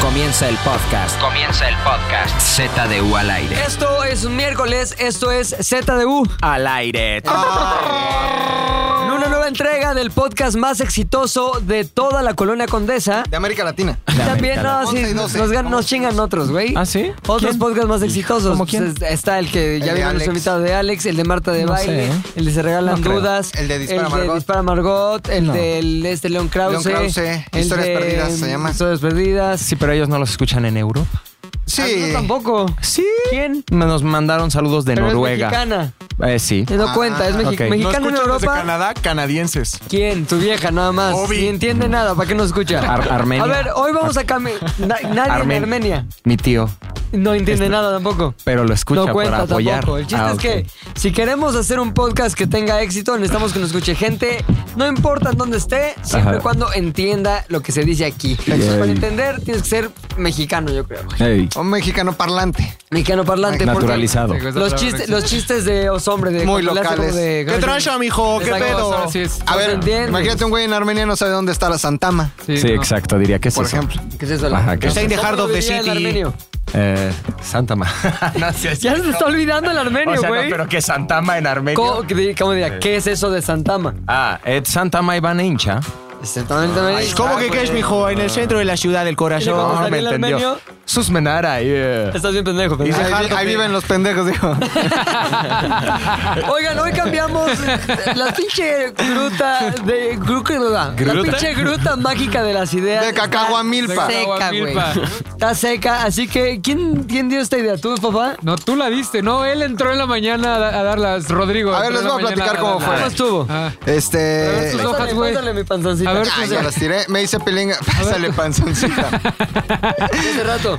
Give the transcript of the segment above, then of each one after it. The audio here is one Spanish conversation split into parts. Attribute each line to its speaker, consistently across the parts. Speaker 1: Comienza el podcast. Comienza el podcast. ZDU al aire.
Speaker 2: Esto es un miércoles, esto es ZDU.
Speaker 1: Al aire.
Speaker 2: Ah. En Una nueva entrega del podcast más exitoso de toda la colonia condesa.
Speaker 3: De América Latina.
Speaker 2: También, no, sí,
Speaker 3: Once y
Speaker 2: nos,
Speaker 3: doce.
Speaker 2: gan- nos chingan otros, güey.
Speaker 4: ¿Ah, sí?
Speaker 2: Otros
Speaker 4: ¿Quién?
Speaker 2: podcasts más exitosos.
Speaker 4: ¿Cómo quién?
Speaker 2: Pues, es- Está el que ya
Speaker 3: El de
Speaker 2: vimos
Speaker 3: Alex.
Speaker 2: nuestro invitado de Alex, el de Marta de
Speaker 4: No
Speaker 2: Baile,
Speaker 4: sé, ¿eh?
Speaker 2: el de Se Regalan
Speaker 4: No creo.
Speaker 2: Dudas,
Speaker 3: El de Dispara
Speaker 2: el
Speaker 3: Margot.
Speaker 2: Dispara Margot, el
Speaker 4: No.
Speaker 2: del este León Krause,
Speaker 3: León Krause,
Speaker 2: el
Speaker 3: Historias
Speaker 2: de
Speaker 3: Perdidas se llama.
Speaker 2: Historias Perdidas. Ah,
Speaker 4: Sí, pero ellos no los escuchan en euro.
Speaker 3: Sí.
Speaker 2: No, tampoco.
Speaker 4: Sí. ¿Quién? Nos mandaron saludos de
Speaker 2: Pero es
Speaker 4: Noruega.
Speaker 2: mexicana.
Speaker 4: Eh, sí.
Speaker 2: No cuenta, es
Speaker 3: Ah.
Speaker 2: mexi-
Speaker 4: ok. No
Speaker 2: mexicano en
Speaker 5: escuchan los de
Speaker 2: Europa.
Speaker 5: Canadá, canadienses.
Speaker 2: ¿Quién? Tu vieja, nada más.
Speaker 5: Obi.
Speaker 2: Ni entiende nada, ¿para qué nos escucha?
Speaker 4: Ar- Armenia.
Speaker 2: A ver, hoy vamos a cambiar. nadie
Speaker 4: Armen-
Speaker 2: en Armenia.
Speaker 4: Mi tío.
Speaker 2: No entiende nada tampoco.
Speaker 4: Pero lo escucha
Speaker 2: no cuenta
Speaker 4: para apoyar.
Speaker 2: tampoco. El chiste
Speaker 4: Ah,
Speaker 2: es
Speaker 4: ok.
Speaker 2: que si queremos hacer un podcast que tenga éxito, necesitamos que nos escuche gente, no importa en dónde esté, siempre
Speaker 4: Ajá.
Speaker 2: y cuando entienda lo que se dice aquí.
Speaker 4: Yay.
Speaker 2: Para entender, tienes que ser mexicano, yo creo.
Speaker 4: Ey,
Speaker 3: Un mexicano parlante.
Speaker 2: Mexicano parlante. porque
Speaker 4: Naturalizado.
Speaker 2: Los chistes, los chistes de os hombre, de
Speaker 3: Muy
Speaker 2: cuando le hacen
Speaker 3: locales.
Speaker 2: como de-
Speaker 5: ¿Qué trancha, mijo? ¿Qué
Speaker 2: Exacto,
Speaker 5: pedo?
Speaker 2: ahora sí es-
Speaker 3: A
Speaker 2: no
Speaker 3: ver,
Speaker 2: se entiende.
Speaker 3: imagínate un güey en Armenia no sabe dónde está la Santama,
Speaker 4: sí, exacto, diría que es
Speaker 3: por
Speaker 4: eso.
Speaker 3: ejemplo.
Speaker 2: ¿Qué es eso?
Speaker 4: Ajá, que-
Speaker 5: Stay in the heart of the
Speaker 2: ¿Cómo lo diría el
Speaker 5: city.
Speaker 2: armenio?
Speaker 4: Eh, Santama. no, sí, es
Speaker 2: Ya se te está olvidando el
Speaker 4: o
Speaker 2: armenio,
Speaker 4: sea, no,
Speaker 2: güey.
Speaker 4: pero que Santama en Armenia.
Speaker 2: Co- que di- ¿Cómo diría? ¿Qué es eso de Santama?
Speaker 4: Ah, et Santama Iván hincha.
Speaker 5: ¿Cómo que qué es, mijo? En el centro de la ciudad del
Speaker 2: Cuando
Speaker 5: corazón.
Speaker 2: salió
Speaker 4: me
Speaker 2: el
Speaker 4: entendió.
Speaker 2: armenio-
Speaker 4: Susmenara.
Speaker 5: eh.
Speaker 4: yeah.
Speaker 2: Estás bien pendejo,
Speaker 3: Ahí,
Speaker 2: pendejo.
Speaker 3: vi- ahí viven los pendejos, dijo.
Speaker 2: Oigan, hoy cambiamos la pinche gruta de gru- gruta. La
Speaker 4: ¿Gruta?
Speaker 2: pinche gruta mágica de las ideas.
Speaker 3: De Cacahuamilpa.
Speaker 2: Está seca, güey. Está seca, así que ¿quién, quién dio esta idea? ¿Tú, papá?
Speaker 6: No, tú la diste, no, él entró en la mañana a, a darlas, Rodrigo.
Speaker 3: A ver,
Speaker 6: entró
Speaker 3: les
Speaker 6: en la
Speaker 3: voy a
Speaker 6: mañana
Speaker 3: platicar cómo
Speaker 6: darlas.
Speaker 2: ¿Cómo estuvo?
Speaker 6: Ah,
Speaker 3: Este.
Speaker 6: tus hojas,
Speaker 2: Pásale,
Speaker 6: güey.
Speaker 2: pásale mi panzoncita.
Speaker 6: A ver,
Speaker 3: Ah, ya las tiré. Me hice pilinga. Pásale, panzoncita.
Speaker 2: hace rato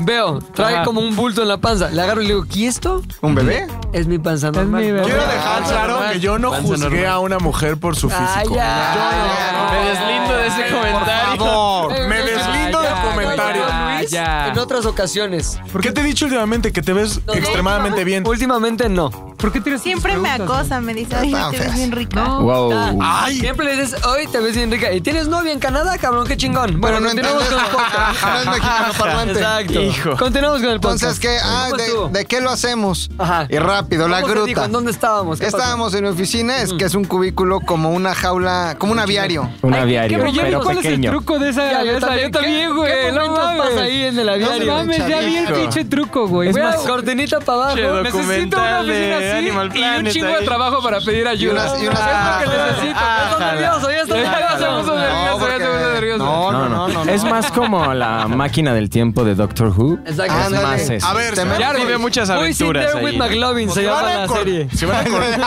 Speaker 2: veo, trae
Speaker 6: Ajá.
Speaker 2: como un bulto en la panza. Le agarro y le digo, ¿y esto?
Speaker 3: ¿Un bebé?
Speaker 2: Es mi panza normal.
Speaker 6: mi bebé.
Speaker 5: Quiero dejar claro que yo no juzgué a una mujer por su
Speaker 2: Ay,
Speaker 5: físico.
Speaker 2: Ah, ya.
Speaker 3: Me
Speaker 2: deslindo de ese
Speaker 5: Por favor, me deslindo del
Speaker 6: ya,
Speaker 5: comentario.
Speaker 6: ya,
Speaker 2: Luis,
Speaker 6: ya.
Speaker 2: En otras ocasiones.
Speaker 5: ¿Por qué te he dicho últimamente que te ves
Speaker 2: No, no,
Speaker 5: extremadamente bien?
Speaker 2: Últimamente no.
Speaker 6: ¿Por qué tienes
Speaker 7: Siempre me acosa, me dice,
Speaker 3: Pues
Speaker 7: oye,
Speaker 3: Están
Speaker 7: te ves
Speaker 3: feas.
Speaker 7: bien rica.
Speaker 4: Wow.
Speaker 2: Ah.
Speaker 5: ¡Ay!
Speaker 2: Siempre le dices, hoy te ves bien rica. ¿Y tienes novia en Canadá, cabrón? Qué chingón. Bueno,
Speaker 3: Pero no
Speaker 2: continuamos
Speaker 3: entiendes.
Speaker 2: con el podcast.
Speaker 3: No es mexicano parlante.
Speaker 2: Exacto.
Speaker 4: Hijo.
Speaker 2: Continuamos con el podcast.
Speaker 3: Entonces, ¿qué? Ah,
Speaker 2: ¿Cómo estuvo?
Speaker 3: de, de qué lo hacemos?
Speaker 2: Ajá.
Speaker 3: Y rápido, la
Speaker 2: ¿Cómo se dijo?
Speaker 3: gruta.
Speaker 2: ¿En ¿Dónde Mm. estábamos? ¿Qué pasó?
Speaker 3: Estábamos en mi oficina, es que es un cubículo como una jaula, como un aviario.
Speaker 4: Un
Speaker 6: Ay,
Speaker 4: aviario,
Speaker 6: qué bonito,
Speaker 4: pero
Speaker 6: ¿Cuál es el
Speaker 4: pequeño.
Speaker 6: truco de esa?
Speaker 2: Ya,
Speaker 6: de
Speaker 2: yo
Speaker 6: esa?
Speaker 2: también, ¿qué- qué
Speaker 6: güey. No
Speaker 2: momentos
Speaker 6: mames.
Speaker 2: pasa ahí en el aviario?
Speaker 6: No mames, ya vi el
Speaker 3: Chavico.
Speaker 6: pinche truco, güey. Voy a-
Speaker 2: cortinita para abajo.
Speaker 4: Che, doc-
Speaker 6: Necesito una
Speaker 4: documental de
Speaker 6: oficina así
Speaker 4: Animal
Speaker 6: y un
Speaker 4: Planet
Speaker 6: chingo de
Speaker 4: ahí.
Speaker 6: trabajo para pedir ayuda.
Speaker 3: unas- y unas-
Speaker 6: Es lo que
Speaker 3: Ah,
Speaker 6: necesito.
Speaker 2: Ya estás nervioso, ya estás
Speaker 6: Ya se
Speaker 2: nervioso.
Speaker 6: puso nervioso, ya
Speaker 3: porque-
Speaker 6: se puso nervioso.
Speaker 3: No,
Speaker 4: No,
Speaker 3: no,
Speaker 4: no,
Speaker 3: no, no.
Speaker 4: Es más como la máquina del tiempo de Doctor Who.
Speaker 2: Exacto.
Speaker 4: Es
Speaker 3: Ándale.
Speaker 4: más eso.
Speaker 5: A ver,
Speaker 3: Te
Speaker 5: se
Speaker 3: metes-
Speaker 5: me
Speaker 4: Ya vive muchas
Speaker 2: Muy sin
Speaker 4: aventuras
Speaker 2: with
Speaker 4: ahí.
Speaker 2: McLovin se
Speaker 5: Se
Speaker 2: llama
Speaker 5: van a
Speaker 2: la
Speaker 5: cor-
Speaker 2: serie.
Speaker 5: se van a correr.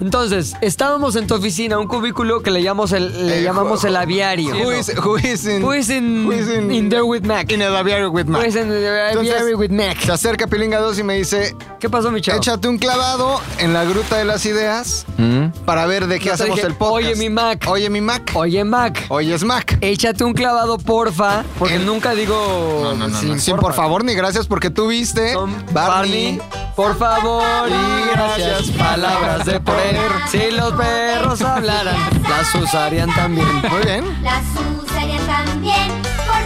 Speaker 2: Entonces, estábamos en tu oficina, un cubículo que le llamamos el, le
Speaker 3: Eh,
Speaker 2: llamamos
Speaker 3: ju-
Speaker 2: el aviario.
Speaker 3: Who is, who is in,
Speaker 2: Who is in-
Speaker 3: who is
Speaker 2: Pues in there with Mac?
Speaker 3: Pues In el aviario with Mac.
Speaker 2: Who is in the
Speaker 3: Entonces,
Speaker 2: aviary with Mac?
Speaker 3: Se acerca Pilinga 2 y me dice,
Speaker 2: ¿Qué pasó, mi chavo?
Speaker 3: échate un clavado en la gruta de las ideas
Speaker 4: Mm.
Speaker 3: para ver de qué
Speaker 2: Yo te
Speaker 3: hacemos
Speaker 2: dije,
Speaker 3: el podcast.
Speaker 2: "Oye, mi Mac".
Speaker 3: Oye, mi Mac.
Speaker 2: Oye, Mac,
Speaker 3: Oye, es Mac.
Speaker 2: échate un clavado, porfa, porque
Speaker 3: El-
Speaker 2: nunca digo
Speaker 3: No, no, no,
Speaker 2: sin
Speaker 3: no. Sin por favor ni gracias porque tú viste
Speaker 2: Son
Speaker 3: Barney.
Speaker 2: Barney. Por favor y gracias, palabras de poder. Si los perros hablaran, las usarían también.
Speaker 3: Muy bien.
Speaker 8: Las usaría también, por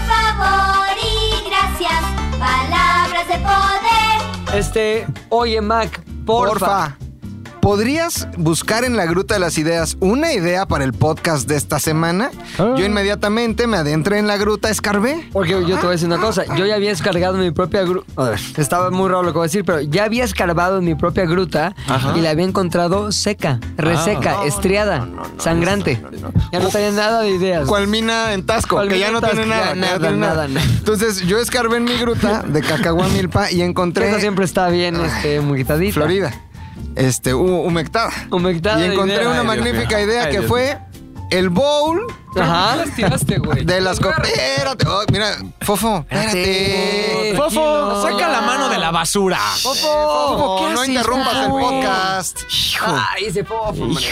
Speaker 8: favor y gracias. Palabras de poder.
Speaker 2: Este, oye, Mac, porfa.
Speaker 3: Porfa. ¿Podrías buscar en la Gruta de las Ideas una idea para el podcast de esta semana? Yo inmediatamente me adentré en la gruta, escarbé.
Speaker 2: Porque yo te voy a decir
Speaker 3: Ah.
Speaker 2: una cosa, yo ya había descargado mi propia gruta. Estaba muy raro lo que voy a decir, pero ya había escarbado en mi propia gruta y la había encontrado seca, reseca, estriada, sangrante. Ya no tenía nada de ideas.
Speaker 3: Cual mina en Tasco,
Speaker 2: Cual
Speaker 3: que
Speaker 2: mina
Speaker 3: ya
Speaker 2: en
Speaker 3: no tiene
Speaker 2: Tasco,
Speaker 3: nada.
Speaker 2: ya
Speaker 3: que ya
Speaker 2: nada,
Speaker 3: tiene
Speaker 2: nada, nada.
Speaker 3: Entonces yo escarbé en mi gruta de Cacahuamilpa y encontré
Speaker 2: Esa siempre está bien, este, humectadita.
Speaker 3: Florida, este, hu- humectada.
Speaker 2: Humectada
Speaker 3: Y
Speaker 2: de
Speaker 3: encontré
Speaker 2: ideas.
Speaker 3: una
Speaker 2: Ay, Dios
Speaker 3: magnífica idea
Speaker 4: Ay,
Speaker 3: que
Speaker 4: Dios
Speaker 3: fue el bowl
Speaker 2: Ajá.
Speaker 6: Las tiraste, güey.
Speaker 3: de las... co- Espérate, oh, mira, Fofo, espérate.
Speaker 2: Fofo, saca la mano de la
Speaker 5: basura.
Speaker 3: Fofo, no interrumpas el
Speaker 2: güey?
Speaker 3: podcast.
Speaker 2: Ay, ese fofo, hombre.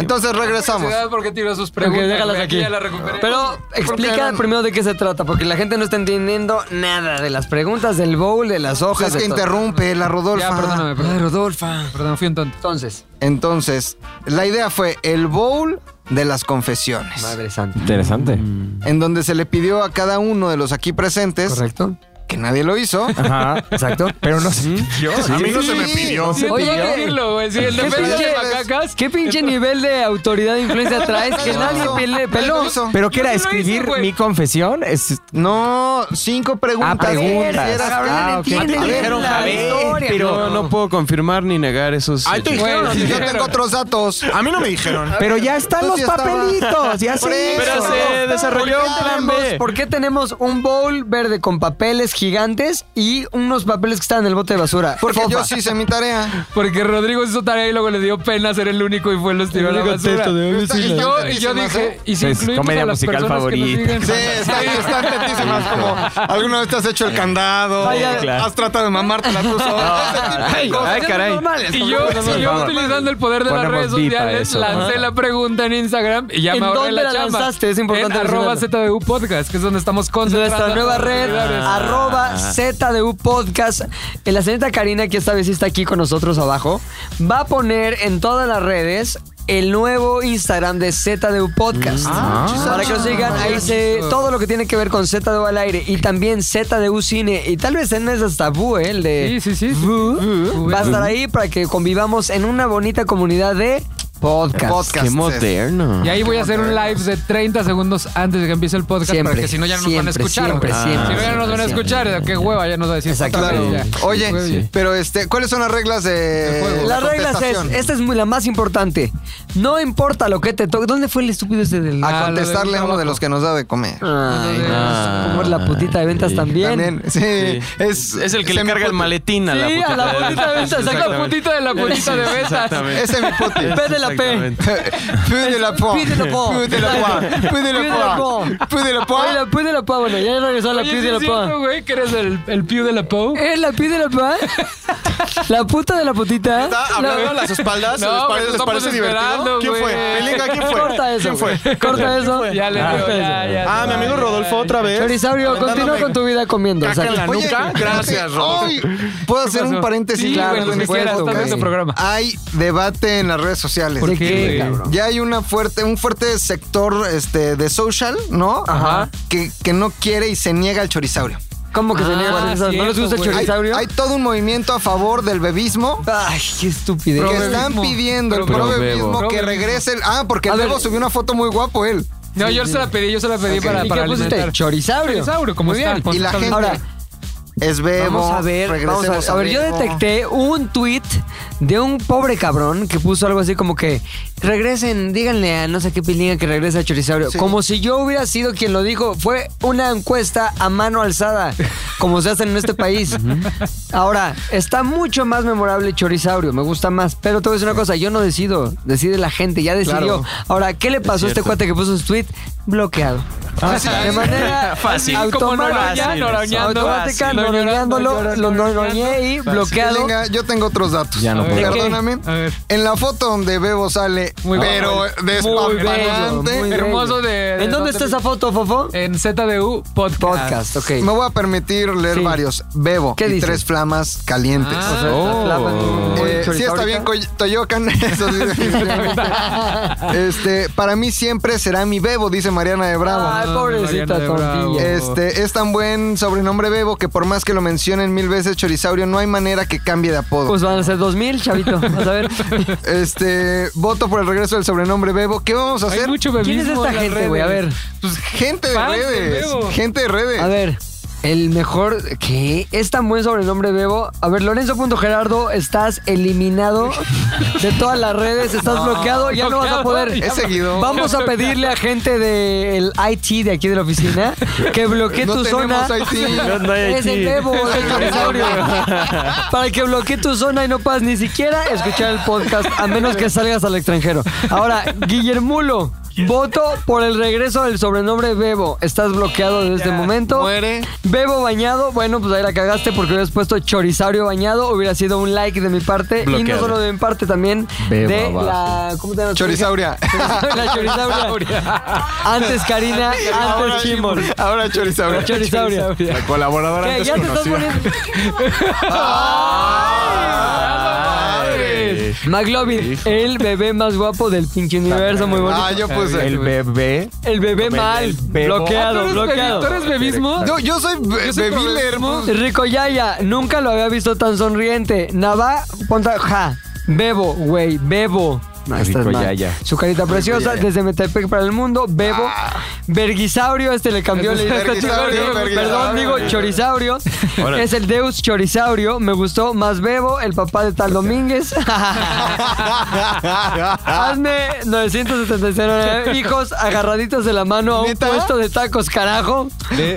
Speaker 3: Entonces regresamos.
Speaker 6: Ciudad, ¿Por qué tiró sus
Speaker 2: Ok,
Speaker 6: preguntas?
Speaker 2: déjalas
Speaker 6: güey?
Speaker 2: aquí.
Speaker 6: Ya la recuperé.
Speaker 2: Pero explica
Speaker 3: eran-
Speaker 2: primero de qué se trata, porque la gente no está entendiendo nada de las preguntas del bowl, de las hojas.
Speaker 3: Es que
Speaker 2: de todo.
Speaker 3: interrumpe la Rodolfa.
Speaker 6: Ya, perdóname, perdón.
Speaker 2: Ay, Rodolfa.
Speaker 6: Perdón, fui un tonto.
Speaker 2: Entonces,
Speaker 3: Entonces, la idea fue el bowl de las confesiones,
Speaker 2: Madre santa.
Speaker 4: Interesante.
Speaker 3: en donde se le pidió a cada uno de los aquí presentes,
Speaker 2: ¿Correcto?
Speaker 3: que nadie lo hizo,
Speaker 4: Ajá.
Speaker 2: Exacto.
Speaker 4: Pero no sé.
Speaker 3: a mí no se me pidió.
Speaker 6: Se
Speaker 2: Oye,
Speaker 6: Oye,
Speaker 2: güey.
Speaker 6: decirlo, güey. Sí, el
Speaker 3: ¿Qué
Speaker 6: de Pedro
Speaker 3: pinche-
Speaker 6: de Macacas.
Speaker 2: ¿Qué pinche nivel de autoridad e influencia traes que nadie pele- peló?
Speaker 4: ¿Pero qué
Speaker 6: Yo
Speaker 4: era?
Speaker 6: no lo hice,
Speaker 4: ¿Escribir
Speaker 6: güey.
Speaker 4: mi confesión? Es...
Speaker 3: No, cinco preguntas.
Speaker 4: Ah, preguntas.
Speaker 3: Quisieras-
Speaker 2: Cabrón,
Speaker 4: Ah, ok.
Speaker 2: entienden
Speaker 4: A ver,
Speaker 2: la
Speaker 4: a ver,
Speaker 2: historia,
Speaker 4: pero
Speaker 2: no.
Speaker 4: no, no puedo confirmar ni negar esos...
Speaker 5: Ay, te dijeron,
Speaker 6: Güey,
Speaker 5: a ti
Speaker 6: sí,
Speaker 5: te
Speaker 3: Yo
Speaker 5: dijeron.
Speaker 3: tengo otros datos.
Speaker 5: A mí no me dijeron.
Speaker 4: Pero ya están
Speaker 3: Tú
Speaker 4: los
Speaker 3: sí estaba.
Speaker 4: papelitos, ya
Speaker 3: Por
Speaker 4: se
Speaker 3: eso.
Speaker 4: hizo.
Speaker 3: Pero
Speaker 6: se
Speaker 4: desarrolló un plan B.
Speaker 2: ¿Por qué tenemos un bowl verde con papeles gigantes y unos papeles que están en el bote de basura?
Speaker 3: Porque
Speaker 2: Fofa.
Speaker 3: yo sí hice mi tarea.
Speaker 6: Porque Rodrigo hizo tarea y luego le dio pena ser el único y fue los tiró a la basura. Y yo, y yo dije, y si
Speaker 4: Es
Speaker 6: incluimos
Speaker 4: comedia
Speaker 6: a las
Speaker 4: musical
Speaker 6: personas
Speaker 4: favorita.
Speaker 6: que nos
Speaker 3: Sí,
Speaker 6: digan-
Speaker 3: están está tetísimas, como alguna vez te has hecho el candado,
Speaker 4: Vaya.
Speaker 3: has tratado de mamártela tú solo. ese tipo de
Speaker 4: Ay,
Speaker 3: cosas.
Speaker 4: ay, caray.
Speaker 6: Y yo, y yo utilizando el poder de las
Speaker 4: Ponemos
Speaker 6: redes
Speaker 4: beep a
Speaker 6: sociales,
Speaker 4: eso.
Speaker 6: lancé
Speaker 4: Ajá.
Speaker 6: la pregunta en Instagram y ya
Speaker 2: ¿En
Speaker 6: me ahorré
Speaker 2: dónde
Speaker 6: la,
Speaker 2: la
Speaker 6: chamba.
Speaker 2: lanzaste? Es importante
Speaker 6: En arroba
Speaker 2: mencionarlo.
Speaker 6: ZDU Podcast, que es donde estamos concentrando. Ah,
Speaker 2: Nuestra nueva red,
Speaker 6: actividades.
Speaker 2: arroba ZDU Podcast. Eh, La señorita Karina, que esta vez sí está aquí con nosotros abajo, va a poner en todas las redes el nuevo Instagram de ZDU Podcast.
Speaker 6: Mm. Ah,
Speaker 2: para que nos sigan, ahí se, todo lo que tiene que ver con ZDU al aire y también ZDU Cine. Y tal vez en esas tabú, ¿eh? el de.
Speaker 6: Sí, sí, sí.
Speaker 2: Vu, Va a estar ahí para que convivamos en una bonita comunidad de podcast.
Speaker 3: Podcast.
Speaker 4: Qué moderno.
Speaker 6: Y ahí voy a hacer un live de 30 segundos antes de que empiece el podcast,
Speaker 2: Siempre,
Speaker 6: porque si no ya no nos van a
Speaker 2: siempre,
Speaker 6: escuchar.
Speaker 2: siempre,
Speaker 6: güey.
Speaker 2: siempre,
Speaker 6: si no ya no nos van a
Speaker 2: siempre,
Speaker 6: escuchar, qué hueva, ya nos va a decir.
Speaker 2: Exacto.
Speaker 6: otra vez,
Speaker 3: Claro.
Speaker 6: ya.
Speaker 3: Oye,
Speaker 6: Sí.
Speaker 3: pero este, ¿cuáles son las reglas de
Speaker 6: Del juego.
Speaker 2: Las reglas es,
Speaker 3: contestación?
Speaker 2: esta es muy- la más importante. No importa lo que te toque. ¿Dónde fue el estúpido ese del
Speaker 3: a
Speaker 6: Ah, lo de
Speaker 3: contestarle a uno
Speaker 6: trabajo.
Speaker 3: de los que nos da de comer.
Speaker 2: Ay, no,
Speaker 4: ah.
Speaker 2: como es la putita de ventas
Speaker 4: Sí.
Speaker 2: también.
Speaker 3: También, sí, Es,
Speaker 4: Es el que le carga el
Speaker 3: semiputi.
Speaker 4: maletín a la
Speaker 2: Sí,
Speaker 4: puta.
Speaker 2: a la putita de ventas, saca
Speaker 6: La
Speaker 2: la
Speaker 6: putita de la putita de betas.
Speaker 3: Es semiputi.
Speaker 2: P de la P.
Speaker 3: Pide la po.
Speaker 2: Pide la po.
Speaker 3: Pide la po. Pide
Speaker 2: Pide la
Speaker 3: la po.
Speaker 2: po.
Speaker 3: Pide la po.
Speaker 2: Oye, la pide la pa, bueno, ya regresó a la
Speaker 6: Oye,
Speaker 2: pide
Speaker 6: ¿sí
Speaker 2: la
Speaker 6: es cierto,
Speaker 2: pa.
Speaker 6: güey, que eres el, el piu de la Pou?
Speaker 2: ¿Eh, la pide la pa? La puta de la
Speaker 5: Ah,
Speaker 2: putita.
Speaker 3: ¿Está hablando a las espaldas?
Speaker 6: No,
Speaker 3: ¿Les parece-
Speaker 6: güey, lo
Speaker 3: ¿Les
Speaker 6: estamos
Speaker 3: parece divertido?
Speaker 6: esperando,
Speaker 3: ¿Quién fue?
Speaker 6: güey.
Speaker 3: Pelinga, ¿quién fue?
Speaker 2: Corta eso.
Speaker 3: ¿Quién fue?
Speaker 2: güey. Corta eso.
Speaker 6: Ya le dio, ya, ya.
Speaker 5: Ah, mi amigo Rodolfo otra vez.
Speaker 2: Chorisaurio, continúa
Speaker 5: Dándome
Speaker 2: con tu vida comiendo.
Speaker 5: caca en
Speaker 2: exacto.
Speaker 5: la
Speaker 3: Oye,
Speaker 5: nuca.
Speaker 3: Gracias, Rob. ¿Puedo hacer un
Speaker 6: pasó?
Speaker 3: paréntesis?
Speaker 6: Sí,
Speaker 2: claro,
Speaker 6: güey,
Speaker 2: por
Speaker 6: lo que
Speaker 2: supuesto,
Speaker 6: quieras, estás
Speaker 2: güey. pues
Speaker 6: en tu programa.
Speaker 3: Hay debate en las redes sociales.
Speaker 2: ¿De
Speaker 6: qué,
Speaker 2: qué,
Speaker 6: güey?
Speaker 2: cabrón?
Speaker 3: Ya hay una fuerte, un fuerte sector este, de social, ¿no?
Speaker 2: Ajá.
Speaker 3: Que, que no quiere y se niega al chorisaurio.
Speaker 2: ¿Cómo que se
Speaker 6: Ah,
Speaker 2: niegan esas? ¿No les
Speaker 6: cierto,
Speaker 2: gusta el
Speaker 6: güey.
Speaker 3: Hay,
Speaker 2: chorisaurio?
Speaker 3: hay todo un movimiento a favor del bebismo.
Speaker 2: Ay, qué estupidez.
Speaker 3: Que
Speaker 6: Probebismo.
Speaker 3: están pidiendo el
Speaker 6: Probebebo.
Speaker 3: probebismo que
Speaker 6: Probebismo.
Speaker 3: regrese el. Ah, porque
Speaker 2: A ver.
Speaker 3: luego subió una foto muy guapo él.
Speaker 6: No, yo se la pedí, yo se la pedí
Speaker 3: Ok.
Speaker 6: para,
Speaker 2: ¿Y
Speaker 6: para
Speaker 2: qué pusiste?
Speaker 6: alimentar.
Speaker 2: Chorisaurio.
Speaker 6: Dinosaurio, como
Speaker 2: Muy
Speaker 6: está,
Speaker 2: bien.
Speaker 6: con
Speaker 3: Y la
Speaker 6: sus
Speaker 3: gente-
Speaker 2: Pues Ahora,
Speaker 3: Es bebo.
Speaker 2: Vamos a ver, vamos a ver.
Speaker 3: regresemos
Speaker 2: A ver, yo
Speaker 3: Bebo.
Speaker 2: detecté un tweet de un pobre cabrón que puso algo así como que regresen, díganle a no sé qué pilinga que regrese a Chorisaurio.
Speaker 3: Sí.
Speaker 2: Como si yo hubiera sido quien lo dijo. Fue una encuesta a mano alzada, como se hace en este país. Ahora, está mucho más memorable Chorisaurio, me gusta más. Pero te voy a decir una cosa, yo no decido, decide la gente, ya decidió.
Speaker 3: Claro.
Speaker 2: Ahora, ¿qué le pasó a este cuate que puso su tweet? Bloqueado. De manera
Speaker 4: Fácil.
Speaker 6: Como
Speaker 2: automática,
Speaker 6: noroña, noroñeando.
Speaker 2: automática,
Speaker 6: Fácil.
Speaker 2: noroñándolo, lo noroñé y bloqueado.
Speaker 3: Venga, yo tengo otros datos.
Speaker 4: Ya no
Speaker 6: puedo.
Speaker 3: Perdóname.
Speaker 6: A ver.
Speaker 3: En la foto donde Bebo sale,
Speaker 6: Muy
Speaker 3: pero
Speaker 6: bello. Muy bello,
Speaker 3: despampanante.
Speaker 6: muy
Speaker 3: pero-
Speaker 6: Hermoso de- Eh, de
Speaker 2: ¿En dónde
Speaker 6: dónde
Speaker 2: está
Speaker 6: vi-
Speaker 2: esa foto, Fofo?
Speaker 6: En ZDU Podcast.
Speaker 2: Podcast, ok.
Speaker 3: Me voy a permitir leer
Speaker 2: Sí.
Speaker 3: varios. Bebo
Speaker 2: ¿Qué
Speaker 3: y
Speaker 2: dice?
Speaker 3: tres flamas calientes.
Speaker 6: Ah.
Speaker 2: O sea, esta flama, muy
Speaker 3: Eh, sí está
Speaker 2: chorizáurica.
Speaker 3: bien Coy- Toyocan. Eso sí, definitivamente. este, para mí siempre será mi Bebo, dice Mariana de Bravo.
Speaker 6: Ah,
Speaker 2: Ay, pobrecita
Speaker 6: Mariana de Bravo.
Speaker 2: tortilla.
Speaker 3: Este, es tan buen sobrenombre Bebo que por más que lo mencionen mil veces Chorisaurio, no hay manera que cambie de apodo.
Speaker 2: Pues van a ser 2000, chavito. Vas a ver.
Speaker 3: Este, voto por el regreso del sobrenombre Bebo. ¿Qué vamos a
Speaker 6: Hay
Speaker 3: hacer?
Speaker 6: mucho bebismo
Speaker 2: ¿Quién es esta
Speaker 6: en las
Speaker 2: gente, güey? A
Speaker 6: redes.
Speaker 2: ver,
Speaker 3: Pues gente de
Speaker 6: Fans de
Speaker 3: redes.
Speaker 6: Bebo.
Speaker 3: Gente de redes.
Speaker 2: a ver. El mejor. ¿Qué? Es tan buen sobrenombre, Bebo. A ver, Lorenzo.gerardo, estás eliminado de todas las redes, estás bloqueado, ya no vas a
Speaker 6: Bloqueado,
Speaker 2: poder.
Speaker 6: ya
Speaker 3: He seguido.
Speaker 2: Vamos a pedirle a gente del IT de aquí de la oficina que bloquee
Speaker 3: No
Speaker 2: tu
Speaker 3: tenemos
Speaker 2: zona.
Speaker 3: IT. No,
Speaker 4: no hay
Speaker 2: es el
Speaker 4: IT.
Speaker 2: Bebo, el dinosaurio. Para que bloquee tu zona y no puedas ni siquiera escuchar el podcast, a menos que salgas al extranjero. Ahora, Guillermulo, voto por el regreso del sobrenombre Bebo. Estás bloqueado desde este momento.
Speaker 3: Muere.
Speaker 2: Bebo bañado, bueno, pues ahí la cagaste porque hubieras puesto chorizaurio bañado, hubiera sido un like de mi parte y no
Speaker 4: Bloqueado.
Speaker 2: solo de mi parte también
Speaker 4: Bebo
Speaker 2: de
Speaker 4: abajo.
Speaker 2: la ¿cómo te llamas?
Speaker 3: Chorisauria.
Speaker 2: La chorizauria. Antes Karina, antes Kimon.
Speaker 3: Ahora Chorisauria.
Speaker 2: Chorizauria.
Speaker 4: La colaboradora
Speaker 2: ¿Qué?
Speaker 4: antes
Speaker 2: Ya te estás
Speaker 4: conocida.
Speaker 2: poniendo.
Speaker 6: ¡Ay!
Speaker 2: McLovin, el bebé más guapo del pinche universo, muy bonito.
Speaker 3: Ah, yo puse.
Speaker 4: El bebé.
Speaker 2: El bebé mal,
Speaker 4: bebo.
Speaker 6: ¿Tú
Speaker 2: bloqueado,
Speaker 6: eres bebi-
Speaker 2: bloqueado.
Speaker 6: ¿Tú eres bebismo?
Speaker 3: Yo, yo soy be-
Speaker 6: Yo soy
Speaker 3: Bebil
Speaker 6: problema.
Speaker 3: Hermos.
Speaker 2: Rico Yaya, nunca lo había visto tan sonriente. Nava, ponta, ja, bebo, güey, bebo. No, estás
Speaker 4: Rico Ah.
Speaker 2: mal.
Speaker 4: Yaya.
Speaker 2: Su carita preciosa, desde Metepec para el mundo, bebo. Bergisaurio, este le cambió el
Speaker 3: Bergisaurio,
Speaker 2: Perdón,
Speaker 3: Bergisaurio.
Speaker 2: digo chorisaurio.
Speaker 4: Órale.
Speaker 2: Es el Deus chorisaurio. Me gustó más bebo, el papá de tal Domínguez. Hazme 979 eh, hijos agarraditos de la mano a un
Speaker 3: ¿Neta?
Speaker 2: puesto de tacos, carajo.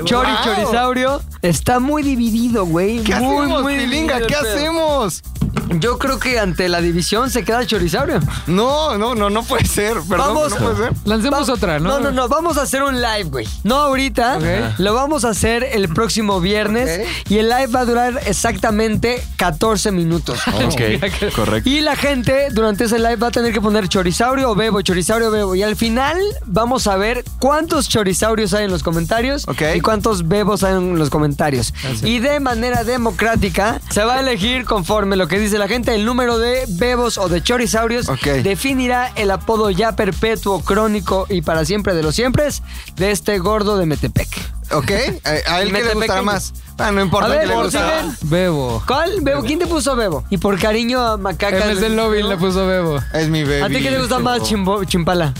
Speaker 2: Chori,
Speaker 3: Wow.
Speaker 2: chorisaurio. Está muy dividido, güey.
Speaker 3: ¿Qué
Speaker 2: muy,
Speaker 3: hacemos,
Speaker 2: muy
Speaker 3: Pilinga?
Speaker 2: dividido
Speaker 3: ¿Qué
Speaker 2: el pedo.
Speaker 3: hacemos?
Speaker 2: Yo creo que ante la división se queda el chorisaurio.
Speaker 3: No, no, no, no puede ser. Perdón,
Speaker 2: Vamos.
Speaker 3: no puede ser.
Speaker 6: Lancemos otra, ¿no?
Speaker 2: No, no, no. Vamos a hacer un live, güey. No ahorita. Lo vamos a hacer el próximo viernes. Y el live va a durar exactamente 14 minutos.
Speaker 3: Oh,
Speaker 4: Ok, correcto.
Speaker 2: Y la gente durante ese live va a tener que poner chorisaurio o bebo, chorisaurio o bebo. Y al final vamos a ver cuántos chorisaurios hay en los comentarios
Speaker 3: Ok. Ah,
Speaker 2: y cuántos bebos hay en los comentarios. Y de manera democrática se va a elegir conforme lo que dice la gente. El número de bebos o de chorisaurios
Speaker 3: Ok.
Speaker 2: definirá el apodo ya perpetuo, crónico y para siempre de los siempre de este gordo de Metepec.
Speaker 3: ¿Ok? A, a él que le
Speaker 2: Metepec.
Speaker 3: gustará más. Ah, no importa
Speaker 2: A ver,
Speaker 3: que le
Speaker 2: por
Speaker 3: gustará.
Speaker 2: si
Speaker 6: Bebo.
Speaker 2: ¿Cuál? ¿Bebo? ¿Quién te puso bebo? Y por cariño a Macaca.
Speaker 6: En vez del lobby
Speaker 2: ¿no?
Speaker 6: le puso Bebo.
Speaker 3: Es mi bebé.
Speaker 2: ¿A ti qué te gusta más, chimbo- Chimpala?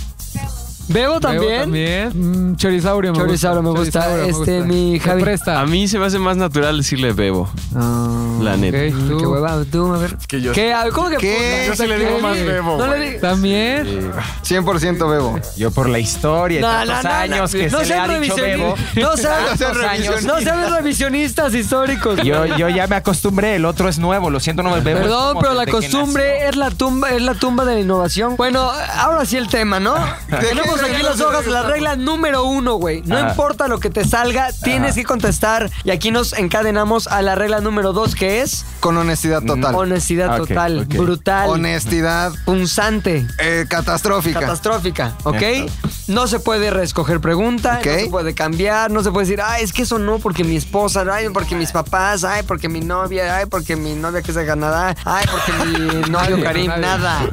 Speaker 2: ¿Bebo también?
Speaker 6: Bebo también. Mm, chorisaurio me
Speaker 2: Chorizaurio me gusta.
Speaker 6: Chorizaurio me
Speaker 2: Este,
Speaker 6: gusta.
Speaker 2: mi
Speaker 6: Se
Speaker 2: Javi.
Speaker 6: presta.
Speaker 4: A mí se me hace más natural decirle bebo. La neta.
Speaker 6: Ok,
Speaker 2: Mm,
Speaker 6: tú.
Speaker 2: Qué hueva, tú, a ver.
Speaker 9: que yo
Speaker 2: ¿Qué? A ver, ¿Cómo que
Speaker 3: ¿Qué?
Speaker 9: Yo sí le digo más bebo,
Speaker 2: No le
Speaker 9: güey.
Speaker 2: digo.
Speaker 6: También.
Speaker 3: 100% bebo.
Speaker 5: Yo por la historia y
Speaker 2: No,
Speaker 5: tantos
Speaker 2: no, no,
Speaker 5: años
Speaker 2: no.
Speaker 5: que
Speaker 2: no
Speaker 5: se le ha
Speaker 2: sean
Speaker 5: dicho Bebo.
Speaker 2: revisionistas. No sean,
Speaker 3: sean revisionistas.
Speaker 2: no sean revisionistas históricos.
Speaker 5: Yo, yo ya me acostumbré, el otro es nuevo, lo siento, no me bebo. es
Speaker 2: Perdón,
Speaker 5: como
Speaker 2: pero la
Speaker 5: desde que
Speaker 2: costumbre es la tumba, es la tumba de la innovación. Bueno, ahora sí el tema, ¿no? Tenemos aquí las hojas, la regla número uno, güey. No importa lo que te salga, tienes que contestar. Y aquí nos encadenamos a la regla número dos, que es
Speaker 3: Con honestidad total.
Speaker 2: honestidad
Speaker 4: Ah, Ok,
Speaker 2: total,
Speaker 4: ok.
Speaker 2: brutal,
Speaker 3: honestidad
Speaker 2: punzante,
Speaker 3: eh, catastrófica.
Speaker 2: catastrófica, ¿ok? No se puede reescoger pregunta,
Speaker 3: Ok.
Speaker 2: no se puede cambiar, no se puede decir, ay, es que eso no, porque mi esposa, ay, porque mis papás, ay, porque mi novia, ay, porque mi novia que es de Canadá, ay, porque mi novio Karim,
Speaker 6: nadie.
Speaker 2: nada.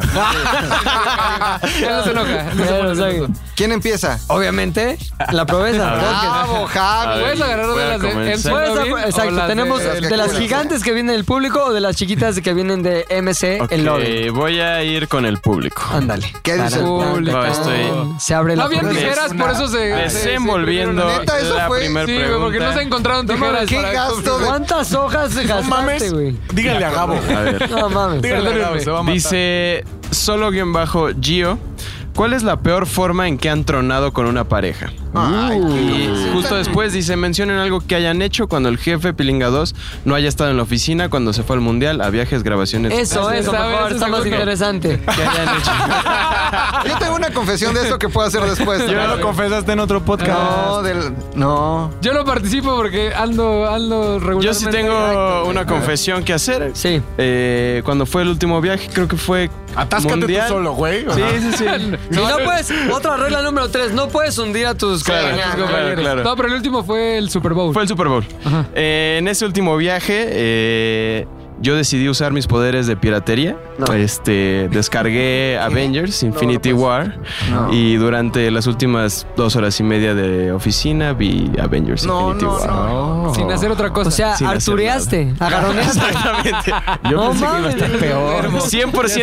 Speaker 6: Ya no se enoja,
Speaker 2: Ya
Speaker 6: no se pone
Speaker 2: no se
Speaker 6: nervioso.
Speaker 2: enoja.
Speaker 3: ¿Quién empieza?
Speaker 2: Obviamente, la proeza.
Speaker 3: Bravo, Javi.
Speaker 6: Puedes agarrar
Speaker 4: voy
Speaker 6: de
Speaker 4: a
Speaker 6: las de
Speaker 4: comenzar.
Speaker 6: MC
Speaker 2: Puedes
Speaker 6: Lovin
Speaker 2: apro-
Speaker 6: o
Speaker 2: Pues, Exacto,
Speaker 6: las de-
Speaker 2: tenemos
Speaker 3: las
Speaker 2: de,
Speaker 3: que
Speaker 2: las
Speaker 3: quieras.
Speaker 2: gigantes que vienen del público o de las chiquitas que vienen de MC
Speaker 4: Ok,
Speaker 2: el lobby.
Speaker 4: voy a ir con el público.
Speaker 2: Ándale.
Speaker 3: ¿Qué dice?
Speaker 6: Público.
Speaker 4: No, estoy-
Speaker 2: Se abre la
Speaker 6: No habían
Speaker 2: puerta.
Speaker 6: tijeras, por eso se. se- se
Speaker 4: Desenvolviendo
Speaker 6: primero
Speaker 3: Neta, eso
Speaker 4: la
Speaker 3: fue-
Speaker 4: primera
Speaker 6: Sí, güey,
Speaker 4: pregunta.
Speaker 6: porque no se encontraron tijeras.
Speaker 3: ¿Qué
Speaker 6: para-
Speaker 3: gasto de
Speaker 2: ¿Cuántas hojas gastaste, güey?
Speaker 9: Díganle a Gabo.
Speaker 4: A ver.
Speaker 2: No mames.
Speaker 9: Díganle a Gabo,
Speaker 6: Perdónenme.
Speaker 9: se va a matar.
Speaker 4: Dice solo guión bajo Gio. ¿Cuál es la peor forma en que han tronado con una pareja?
Speaker 3: Ay,
Speaker 4: Y justo después dice, mencionen algo que hayan hecho cuando el jefe Pilinga 2 no haya estado en la oficina, cuando se fue al mundial, a viajes, grabaciones.
Speaker 2: Eso,
Speaker 6: Ese
Speaker 2: eso,
Speaker 6: sabe,
Speaker 2: mejor,
Speaker 6: ese
Speaker 2: está más
Speaker 6: seguro.
Speaker 2: interesante.
Speaker 4: que hayan hecho.
Speaker 3: Yo tengo una confesión de eso que puedo hacer después.
Speaker 9: Ya lo confesaste en otro podcast.
Speaker 4: Ah,
Speaker 3: No, del, no.
Speaker 6: Yo no participo porque ando, ando regularmente.
Speaker 4: Yo sí tengo una confesión que hacer.
Speaker 2: Sí.
Speaker 4: Eh, cuando fue el último viaje, creo que fue
Speaker 9: Atáscate
Speaker 4: mundial.
Speaker 9: tú solo, güey.
Speaker 4: Sí,
Speaker 9: Ajá.
Speaker 4: sí, sí.
Speaker 2: Y no puedes, otra regla número tres, no puedes hundir a tus
Speaker 4: Claro,
Speaker 2: compañeros.
Speaker 4: claro, claro.
Speaker 6: No, pero el último fue el Super Bowl.
Speaker 4: Fue el Super Bowl. Eh, en ese último viaje, eh, yo decidí usar mis poderes de piratería. Este, descargué Avengers, Infinity War. Y durante las últimas dos horas y media de oficina vi Avengers, Infinity War.
Speaker 6: Sin hacer otra cosa.
Speaker 2: O sea,
Speaker 4: Sin hacer
Speaker 2: artureaste, agarroneaste.
Speaker 4: Exactamente. Yo
Speaker 2: No
Speaker 4: pensé
Speaker 2: mames,
Speaker 4: que iba a estar
Speaker 6: eres un
Speaker 4: peor.
Speaker 6: verbo.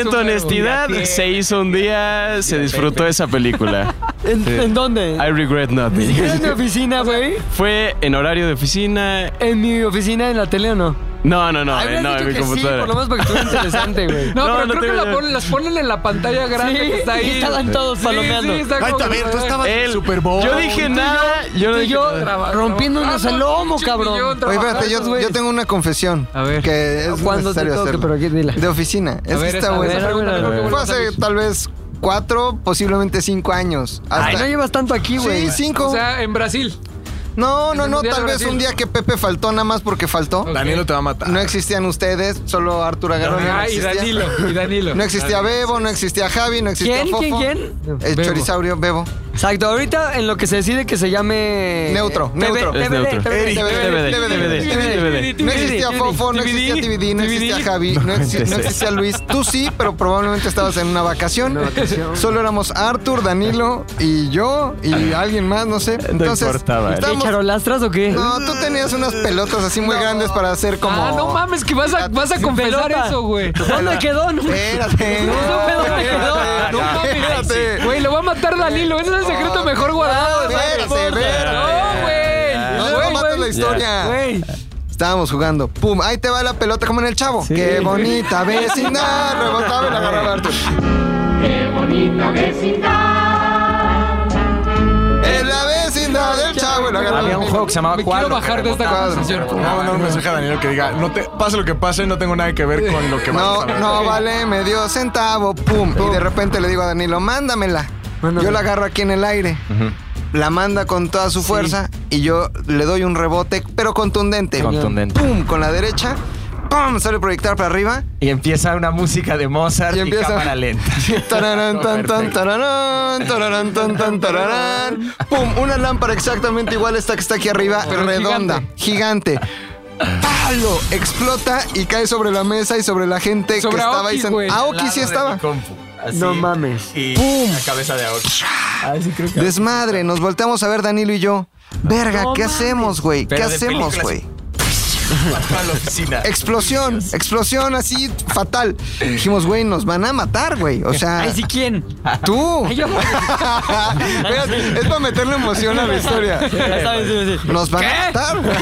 Speaker 4: 100% honestidad. Se hizo un día, se disfrutó esa película.
Speaker 2: ¿En, en dónde?
Speaker 4: I regret nothing.
Speaker 2: ¿En mi oficina, güey?
Speaker 4: Fue en horario de oficina.
Speaker 2: ¿En mi oficina, en la tele o no?
Speaker 4: No, no, no, eh,
Speaker 2: Habrías
Speaker 4: no, en
Speaker 2: dicho
Speaker 4: mi
Speaker 2: que sí,
Speaker 4: computadora.
Speaker 2: por lo menos porque estuvo interesante, güey.
Speaker 6: No,
Speaker 4: No,
Speaker 6: pero creo
Speaker 4: no
Speaker 6: que
Speaker 4: tengo
Speaker 6: la
Speaker 4: idea.
Speaker 6: ponen- las ponen en la pantalla grande
Speaker 2: Sí,
Speaker 6: que está ahí.
Speaker 2: y estaban todos palomeando.
Speaker 9: Ay,
Speaker 6: como-
Speaker 9: también, tú estabas en
Speaker 4: Él-
Speaker 9: el Super Bowl.
Speaker 4: Yo dije nada, yo no
Speaker 2: Tú y
Speaker 4: dije
Speaker 2: yo
Speaker 4: nada.
Speaker 6: Traba-
Speaker 2: rompiéndonos
Speaker 6: trabajando,
Speaker 2: el lomo,
Speaker 6: Ah, pinche
Speaker 2: cabrón.
Speaker 6: millón,
Speaker 3: Oye,
Speaker 6: trabajando,
Speaker 3: espérate, yo,
Speaker 6: güey.
Speaker 3: yo tengo una confesión.
Speaker 6: A ver.
Speaker 3: Que es
Speaker 2: ¿Cuándo te
Speaker 3: necesario
Speaker 2: toque?
Speaker 3: hacerlo.
Speaker 2: Pero, ¿qué? Dila.
Speaker 3: De oficina. Es que
Speaker 6: A ver,
Speaker 3: está
Speaker 6: esa-
Speaker 3: bueno.
Speaker 6: esa pregunta creo que
Speaker 3: Fue
Speaker 6: vuelve a
Speaker 3: hace
Speaker 6: salir.
Speaker 3: tal vez cuatro, posiblemente cinco años.
Speaker 2: Ay,
Speaker 3: Hasta-
Speaker 2: no llevas tanto aquí, güey.
Speaker 3: sí, cinco.
Speaker 6: O sea, en Brasil.
Speaker 3: no,
Speaker 6: en
Speaker 3: no,
Speaker 6: el
Speaker 3: no.
Speaker 6: Mundial
Speaker 3: Tal
Speaker 6: de
Speaker 3: vez
Speaker 6: Brasil.
Speaker 3: un día que Pepe faltó nada más porque faltó.
Speaker 6: Ok.
Speaker 9: Danilo te va a matar.
Speaker 3: No existían ustedes, solo Arturo Agarón. no
Speaker 6: Ah, y
Speaker 3: existía.
Speaker 6: Danilo. Y Danilo.
Speaker 3: No existía Bebo, no existía Javi, no existía
Speaker 2: ¿Quién?
Speaker 3: Fofo.
Speaker 2: ¿Quién? ¿Quién?
Speaker 3: El
Speaker 6: Bebo.
Speaker 3: chorisaurio Bebo.
Speaker 2: Exacto, ahorita en lo que se decide que se llame.
Speaker 3: Neutro,
Speaker 2: TV,
Speaker 3: neutro.
Speaker 2: TVD,
Speaker 4: Es neutro.
Speaker 2: TVD,
Speaker 4: Eric,
Speaker 2: TVD.
Speaker 4: DVD, DVD.
Speaker 3: No existía Fofo, no existía TVD, no existía Javi, no, exi- no existía Luis. Tú sí, pero probablemente estabas en una vacación. Solo éramos Arthur, Danilo y yo y alguien más, no sé. Entonces,
Speaker 9: importaba.
Speaker 2: ¿Qué,
Speaker 3: estábamos-
Speaker 2: charolastras o qué?
Speaker 3: No, tú tenías unas pelotas así muy grandes para hacer como.
Speaker 6: Ah, no mames, que vas a, vas a confesar
Speaker 2: pelota.
Speaker 6: eso, güey.
Speaker 2: ¿Dónde quedó? No,
Speaker 3: Espérate.
Speaker 2: No, no, no,
Speaker 6: no, no,
Speaker 3: espérate.
Speaker 6: Güey, lo va a matar Danilo. Ese es el secreto mejor guardado.
Speaker 3: No, espérate,
Speaker 6: No,
Speaker 3: espérate. No,
Speaker 6: güey.
Speaker 3: no
Speaker 6: Güey,
Speaker 3: mates la
Speaker 6: güey.
Speaker 3: historia.
Speaker 2: Güey.
Speaker 3: Estábamos jugando. ¡Pum! Ahí te va la pelota como en el chavo. ¡Qué bonita vecindad! Rebotaba y la agarraba Arthur. ¡Qué bonita vecindad! ¡Es la vecindad del chavo! Y la agarraba.
Speaker 9: Había un juego que se llamaba
Speaker 6: Me quiero
Speaker 9: Cuadro.
Speaker 6: bajar de esta
Speaker 3: Cuadro.
Speaker 6: conversación.
Speaker 9: No, no, un mensaje a Daniel que diga, no te, pase lo que pase, no tengo nada que ver con lo que vamos
Speaker 3: No,
Speaker 9: a ver.
Speaker 3: no vale, me dio centavo, pum. Y de repente le digo a Danilo, mándamela. Yo la agarro aquí en el aire. La manda con toda su fuerza y yo le doy un rebote, pero contundente.
Speaker 9: Contundente.
Speaker 3: Pum, con la derecha. Pum, sale a proyectar para arriba.
Speaker 5: Y empieza una música de Mozart
Speaker 3: Y
Speaker 5: y,
Speaker 3: empieza-
Speaker 5: cámara lenta.
Speaker 3: Tararán, tan, tan, tararán, tararán, tan, tan, tararán. Pum, una lámpara exactamente igual a esta que está aquí arriba, redonda, gigante. Palo, explota y cae sobre la mesa y sobre la gente
Speaker 6: Sobre
Speaker 3: que estaba ahí.
Speaker 6: Aoki,
Speaker 3: sent-
Speaker 6: güey.
Speaker 3: Aoki sí estaba.
Speaker 2: No mames.
Speaker 5: Y la cabeza de Aoki.
Speaker 3: Desmadre, nos volteamos a ver Danilo y yo. Verga, ¿qué hacemos, güey? ¿Qué
Speaker 5: Pero de
Speaker 3: hacemos,
Speaker 5: películas-
Speaker 3: güey?
Speaker 5: a la oficina.
Speaker 3: Explosión, explosión así fatal. Dijimos, güey, nos van a matar, güey. O sea,
Speaker 2: Ay, sí, ¿quién?
Speaker 3: tú.
Speaker 2: Ay, yo.
Speaker 3: Espérate, es para meterle emoción a la historia.
Speaker 2: Ya sabes, sí, sí.
Speaker 3: Nos van a matar. güey.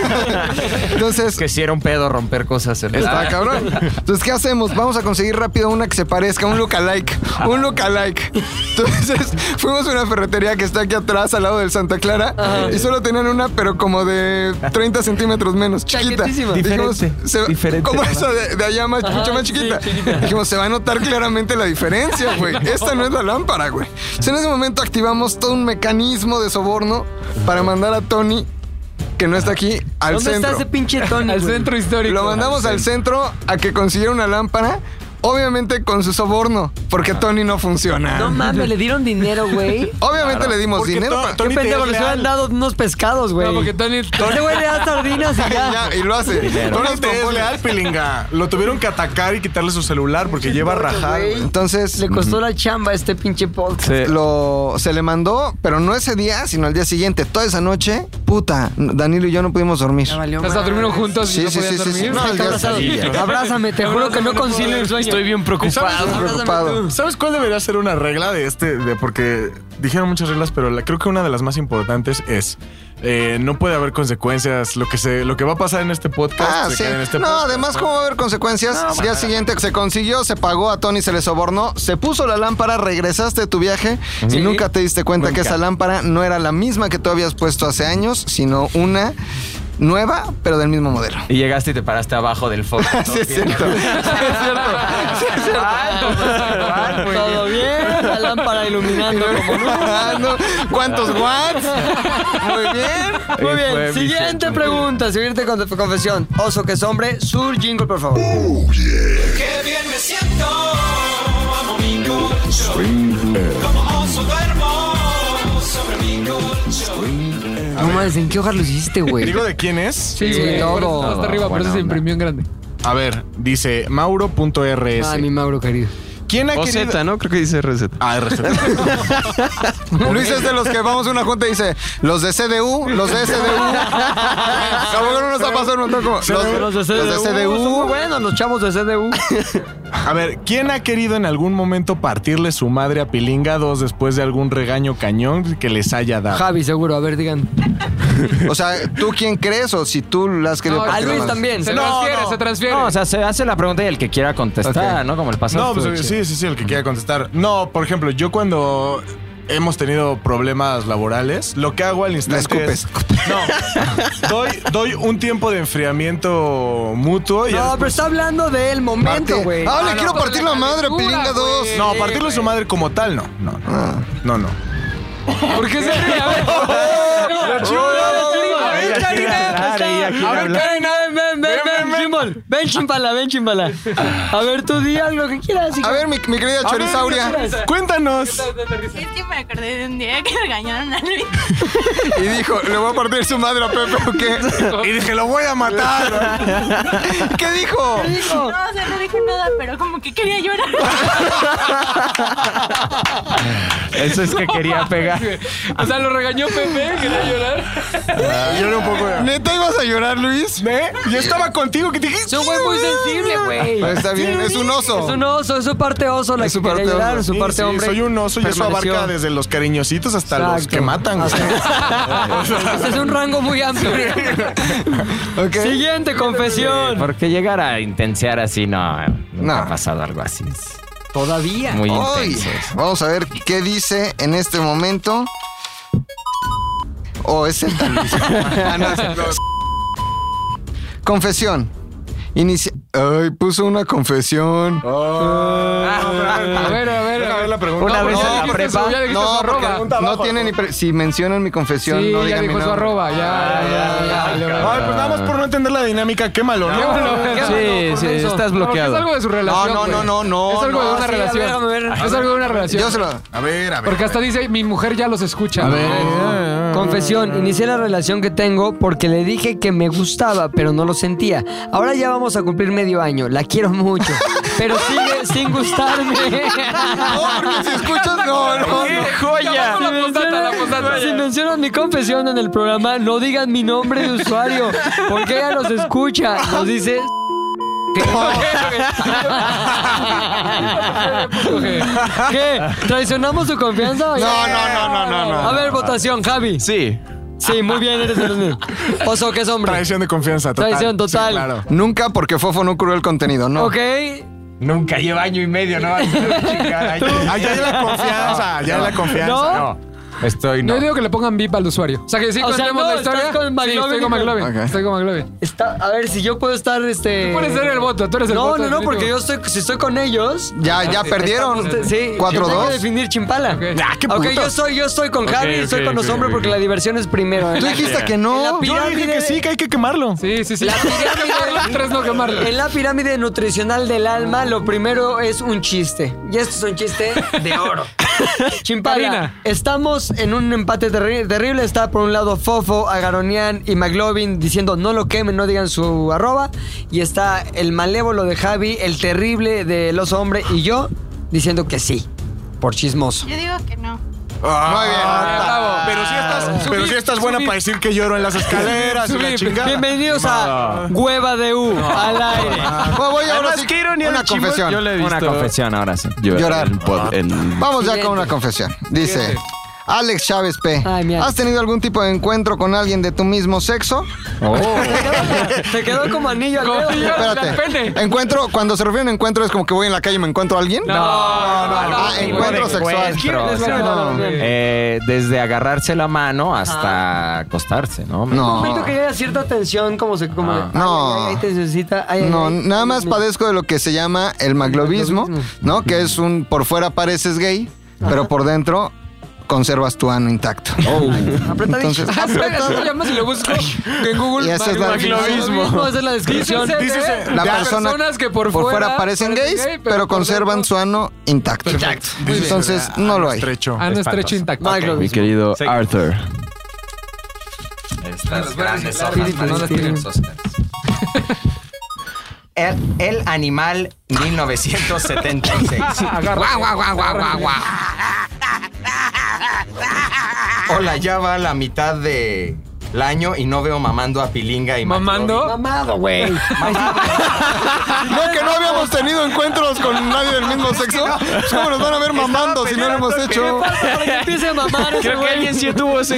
Speaker 3: Entonces,
Speaker 5: Que si era un pedo romper cosas en
Speaker 3: está cabrón. Entonces, ¿qué hacemos? Vamos a conseguir rápido una que se parezca, un lookalike. Un lookalike. Entonces, fuimos a una ferretería que está aquí atrás, al lado del Santa Clara, y solo tenían una, pero como de 30 centímetros menos, chiquita.
Speaker 2: Chaquetísima.
Speaker 3: Dijimos,
Speaker 5: Diferente,
Speaker 3: se-
Speaker 5: diferente,
Speaker 3: Como
Speaker 5: ¿verdad?
Speaker 3: esa de, de allá más, mucho más
Speaker 2: sí,
Speaker 3: chiquita.
Speaker 2: chiquita.
Speaker 3: Dijimos, se va a notar claramente la diferencia, güey. Esta no es la lámpara, güey. Entonces, en ese momento activamos todo un mecanismo de soborno para mandar a Tony, que no está aquí, al
Speaker 2: ¿Dónde
Speaker 3: centro.
Speaker 2: está ese pinche Tony?
Speaker 6: Al
Speaker 2: güey?
Speaker 6: centro histórico.
Speaker 3: Lo mandamos al centro a que consiguiera una lámpara, obviamente con su soborno, porque Tony no funciona.
Speaker 2: No mames, le dieron dinero, güey.
Speaker 3: obviamente le
Speaker 9: pues
Speaker 3: dimos dinero. para-
Speaker 2: Qué pendejo, les hubieran dado unos pescados, güey.
Speaker 6: No, porque Tony.
Speaker 2: Este güey le da sardinas y ya.
Speaker 3: Ya, y lo hace.
Speaker 9: No
Speaker 3: Tony
Speaker 9: le
Speaker 3: es
Speaker 9: estés
Speaker 3: trompón.
Speaker 9: leal, Pilinga. Lo tuvieron que atacar y quitarle su celular porque lleva rajado.
Speaker 3: Entonces eh,
Speaker 2: Le costó la chamba a este pinche podcast.
Speaker 4: Sí.
Speaker 3: lo, se le mandó, pero no ese día, sino al día siguiente. Toda esa noche, puta, Danilo y yo no pudimos dormir.
Speaker 2: Ya valió
Speaker 6: Hasta
Speaker 2: madre.
Speaker 6: durmieron juntos y
Speaker 3: Sí,
Speaker 6: no
Speaker 3: sí,
Speaker 6: podían
Speaker 3: sí, sí, sí.
Speaker 6: dormir.
Speaker 3: No, al día
Speaker 2: Abrazado.
Speaker 3: siguiente.
Speaker 2: Abrázame, te juro que no concilio el sueño.
Speaker 4: Estoy bien preocupado.
Speaker 3: Preocupado.
Speaker 9: ¿Sabes cuál debería ser una regla de este? De, porque dijeron muchas reglas, pero la- creo que una de las más importantes es eh, no puede haber consecuencias. Lo que se, lo que va a pasar en este podcast
Speaker 3: Ah,
Speaker 9: se
Speaker 3: sí.
Speaker 9: queda en este
Speaker 3: no,
Speaker 9: podcast.
Speaker 3: además, ¿cómo va a haber consecuencias? Al día siguiente se consiguió, se pagó a Tony, se le sobornó, se puso la lámpara, regresaste de tu viaje y nunca te diste cuenta que esa lámpara no era la misma que tú habías puesto hace años, sino una nueva, pero del mismo modelo.
Speaker 5: Y llegaste y te paraste abajo del foco.
Speaker 2: Ah,
Speaker 3: Sí, es cierto.
Speaker 2: Todo bien, la lámpara iluminando como
Speaker 3: Ah, no. ¿Cuántos watts? Muy bien.
Speaker 2: Muy bien,
Speaker 4: fue mi
Speaker 2: siguiente pregunta, siguiente con confesión. Oso que es hombre, sur jingle, por favor. No mames, ¿en qué hojas los hiciste, güey?
Speaker 9: ¿Digo de quién es?
Speaker 6: Sí, güey.
Speaker 2: todo.
Speaker 6: por eso Hasta arriba, por eso se imprimió en grande.
Speaker 9: A ver, dice Mauro.rs.
Speaker 2: Ay, mi Mauro querido.
Speaker 9: ¿Quién ha
Speaker 4: O
Speaker 9: querido...?
Speaker 4: Z, ¿no? Creo que dice RZ.
Speaker 9: Ah, RZ.
Speaker 3: Luis es de los que vamos a una junta y dice, los de CDU, los de SDU. Como que no nos ha pasado un montón como, los, los de CDU.
Speaker 2: Bueno, los chavos de CDU.
Speaker 9: A ver, ¿quién ha querido en algún momento partirle su madre a Pilinga 2 después de algún regaño cañón que les haya dado?
Speaker 2: Javi, seguro, a ver, digan.
Speaker 3: O sea, ¿tú quién crees o si tú las que
Speaker 6: No,
Speaker 2: A
Speaker 6: Pero
Speaker 2: Luis
Speaker 6: no.
Speaker 2: también.
Speaker 6: Se
Speaker 2: No,
Speaker 6: transfiere,
Speaker 2: no.
Speaker 6: se transfiere.
Speaker 5: No, o sea, se hace la pregunta y el que quiera contestar, ¿no? Como el pasado.
Speaker 9: No, pues sí, sí, sí, el que quiera contestar. No, por ejemplo, yo cuando hemos tenido problemas laborales, lo que hago al instante
Speaker 3: La
Speaker 9: es... No, doy, doy un tiempo de enfriamiento mutuo y...
Speaker 2: No,
Speaker 9: después-
Speaker 2: pero está hablando del momento,
Speaker 3: Partir-
Speaker 2: güey.
Speaker 3: Ah,
Speaker 6: Ah,
Speaker 3: le
Speaker 6: no,
Speaker 3: quiero
Speaker 6: pero
Speaker 3: partir
Speaker 6: la
Speaker 3: la madre,
Speaker 6: calentura,
Speaker 3: Pilinga 2.
Speaker 6: güey.
Speaker 9: No, partirle su madre como tal, no. No, no. No, no.
Speaker 6: ¿Por qué se ríe? A ver. A ver, Karina. A ver, Karina. Ven, ven, ven, ven, Jimol.
Speaker 2: Ven, chimpala, ven, chimpala. A ver, tú di algo que quieras.
Speaker 3: A
Speaker 2: hija.
Speaker 3: ver, mi, mi querida Chorizauria, cuéntanos.
Speaker 7: Es que me acordé de un día que regañaron a Luis.
Speaker 3: Y dijo, le voy a partir su madre a Pepe o qué.
Speaker 9: Y dije, lo voy a matar.
Speaker 3: ¿Qué dijo?
Speaker 7: No, o sea, no dije nada, pero como que quería llorar.
Speaker 4: Eso es que quería pegar.
Speaker 6: O sea, lo regañó Pepe, quería llorar.
Speaker 9: Lloré un poco.
Speaker 3: ¿Neta ibas a llorar, Luis?
Speaker 9: ¿Eh? Yo estaba contigo que te dije.
Speaker 6: Es un güey muy sensible,
Speaker 2: Ah,
Speaker 6: güey.
Speaker 3: Pues está bien, es un oso.
Speaker 2: Es un oso, ah. es su parte oso la
Speaker 3: Es su
Speaker 2: que quiere
Speaker 3: parte
Speaker 2: llorar,
Speaker 3: oso.
Speaker 2: su
Speaker 9: Sí,
Speaker 2: parte
Speaker 9: sí,
Speaker 2: hombre.
Speaker 9: Soy un oso y eso
Speaker 2: permaneció.
Speaker 9: abarca desde los cariñositos hasta los
Speaker 2: Exacto.
Speaker 9: que matan. güey.
Speaker 2: Este es un rango muy amplio.
Speaker 3: Ok.
Speaker 2: Siguiente confesión.
Speaker 10: Porque llegar a intensear así, no. Nunca
Speaker 3: No.
Speaker 10: ha pasado algo así. Es
Speaker 2: Todavía.
Speaker 10: muy
Speaker 3: Hoy,
Speaker 10: intenso. eso.
Speaker 3: vamos a ver qué dice en este momento. O es el tal Luis. Ah, no, es- Confesión. Inicia. Ay, puso una confesión.
Speaker 6: Ah, A ver, a ver. A ver la pregunta.
Speaker 2: Una vez en la prepa.
Speaker 6: Ya dijiste su
Speaker 3: No, porque
Speaker 6: arroba.
Speaker 3: no tiene ni. pre- si mencionan mi confesión,
Speaker 6: Sí,
Speaker 3: no
Speaker 6: ya
Speaker 3: digan mi
Speaker 6: dijo su
Speaker 3: nombre.
Speaker 6: arroba. Ya, ya, ya.
Speaker 10: Ay,
Speaker 6: Vale, vale.
Speaker 9: Ay, pues nada más por no entender la dinámica, quémalo, ¿no?
Speaker 4: Sí, sí, estás
Speaker 6: No, porque
Speaker 4: bloqueado.
Speaker 6: es algo de su
Speaker 3: No,
Speaker 6: relación.
Speaker 3: no, no,
Speaker 6: güey.
Speaker 3: no, no.
Speaker 6: Es algo de
Speaker 3: no.
Speaker 6: una
Speaker 2: sí, a ver,
Speaker 6: relación.
Speaker 2: a ver.
Speaker 6: Es algo de una relación.
Speaker 3: Yo se lo.
Speaker 9: A ver, a ver.
Speaker 6: Porque hasta dice, mi mujer ya los escucha. Ah.
Speaker 2: Confesión, inicié la relación que tengo porque le dije que me gustaba, pero no lo sentía. Ahora ya vamos a cumplir medio año, la quiero mucho, pero sigue sin gustarme.
Speaker 3: No, porque si Ah, escuchas, no, no. no.
Speaker 6: ¡Joya! La postdata, la postdata.
Speaker 2: Si mencionan mi confesión en el programa, no digan mi nombre de usuario, porque ella los escucha, nos dice... ¿Qué? ¿Traicionamos su confianza?
Speaker 3: No, no, no, no, no, no.
Speaker 2: A ver, votación, Javi.
Speaker 4: Sí.
Speaker 2: Sí, muy bien, eres el único. Oso, que es hombre.
Speaker 9: Traición de confianza, total.
Speaker 2: Traición total.
Speaker 9: Sí, claro.
Speaker 3: Nunca porque Fofo no curó el contenido, no.
Speaker 2: Ok.
Speaker 10: Nunca lleva año y medio, ¿no? Ay,
Speaker 9: Ay, ya hay la confianza, ya hay la confianza.
Speaker 2: ¿No?
Speaker 9: No.
Speaker 10: Estoy no.
Speaker 6: No yo digo que le pongan VIP al usuario. O sea, que sí
Speaker 2: O sea,
Speaker 6: contemos
Speaker 2: no,
Speaker 6: la historia.
Speaker 2: estás con
Speaker 6: sí, estoy
Speaker 2: McLovin.
Speaker 6: con McLovin.
Speaker 3: Ok.
Speaker 6: Estoy con McLovin.
Speaker 2: Está, a ver, si yo puedo estar, este...
Speaker 6: Tú puedes ser el voto, tú eres el
Speaker 2: No,
Speaker 6: voto.
Speaker 2: no, no,
Speaker 6: definitivo.
Speaker 2: porque yo estoy, si estoy con ellos...
Speaker 3: Ya, ya perdieron.
Speaker 2: Usted- Sí. Hay que
Speaker 3: 4-2.
Speaker 2: definir chimpala.
Speaker 6: Ok.
Speaker 3: Ah, qué
Speaker 2: Ok,
Speaker 3: puto.
Speaker 2: yo soy, yo estoy con Javi,
Speaker 4: ok,
Speaker 2: estoy con los
Speaker 4: ok,
Speaker 2: hombres
Speaker 4: ok.
Speaker 2: porque la diversión es primero. ¿eh?
Speaker 3: Tú dijiste que no.
Speaker 2: En la
Speaker 9: Yo dije
Speaker 2: pirámide-
Speaker 9: que sí, que hay que quemarlo.
Speaker 6: Sí, sí, sí.
Speaker 2: Oh. La
Speaker 6: Los
Speaker 2: pirámide,
Speaker 6: tres no quemarlo.
Speaker 2: en la pirámide nutricional del alma, lo primero es un chiste. Y esto es un chiste de oro. Chimpala,
Speaker 6: Karina.
Speaker 2: estamos en un empate terri- terrible. Está por un lado Fofo, Agaronian y McLovin diciendo no lo quemen, no digan su arroba. Y está el malévolo de Javi, el terrible de los hombres y yo diciendo que sí, por chismoso.
Speaker 7: Yo digo que no.
Speaker 3: Muy bien.
Speaker 6: bravo.
Speaker 9: Ah, Pero sí estás, pero sí estás buena
Speaker 6: subí.
Speaker 9: para decir que lloro en las escaleras y la
Speaker 6: Subí.
Speaker 9: chingada.
Speaker 2: Bienvenidos a Hueva de U, al aire.
Speaker 3: Voy- voy ahora
Speaker 4: Además,
Speaker 3: sí,
Speaker 4: qué ironía
Speaker 3: una
Speaker 4: del chimbo,
Speaker 3: confesión.
Speaker 4: Yo le he visto
Speaker 10: Una confesión ahora sí.
Speaker 3: Llorar.
Speaker 4: en pod- en-
Speaker 3: Vamos ya con una confesión. Dice Alex Chávez P.
Speaker 2: Ay, mi Alex.
Speaker 3: ¿Has tenido algún tipo de encuentro con alguien de tu mismo sexo?
Speaker 9: Ah. Oh.
Speaker 2: Te quedó como anillo al dedo.
Speaker 6: Confía. La
Speaker 3: Espérate.
Speaker 6: pene.
Speaker 3: Encuentro, cuando se refiere a encuentro es como que voy en la calle y me encuentro a alguien.
Speaker 6: No, no, no.
Speaker 3: Ah,
Speaker 6: no,
Speaker 3: encuentro
Speaker 6: güey.
Speaker 3: sexual.
Speaker 10: Encuentro, o sea,
Speaker 2: No,
Speaker 10: eh, desde agarrarse la mano
Speaker 2: Ah.
Speaker 10: hasta acostarse, ¿no?
Speaker 2: Siento
Speaker 3: No.
Speaker 2: que haya cierta tensión, como se. Como,
Speaker 10: Ah.
Speaker 2: ay,
Speaker 3: No.
Speaker 2: ay, ay, te necesita. ay, ay,
Speaker 3: No,
Speaker 2: ay.
Speaker 3: nada más padezco de lo que se llama Eh, el maglovismo, ¿no? Que es un por fuera pareces gay, pero por dentro conservas tu ano intacto.
Speaker 2: Apretadito.
Speaker 3: Entonces,
Speaker 6: Ah, espera, eso se llama si lo busco en Google.
Speaker 3: Y esa es la
Speaker 6: Maglovismo.
Speaker 2: Maglovismo, esa es la descripción.
Speaker 6: Dícese de
Speaker 9: Dícese,
Speaker 3: la
Speaker 6: de
Speaker 3: persona-
Speaker 6: personas que por,
Speaker 3: por fuera parecen gays,
Speaker 6: gay,
Speaker 3: pero
Speaker 6: por
Speaker 3: conservan
Speaker 6: dentro-
Speaker 3: su ano intacto. Entonces, no lo hay.
Speaker 9: Estrecho.
Speaker 6: Ah, no, estrecho intacto.
Speaker 4: Mi querido
Speaker 10: Sí.
Speaker 4: Arthur.
Speaker 10: Estas grandes
Speaker 6: hojas parecen
Speaker 10: el, el animal 1976. Guau, guau, guau, guau, guau, guau. Hola, ya va la mitad de el año y no veo mamando a Pilinga y
Speaker 6: Mamando.
Speaker 2: Mamado, güey.
Speaker 3: No, que no habíamos tenido encuentros con nadie del mismo sexo. Pues, ¿Cómo nos van a ver mamando si no lo hemos hecho?
Speaker 2: Para que empiece a mamar ese
Speaker 4: Creo que
Speaker 2: güey.
Speaker 4: alguien sí tuvo ese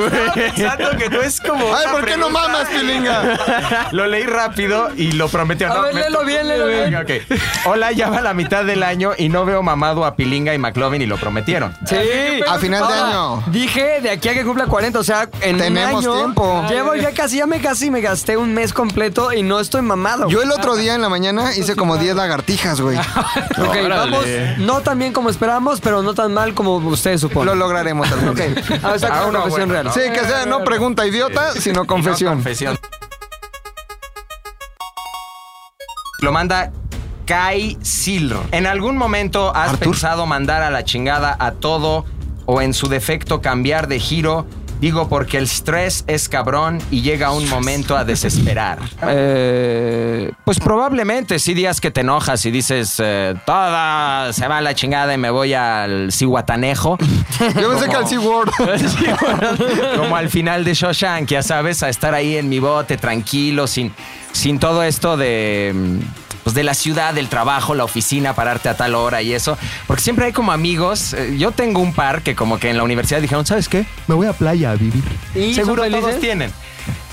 Speaker 4: güey.
Speaker 10: Pensando que no es como.
Speaker 3: Ay,
Speaker 10: una
Speaker 3: ¿por qué no
Speaker 10: pregunta.
Speaker 3: mamas, Pilinga?
Speaker 10: Lo leí rápido y lo prometí.
Speaker 2: A ver, léelo bien, léelo bien.
Speaker 10: Hola, ya va la mitad del año y no veo mamado a Pilinga y McLovin y lo prometieron.
Speaker 2: Sí,
Speaker 3: A final de año.
Speaker 2: Dije de aquí a que cumpla 40, o sea, en un
Speaker 3: Tenemos
Speaker 2: año,
Speaker 3: tiempo.
Speaker 2: Llevo ya casi, ya me casi me gasté un mes completo y no estoy mamado.
Speaker 3: Yo el otro día en la mañana hice como 10 lagartijas, güey.
Speaker 2: Ok, vamos, no tan bien como esperamos, pero no tan mal como ustedes
Speaker 3: Lo
Speaker 2: suponen.
Speaker 3: lograremos algún día.
Speaker 2: Ah, o sea, que es una confesión real.
Speaker 3: Sí, que sea no pregunta idiota, sino confesión.
Speaker 10: Confesión. Lo manda Kai Silr. ¿En algún momento has pensado mandar a la chingada a todo o en su defecto cambiar de giro? Digo porque el estrés es cabrón y llega un momento a desesperar. Eh, pues probablemente sí días que te enojas y dices, eh, toda se va a la chingada y me voy al cihuatanejo.
Speaker 3: Yo pensé que al SeaWorld.
Speaker 10: como al final de Shoshank, ya sabes, a estar ahí en mi bote tranquilo, sin, sin todo esto de, pues, de la ciudad, del trabajo, la oficina, pararte a tal hora y eso. Porque siempre hay como amigos. eh, Yo tengo un par que como que en la universidad dijeron, ¿sabes qué? Me voy a playa a vivir.
Speaker 6: ¿Y
Speaker 10: Seguro
Speaker 6: son
Speaker 10: todos
Speaker 6: felices?
Speaker 10: tienen.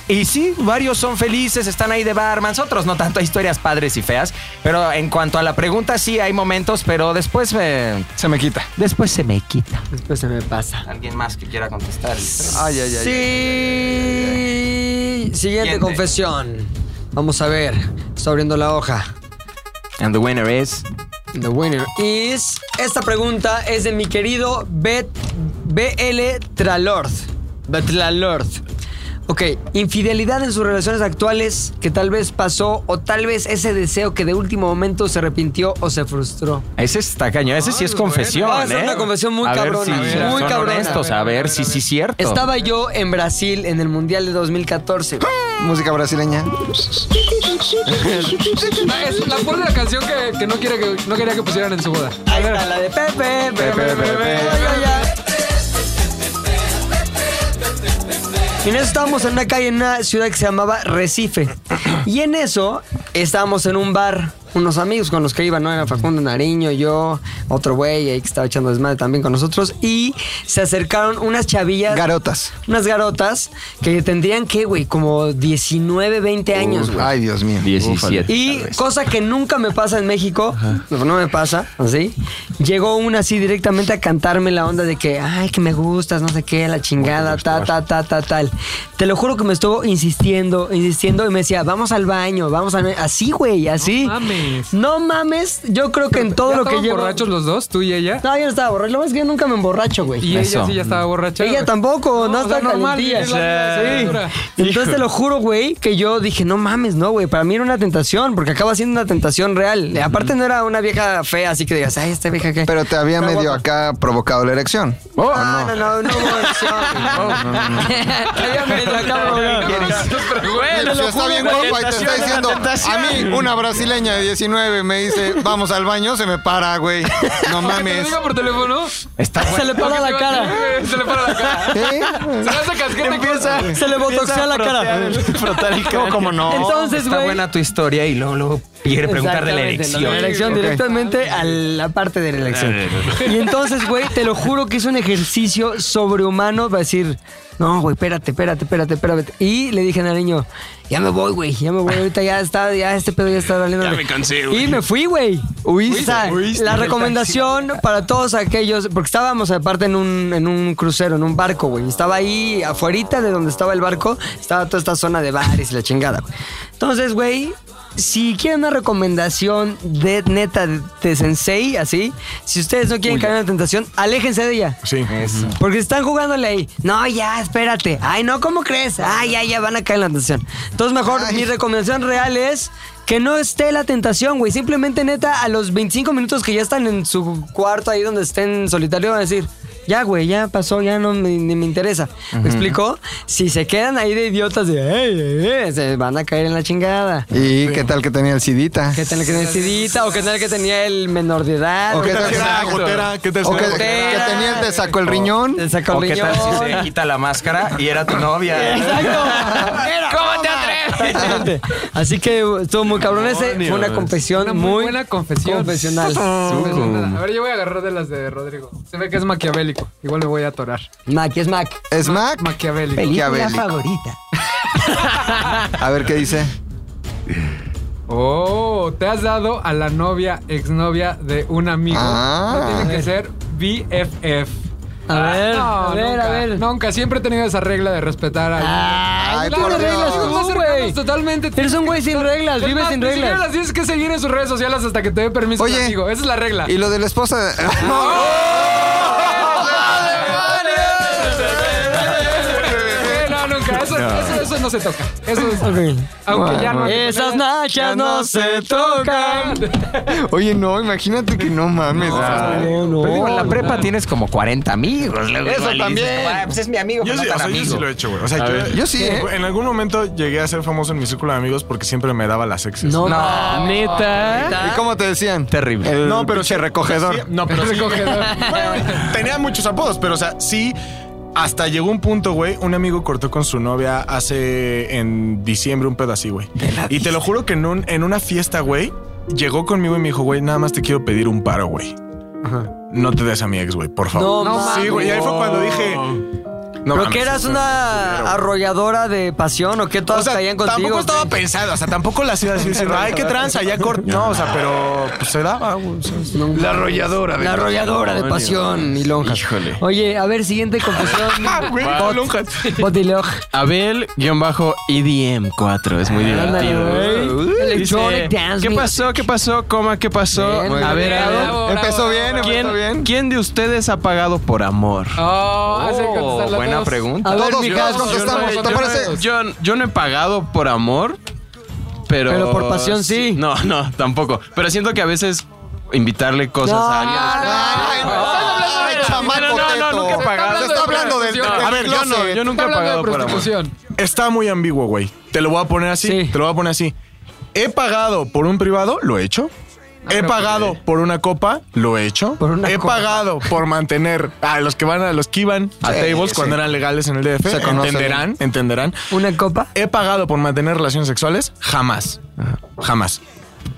Speaker 10: Y sí, varios son felices, están ahí de barmans, otros no tanto, hay historias padres y feas. Pero en cuanto a la pregunta, sí hay momentos, pero después eh,
Speaker 3: Se me quita.
Speaker 10: después se me quita.
Speaker 2: Después se me pasa.
Speaker 10: Alguien más que quiera contestar.
Speaker 2: Ay, ay, ay. Sí. Siguiente confesión. Vamos a ver. Está abriendo la hoja.
Speaker 10: And the winner is...
Speaker 2: The winner is. Esta pregunta es de mi querido Bet- BL Tralord. Betlalord. Ok, infidelidad en sus relaciones actuales que tal vez pasó o tal vez ese deseo que de último momento se arrepintió o se frustró.
Speaker 10: Ese está cañón, ese sí es confesión,
Speaker 2: Ah, es
Speaker 10: ¿eh?
Speaker 2: una confesión muy
Speaker 10: A ver
Speaker 2: cabrona,
Speaker 10: si
Speaker 2: muy
Speaker 10: son
Speaker 2: cabrona.
Speaker 10: honestos, a ver si sí es cierto.
Speaker 2: Estaba yo en Brasil en el Mundial de 2014.
Speaker 3: Música brasileña.
Speaker 6: La, Ah, es la pon de la canción que, que no, quiere que no quería que pusieran en su boda.
Speaker 2: Ahí está la de Pepe, Pepe, Pepe, Y en eso estábamos en una calle en una ciudad que se llamaba Recife. Y en eso estábamos en un bar, unos amigos con los que iban, ¿no? Era Facundo Nariño, yo, otro güey ahí que estaba echando desmadre también con nosotros. Y se acercaron unas chavillas.
Speaker 3: Garotas.
Speaker 2: Unas garotas que tendrían, ¿qué, güey? Como 19, 20 años,
Speaker 3: Uf,
Speaker 2: güey.
Speaker 3: Ay, Dios mío.
Speaker 4: 17.
Speaker 2: Y cosa que nunca me pasa en México, no me pasa, así. Llegó una así directamente a cantarme la onda de que, ay, que me gustas, no sé qué, la chingada, ta, ta, ta, ta, tal. Te lo juro que me estuvo insistiendo, insistiendo y me decía, vamos al baño, vamos al baño. Así, güey, así. No
Speaker 6: mames.
Speaker 2: No mames, yo creo que en todo
Speaker 6: ¿Ya
Speaker 2: lo que
Speaker 6: estaban
Speaker 2: llevo.
Speaker 6: borrachos los dos, tú y ella?
Speaker 2: No, yo no estaba borracho, lo más que yo nunca me emborracho, güey.
Speaker 6: Y
Speaker 10: Eso.
Speaker 6: ella sí ya estaba borracha.
Speaker 2: Ella
Speaker 6: güey.
Speaker 2: tampoco, no,
Speaker 6: o
Speaker 2: está
Speaker 6: sea, normal,
Speaker 2: calentilla.
Speaker 6: vive la vida,
Speaker 2: Sí.
Speaker 6: dura.
Speaker 2: Entonces te lo juro, güey, que yo dije, no mames, no, güey. Para mí era una tentación, porque acaba siendo una tentación real. Y Aparte, no era una vieja fea, así que digas, ay, esta vieja que.
Speaker 3: Pero te había
Speaker 2: Está
Speaker 3: medio
Speaker 2: guapa.
Speaker 3: acá provocado la erección.
Speaker 10: Oh,
Speaker 2: Ah, no, no, no, no, hubo erección. Había medio acá, güey.
Speaker 3: Mira, si está bien guapa y te está diciendo, a mí una brasileña de 19 me dice, vamos al baño, se me para, güey. No
Speaker 6: Que te lo
Speaker 3: mames.
Speaker 6: diga por teléfono.
Speaker 10: Está
Speaker 2: Se le para la cara.
Speaker 6: Se le para la cara.
Speaker 3: ¿Eh?
Speaker 6: Se le hace casquete empieza.
Speaker 2: Se le botoxea la cara.
Speaker 10: ¿Cómo, no?
Speaker 2: Entonces,
Speaker 10: Está
Speaker 2: güey.
Speaker 10: buena tu historia y luego, luego quiere preguntar de la
Speaker 2: Exactamente,
Speaker 10: elección.
Speaker 2: lo
Speaker 10: Ah,
Speaker 2: de la erección, directamente a la parte de la elección. Y entonces, güey, te lo juro que es un ejercicio sobrehumano para decir, no, güey, espérate, espérate, espérate, espérate. Y le dije a Nariño, ya me voy, güey, ya me voy, ahorita ya está, ya este pedo ya está valiendo. Ya me cansé, güey. Y me fui, güey. Huiza. La recomendación para todos aquellos, porque estábamos aparte en un, en un crucero, en un barco, güey. Estaba ahí afuerita de donde estaba el barco, estaba toda esta zona de bares y la chingada, güey. Entonces, güey, si quieren una recomendación de neta de, de sensei, así, si ustedes no quieren caer en la tentación, aléjense de ella.
Speaker 9: Sí.
Speaker 2: Porque están jugándole ahí. No, ya, espérate. Ay, no, ¿cómo crees? Ay, ya, ya van a caer en la tentación. Entonces, mejor, mi recomendación real es que no esté la tentación, güey. Simplemente, neta, a los 25 minutos que ya están en su cuarto, ahí donde estén solitario, van a decir. Ya, güey, ya pasó, ya no me, ni me interesa. ¿Me explicó? Si se quedan ahí de idiotas, de, "Ey, ey, ey", se van a caer en la chingada.
Speaker 3: ¿Y qué tal que tenía el sidita?
Speaker 2: Que tenía que tenía sidita o que tenía que tenía el menor de edad.
Speaker 3: ¿O qué tal,
Speaker 9: ¿Qué
Speaker 3: que-
Speaker 9: tal gotera? ¿Qué tal
Speaker 3: o que,
Speaker 9: gotera?
Speaker 3: que tenía el de saco el riñón?
Speaker 2: El saco
Speaker 10: ¿O qué tal si
Speaker 2: riñón.
Speaker 10: se quita la máscara y era tu novia?
Speaker 2: ¿Cómo te atreves? Así que estuvo muy cabrón ese. Fue una confesión
Speaker 6: Una muy
Speaker 2: muy
Speaker 6: buena confesión.
Speaker 2: confesional.
Speaker 6: A ver, yo voy a agarrar de las de Rodrigo. Se ve que es maquiavélico. Igual me voy a atorar.
Speaker 2: Mac, es Mac.
Speaker 3: ¿Es Mac?
Speaker 6: Maquiavélico.
Speaker 3: Maquiavélico.
Speaker 2: favorita.
Speaker 3: A ver qué dice.
Speaker 6: Oh, te has dado a la novia, exnovia de un amigo.
Speaker 3: Ah.
Speaker 6: no tiene que ser BFF.
Speaker 2: A ver,
Speaker 6: No,
Speaker 2: a ver,
Speaker 6: Ah, nunca,
Speaker 2: a ver.
Speaker 6: Nunca, siempre he tenido esa regla de respetar a.
Speaker 3: Ay,
Speaker 2: Claro,
Speaker 3: por
Speaker 2: reglas
Speaker 3: Dios.
Speaker 6: Los más
Speaker 2: tú,
Speaker 6: cercanos
Speaker 2: güey.
Speaker 6: Totalmente.
Speaker 2: Eres un güey sin reglas,
Speaker 6: Es
Speaker 2: vives
Speaker 6: más,
Speaker 2: sin
Speaker 6: ni siquiera
Speaker 2: reglas.
Speaker 6: las tienes que seguir en sus redes sociales hasta que te dé permiso
Speaker 3: Oye.
Speaker 6: un amigo. Esa es la regla.
Speaker 3: Y lo de la esposa.
Speaker 6: Eh, No, nunca. Eso, eso, eso no, no se toca. Eso es. Aunque ya no.
Speaker 2: Esas nachas no se tocan.
Speaker 3: Oye, no, imagínate que no mames.
Speaker 10: Ah,
Speaker 3: no,
Speaker 10: Pero digo, en la prepa tienes como 40 amigos. luego
Speaker 3: Eso
Speaker 10: igual y dices,
Speaker 3: también.
Speaker 10: "Ah, Pues es mi amigo,
Speaker 9: Yo
Speaker 10: pero
Speaker 9: sí,
Speaker 10: no
Speaker 9: o
Speaker 10: tan
Speaker 9: sea, yo
Speaker 10: amigo".
Speaker 9: sí lo he hecho, güey. O sea,
Speaker 3: A
Speaker 9: yo,
Speaker 3: ver, yo sí, ¿eh?
Speaker 9: En algún momento llegué a ser famoso en mi círculo de amigos porque siempre me daba las exes.
Speaker 2: No,
Speaker 10: No.
Speaker 6: Neta.
Speaker 3: ¿Y cómo te decían?
Speaker 10: Terrible.
Speaker 3: El no, pero se recogedor.
Speaker 9: Sí, no, pero sí. Bueno, tenía muchos apodos, pero o sea, sí. Hasta llegó un punto, güey. Un amigo cortó con su novia hace en diciembre un pedo así, güey. Y te lo juro que en, un- en una fiesta, güey, llegó conmigo y me dijo, güey, nada más te quiero pedir un paro, güey. No te des a mi ex, güey, por favor.
Speaker 2: No
Speaker 9: sí,
Speaker 2: mames.
Speaker 9: güey. Y ahí fue cuando dije. No,
Speaker 2: ¿Pero
Speaker 9: mames,
Speaker 2: que eras
Speaker 9: o sea,
Speaker 2: una arrolladora de pasión o que todas
Speaker 9: o sea,
Speaker 2: caían contigo?
Speaker 9: tampoco estaba
Speaker 2: güey?
Speaker 9: pensado, o sea, tampoco la ciudad así diciendo, ay, qué tranza, ya corto. No, o sea, pero pues, se daba. güey, o sea,
Speaker 3: La arrolladora.
Speaker 2: La arrolladora de pasión y lonjas.
Speaker 4: Híjole.
Speaker 2: Oye, a ver, siguiente confesión. Bot- Botiloj.
Speaker 4: Abel-EDM4. Es muy
Speaker 2: Ah, Ándale,
Speaker 4: divertido.
Speaker 2: güey.
Speaker 4: Dice,
Speaker 2: Electronic Dance
Speaker 4: ¿Qué
Speaker 2: Mix".
Speaker 4: pasó? ¿Qué pasó? Coma, ¿qué pasó?
Speaker 2: Bien,
Speaker 4: a
Speaker 2: bien,
Speaker 4: ver,
Speaker 2: bravo,
Speaker 4: a ver.
Speaker 6: bravo,
Speaker 3: Empezó
Speaker 6: bravo,
Speaker 3: bien,
Speaker 6: bravo.
Speaker 3: empezó bien.
Speaker 4: ¿Quién, quién de ustedes ha pagado por amor?
Speaker 6: Oh, hace que
Speaker 10: Oh,
Speaker 6: contestarla
Speaker 10: buena
Speaker 6: todos.
Speaker 10: pregunta.
Speaker 2: A ver,
Speaker 3: Todos
Speaker 2: mijas,
Speaker 3: todos contestamos,
Speaker 6: yo
Speaker 3: Ah, ¿te
Speaker 6: no-
Speaker 3: parece?
Speaker 4: Yo, yo no he pagado por amor, pero.
Speaker 2: Pero por pasión sí.
Speaker 4: No, no, tampoco. Pero siento que a veces invitarle cosas
Speaker 2: No,
Speaker 4: a alguien.
Speaker 3: Ay,
Speaker 2: no,
Speaker 3: ay, chamaco
Speaker 4: No, no, no,
Speaker 3: teto.
Speaker 4: nunca he pagado.
Speaker 3: Se está hablando del.
Speaker 6: A
Speaker 4: A ver, yo no, yo
Speaker 6: Está
Speaker 4: nunca he
Speaker 6: hablando
Speaker 4: pagado
Speaker 6: de
Speaker 4: por amor.
Speaker 6: prostitución.
Speaker 9: Está muy ambiguo, güey. Te lo voy a poner así.
Speaker 2: Sí.
Speaker 9: Te lo voy a poner así. He pagado por un privado, lo he hecho.
Speaker 3: Ah,
Speaker 9: He pagado por una copa, lo he hecho.
Speaker 2: Por una
Speaker 9: he
Speaker 2: copa.
Speaker 9: pagado por mantener a los que van a los que iban a
Speaker 3: Sí,
Speaker 9: tables
Speaker 3: sí.
Speaker 9: cuando eran legales en el DF.
Speaker 3: Se conocen.
Speaker 9: entenderán, entenderán.
Speaker 2: ¿Una copa?
Speaker 4: Eh,
Speaker 9: He pagado por mantener relaciones sexuales, jamás. Jamás.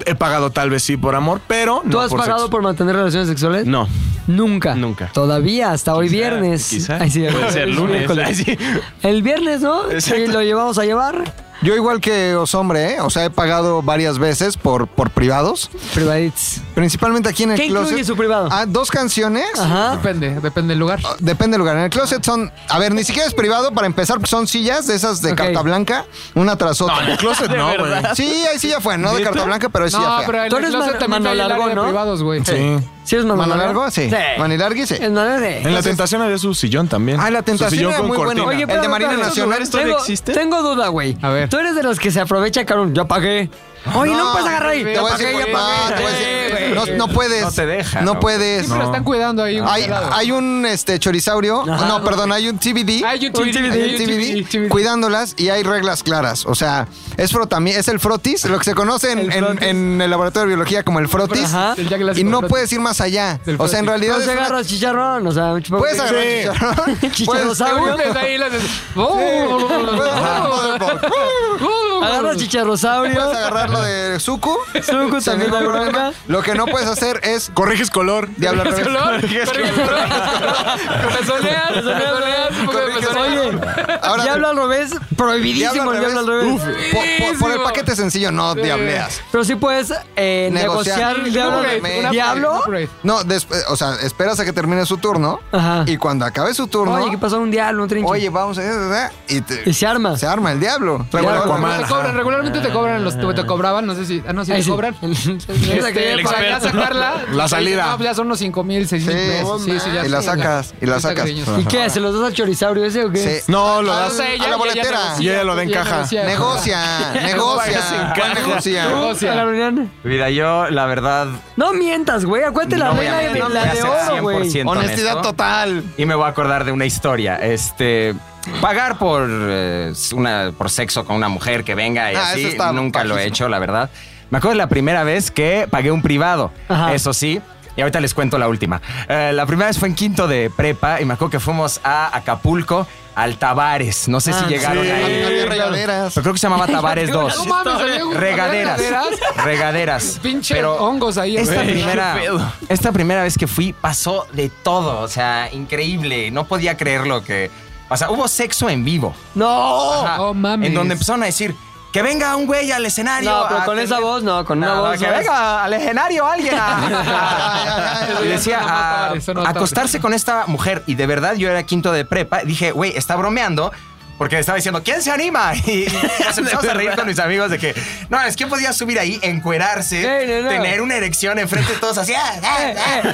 Speaker 9: He pagado tal vez sí por amor, pero no
Speaker 2: ¿Tú has
Speaker 9: por
Speaker 2: pagado
Speaker 9: sexo.
Speaker 2: por mantener relaciones sexuales?
Speaker 4: No.
Speaker 2: Nunca.
Speaker 4: Nunca.
Speaker 2: Todavía, hasta hoy viernes.
Speaker 4: Quizá.
Speaker 2: Ay, sí,
Speaker 4: Puede ser lunes.
Speaker 2: miércoles.
Speaker 4: Ay, sí.
Speaker 2: El viernes, ¿no?
Speaker 4: Exacto.
Speaker 2: Sí, lo llevamos a llevar.
Speaker 3: Yo igual que os hombre, ¿eh? O sea, he pagado varias veces por, por privados.
Speaker 2: Privaditos.
Speaker 3: Principalmente aquí en el
Speaker 2: ¿Qué
Speaker 3: closet.
Speaker 2: incluye su privado?
Speaker 3: Ah, dos canciones.
Speaker 2: Ajá.
Speaker 6: Depende, depende del lugar.
Speaker 3: Depende del lugar. En el closet son. A ver, ni siquiera es privado para empezar, porque son sillas de esas de
Speaker 2: Ok.
Speaker 3: carta blanca, una tras otra.
Speaker 9: No, en el closet no, güey.
Speaker 3: Sí, ahí sí ya fue, no de carta blanca, pero ahí sí
Speaker 6: No,
Speaker 3: ya fue.
Speaker 6: pero en
Speaker 2: Tú
Speaker 6: el
Speaker 2: eres
Speaker 6: closet
Speaker 2: mano-
Speaker 6: también
Speaker 2: mano
Speaker 6: hay el área
Speaker 2: largo,
Speaker 6: de
Speaker 2: ¿no?
Speaker 6: privados, güey.
Speaker 9: Sí.
Speaker 2: ¿Sí es
Speaker 3: ¿Mano
Speaker 2: mamá
Speaker 3: largo? Sí. Manilargui, sí.
Speaker 2: Es mamá larga.
Speaker 9: En la tentación había su sillón también.
Speaker 3: Ah, la
Speaker 9: Su
Speaker 3: tentación
Speaker 9: sillón
Speaker 3: era
Speaker 9: con
Speaker 3: muy bueno.
Speaker 9: cortina.
Speaker 3: Oye, el de Marina
Speaker 2: espérame,
Speaker 3: Nacional.
Speaker 4: lugares todavía
Speaker 2: tengo,
Speaker 4: existe?
Speaker 2: Tengo duda, güey.
Speaker 6: A ver.
Speaker 2: Tú eres de los que se aprovecha, cabrón. Ya pagué. Oye, no,
Speaker 3: Ah, No,
Speaker 2: me puedes agarrar ahí.
Speaker 3: Te voy a decir,
Speaker 2: ya
Speaker 3: por- no, te voy a decir-
Speaker 2: pagué.
Speaker 3: no, no puedes.
Speaker 10: No te deja,
Speaker 3: No
Speaker 10: no.
Speaker 3: puedes.
Speaker 6: Siempre lo están cuidando ahí. en
Speaker 3: Hay,
Speaker 6: cualquier lado.
Speaker 3: hay un este chorisaurio,
Speaker 2: Ajá.
Speaker 3: no, perdón, hay un TBD,
Speaker 6: Hay un
Speaker 3: hay
Speaker 6: TBD,
Speaker 3: un
Speaker 6: hay un
Speaker 3: TBD,
Speaker 6: TBD, TBD.
Speaker 3: cuidándolas y hay reglas claras. O sea, es frotami- es el frotis, lo que se conoce en en- en el, laboratorio de biología como el frotis,
Speaker 2: Ajá.
Speaker 6: El Jack Lassie
Speaker 3: y
Speaker 6: con
Speaker 3: no
Speaker 6: frotis.
Speaker 3: puedes ir más allá.
Speaker 6: Del
Speaker 3: O sea, en
Speaker 6: frotis.
Speaker 3: realidad
Speaker 2: No
Speaker 3: es
Speaker 2: se
Speaker 3: una-
Speaker 2: agarra chicharrón. O sea, chupa-
Speaker 3: puedes agarrar chicharrón. Puedes-
Speaker 6: Te
Speaker 2: Chicharrosaurio.
Speaker 6: hundes ahí las... ¡Oh! Uh,
Speaker 3: puedes agarrarlo de-
Speaker 2: Agarra chicharrosaurio.
Speaker 3: Puedes agarrarlo de Suku.
Speaker 2: Suku también
Speaker 3: sin ningún
Speaker 2: hay bronca.
Speaker 3: problema. Lo que no puedes hacer es
Speaker 9: Corriges color.
Speaker 3: diablo al revés.
Speaker 6: Color, color. Pezoneas, pezoneas, un poco de
Speaker 3: Corriges
Speaker 6: pezoneas.
Speaker 3: color. Ahora,
Speaker 2: Diablo al revés, prohibidísimo el diablo al revés.
Speaker 3: Uf, por, por- por el paquete sencillo no diableas.
Speaker 2: Pero sí puedes eh, negociar,
Speaker 3: Negociar.
Speaker 2: el diablo.
Speaker 3: Upgrade, un
Speaker 2: ¿Diablo?
Speaker 6: upgrade.
Speaker 3: No, después, o sea, esperas a que termine su turno
Speaker 2: Ajá.
Speaker 3: y cuando acabe su turno,
Speaker 2: Oye, ¿qué
Speaker 3: oye,
Speaker 2: pasó? Un diablo, un trinche.
Speaker 3: vamos a y, te-
Speaker 2: Y se arma.
Speaker 3: se arma el diablo.
Speaker 6: Regular-
Speaker 3: Pero-
Speaker 9: Aquaman,
Speaker 6: te
Speaker 9: ajá.
Speaker 6: cobran, regularmente te cobran los te, te cobraban, no sé si, ah no, si
Speaker 2: Ahí
Speaker 6: te
Speaker 2: sí.
Speaker 6: cobran.
Speaker 2: Esa que ya
Speaker 6: Este, para ya
Speaker 2: pagaste.
Speaker 6: sacarla.
Speaker 9: La salida.
Speaker 6: No, ya son unos 5 mil, 6 mil
Speaker 3: Sí,
Speaker 6: pesos. Sí, sí, ya
Speaker 3: y la
Speaker 6: sí,
Speaker 3: sacas, y la
Speaker 6: Está
Speaker 3: sacas.
Speaker 6: cariñoso.
Speaker 2: ¿Y qué? ¿Se los das al chorizaurio ese o qué?
Speaker 3: Sí.
Speaker 9: No, lo
Speaker 3: Ah,
Speaker 9: das
Speaker 3: sí. a la boletera.
Speaker 9: Y ella lo da en
Speaker 6: ya
Speaker 9: caja.
Speaker 6: negocia.
Speaker 3: Negocia,
Speaker 10: pagas en
Speaker 3: negocia, ¿cuál
Speaker 10: caja.
Speaker 3: negocia.
Speaker 2: ¿A la reunión?
Speaker 10: Mira, yo la verdad
Speaker 2: No mientas, güey. Acuérdate la
Speaker 10: no voy a
Speaker 2: regla de,
Speaker 10: mentir,
Speaker 2: la
Speaker 10: voy a
Speaker 2: de
Speaker 10: ser
Speaker 2: oro, güey.
Speaker 10: 100%
Speaker 3: Honestidad
Speaker 10: honesto.
Speaker 3: total.
Speaker 10: Y me voy a acordar de una historia. Este. Pagar por, eh, una, por sexo con una mujer que venga y
Speaker 3: Ah,
Speaker 10: así,
Speaker 3: eso está
Speaker 10: nunca lo he
Speaker 3: bajísimo.
Speaker 10: hecho, la verdad. Me acuerdo de la primera vez que pagué un privado.
Speaker 2: Ajá.
Speaker 10: Eso sí. Y ahorita les cuento la última. Eh, la primera vez fue en quinto de prepa y me acuerdo que fuimos a Acapulco, al Tabares. No sé
Speaker 2: Ah,
Speaker 10: si llegaron
Speaker 2: sí.
Speaker 3: No
Speaker 10: ahí.
Speaker 3: había regaderas.
Speaker 10: Pero creo que se llamaba Tabares 2.
Speaker 6: No mames, había un-
Speaker 10: Regaderas.
Speaker 6: regaderas.
Speaker 10: Regaderas.
Speaker 6: Pinche
Speaker 10: Pero
Speaker 6: hongos ahí.
Speaker 10: esta
Speaker 6: güey.
Speaker 10: primera, esta primera vez que fui pasó de todo, o sea, increíble. No podía creer lo que... O sea, hubo sexo en vivo.
Speaker 2: ¡No!
Speaker 10: Ajá.
Speaker 6: oh, mames.
Speaker 10: En donde empezaron a decir, que venga un güey al escenario.
Speaker 2: No, pero
Speaker 10: a
Speaker 2: con
Speaker 10: tener-
Speaker 2: esa voz, no, con una
Speaker 10: No,
Speaker 2: voz.
Speaker 10: que
Speaker 2: no es-
Speaker 10: venga al escenario alguien a-
Speaker 6: Eso
Speaker 10: y
Speaker 6: ya
Speaker 10: decía
Speaker 6: suena más
Speaker 10: a-
Speaker 6: padre, suena más
Speaker 10: acostarse
Speaker 6: padre.
Speaker 10: con esta mujer y de verdad yo era quinto de prepa dije güey está bromeando porque estaba diciendo, ¿quién se anima? Y nos empezamos a reír con mis amigos de que, no, es que podía subir ahí, encuerarse,
Speaker 2: Eh, no, no.
Speaker 10: tener una erección enfrente de todos así. ah, ah,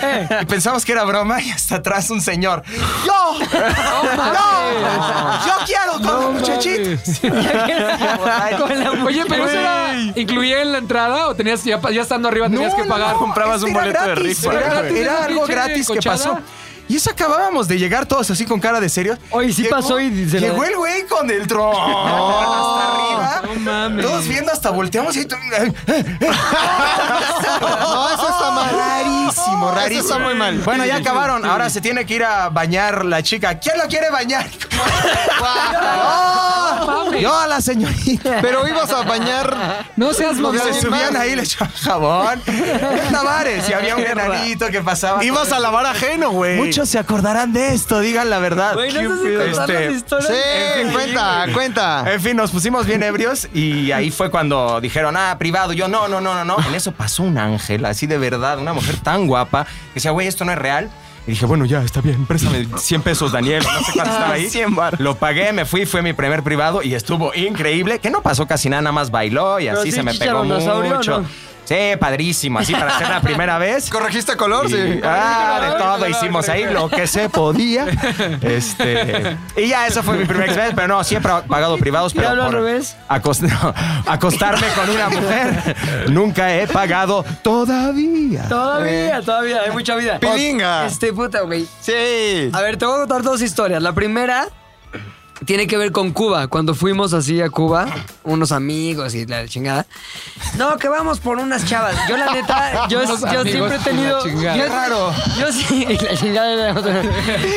Speaker 10: ah". Y pensamos que era broma y hasta atrás un señor. ¡Yo! ¡Yo! ¡Yo quiero con un
Speaker 6: Con la- Oye, pero eso era. ¿Incluía en la entrada o tenías ya, pa- ya estando arriba tenías que pagar?
Speaker 10: comprabas un boleto de rifa.
Speaker 6: era
Speaker 10: Era,
Speaker 6: gratis, era
Speaker 10: algo
Speaker 6: pinche
Speaker 10: gratis que
Speaker 6: cochada.
Speaker 10: pasó. Y eso acabábamos de llegar todos así con cara de serio.
Speaker 2: Oye, sí pasó y se la-
Speaker 10: Llegó el güey con el tron hasta arriba.
Speaker 6: No mames.
Speaker 10: Todos viendo hasta volteamos y ahí tú-
Speaker 3: No, eso está mal.
Speaker 10: rarísimo, rarísimo.
Speaker 3: está muy mal.
Speaker 10: Bueno, ya acabaron. Ahora se tiene que ir a bañar la chica. ¿Quién lo quiere bañar? ¡Oh!
Speaker 6: mames.
Speaker 10: Yo a la señorita.
Speaker 3: Pero ibas a bañar.
Speaker 6: No seas
Speaker 3: Lo
Speaker 10: Y
Speaker 3: de
Speaker 10: se
Speaker 6: mamón.
Speaker 3: alguien
Speaker 10: subían
Speaker 3: más.
Speaker 10: ahí, le echaban jabón. Tavares, y había un granito que pasaba.
Speaker 9: Ibas a lavar ajeno,
Speaker 10: Muchos
Speaker 9: güey.
Speaker 10: se acordarán de esto, digan la verdad.
Speaker 2: Güey, no sé si
Speaker 10: Este,
Speaker 2: contar las historias.
Speaker 3: Sí, cuenta, cuenta.
Speaker 10: en fin, nos pusimos bien ebrios y ahí fue cuando dijeron, ah, privado. Yo, no, no, no, no, no. En eso pasó un ángel, así de verdad, una mujer tan guapa, que decía, güey, esto no es real. Y dije, bueno, ya, está bien, préstame 100 pesos, Daniel. No sé cuánto estaba ahí. Lo pagué, me fui, fue mi primer privado y estuvo increíble. Que no pasó casi nada, nada más bailó y
Speaker 2: Pero
Speaker 10: así
Speaker 2: sí,
Speaker 10: se me pegó
Speaker 2: chicharronosaurio,
Speaker 10: mucho.
Speaker 2: ¿no?
Speaker 10: Sí, padrísimo, así para hacer la primera vez.
Speaker 3: ¿Corregiste color? Sí.
Speaker 10: Y- ah, de todo hicimos ahí lo que se podía. Este, y ya, esa fue mi primera experiencia, pero no, siempre he pagado privados.
Speaker 2: ¿Y
Speaker 10: Pero
Speaker 2: hablo al
Speaker 10: por
Speaker 2: revés?
Speaker 10: acos- no, acostarme con una mujer, nunca he pagado todavía.
Speaker 2: Todavía, todavía, hay mucha vida.
Speaker 3: Pilinga.
Speaker 2: Este puta, güey.
Speaker 3: Sí.
Speaker 2: A ver, te voy a contar dos historias. La primera tiene que ver con Cuba. Cuando fuimos así a Cuba, unos amigos y la chingada. No, que vamos por unas chavas. Yo, la neta, yo,
Speaker 6: Unos
Speaker 2: yo
Speaker 6: amigos
Speaker 2: siempre he
Speaker 6: y la
Speaker 2: tenido.
Speaker 6: chingada.
Speaker 2: Yo,
Speaker 6: Qué
Speaker 2: Yo sí. y la chingada era otra.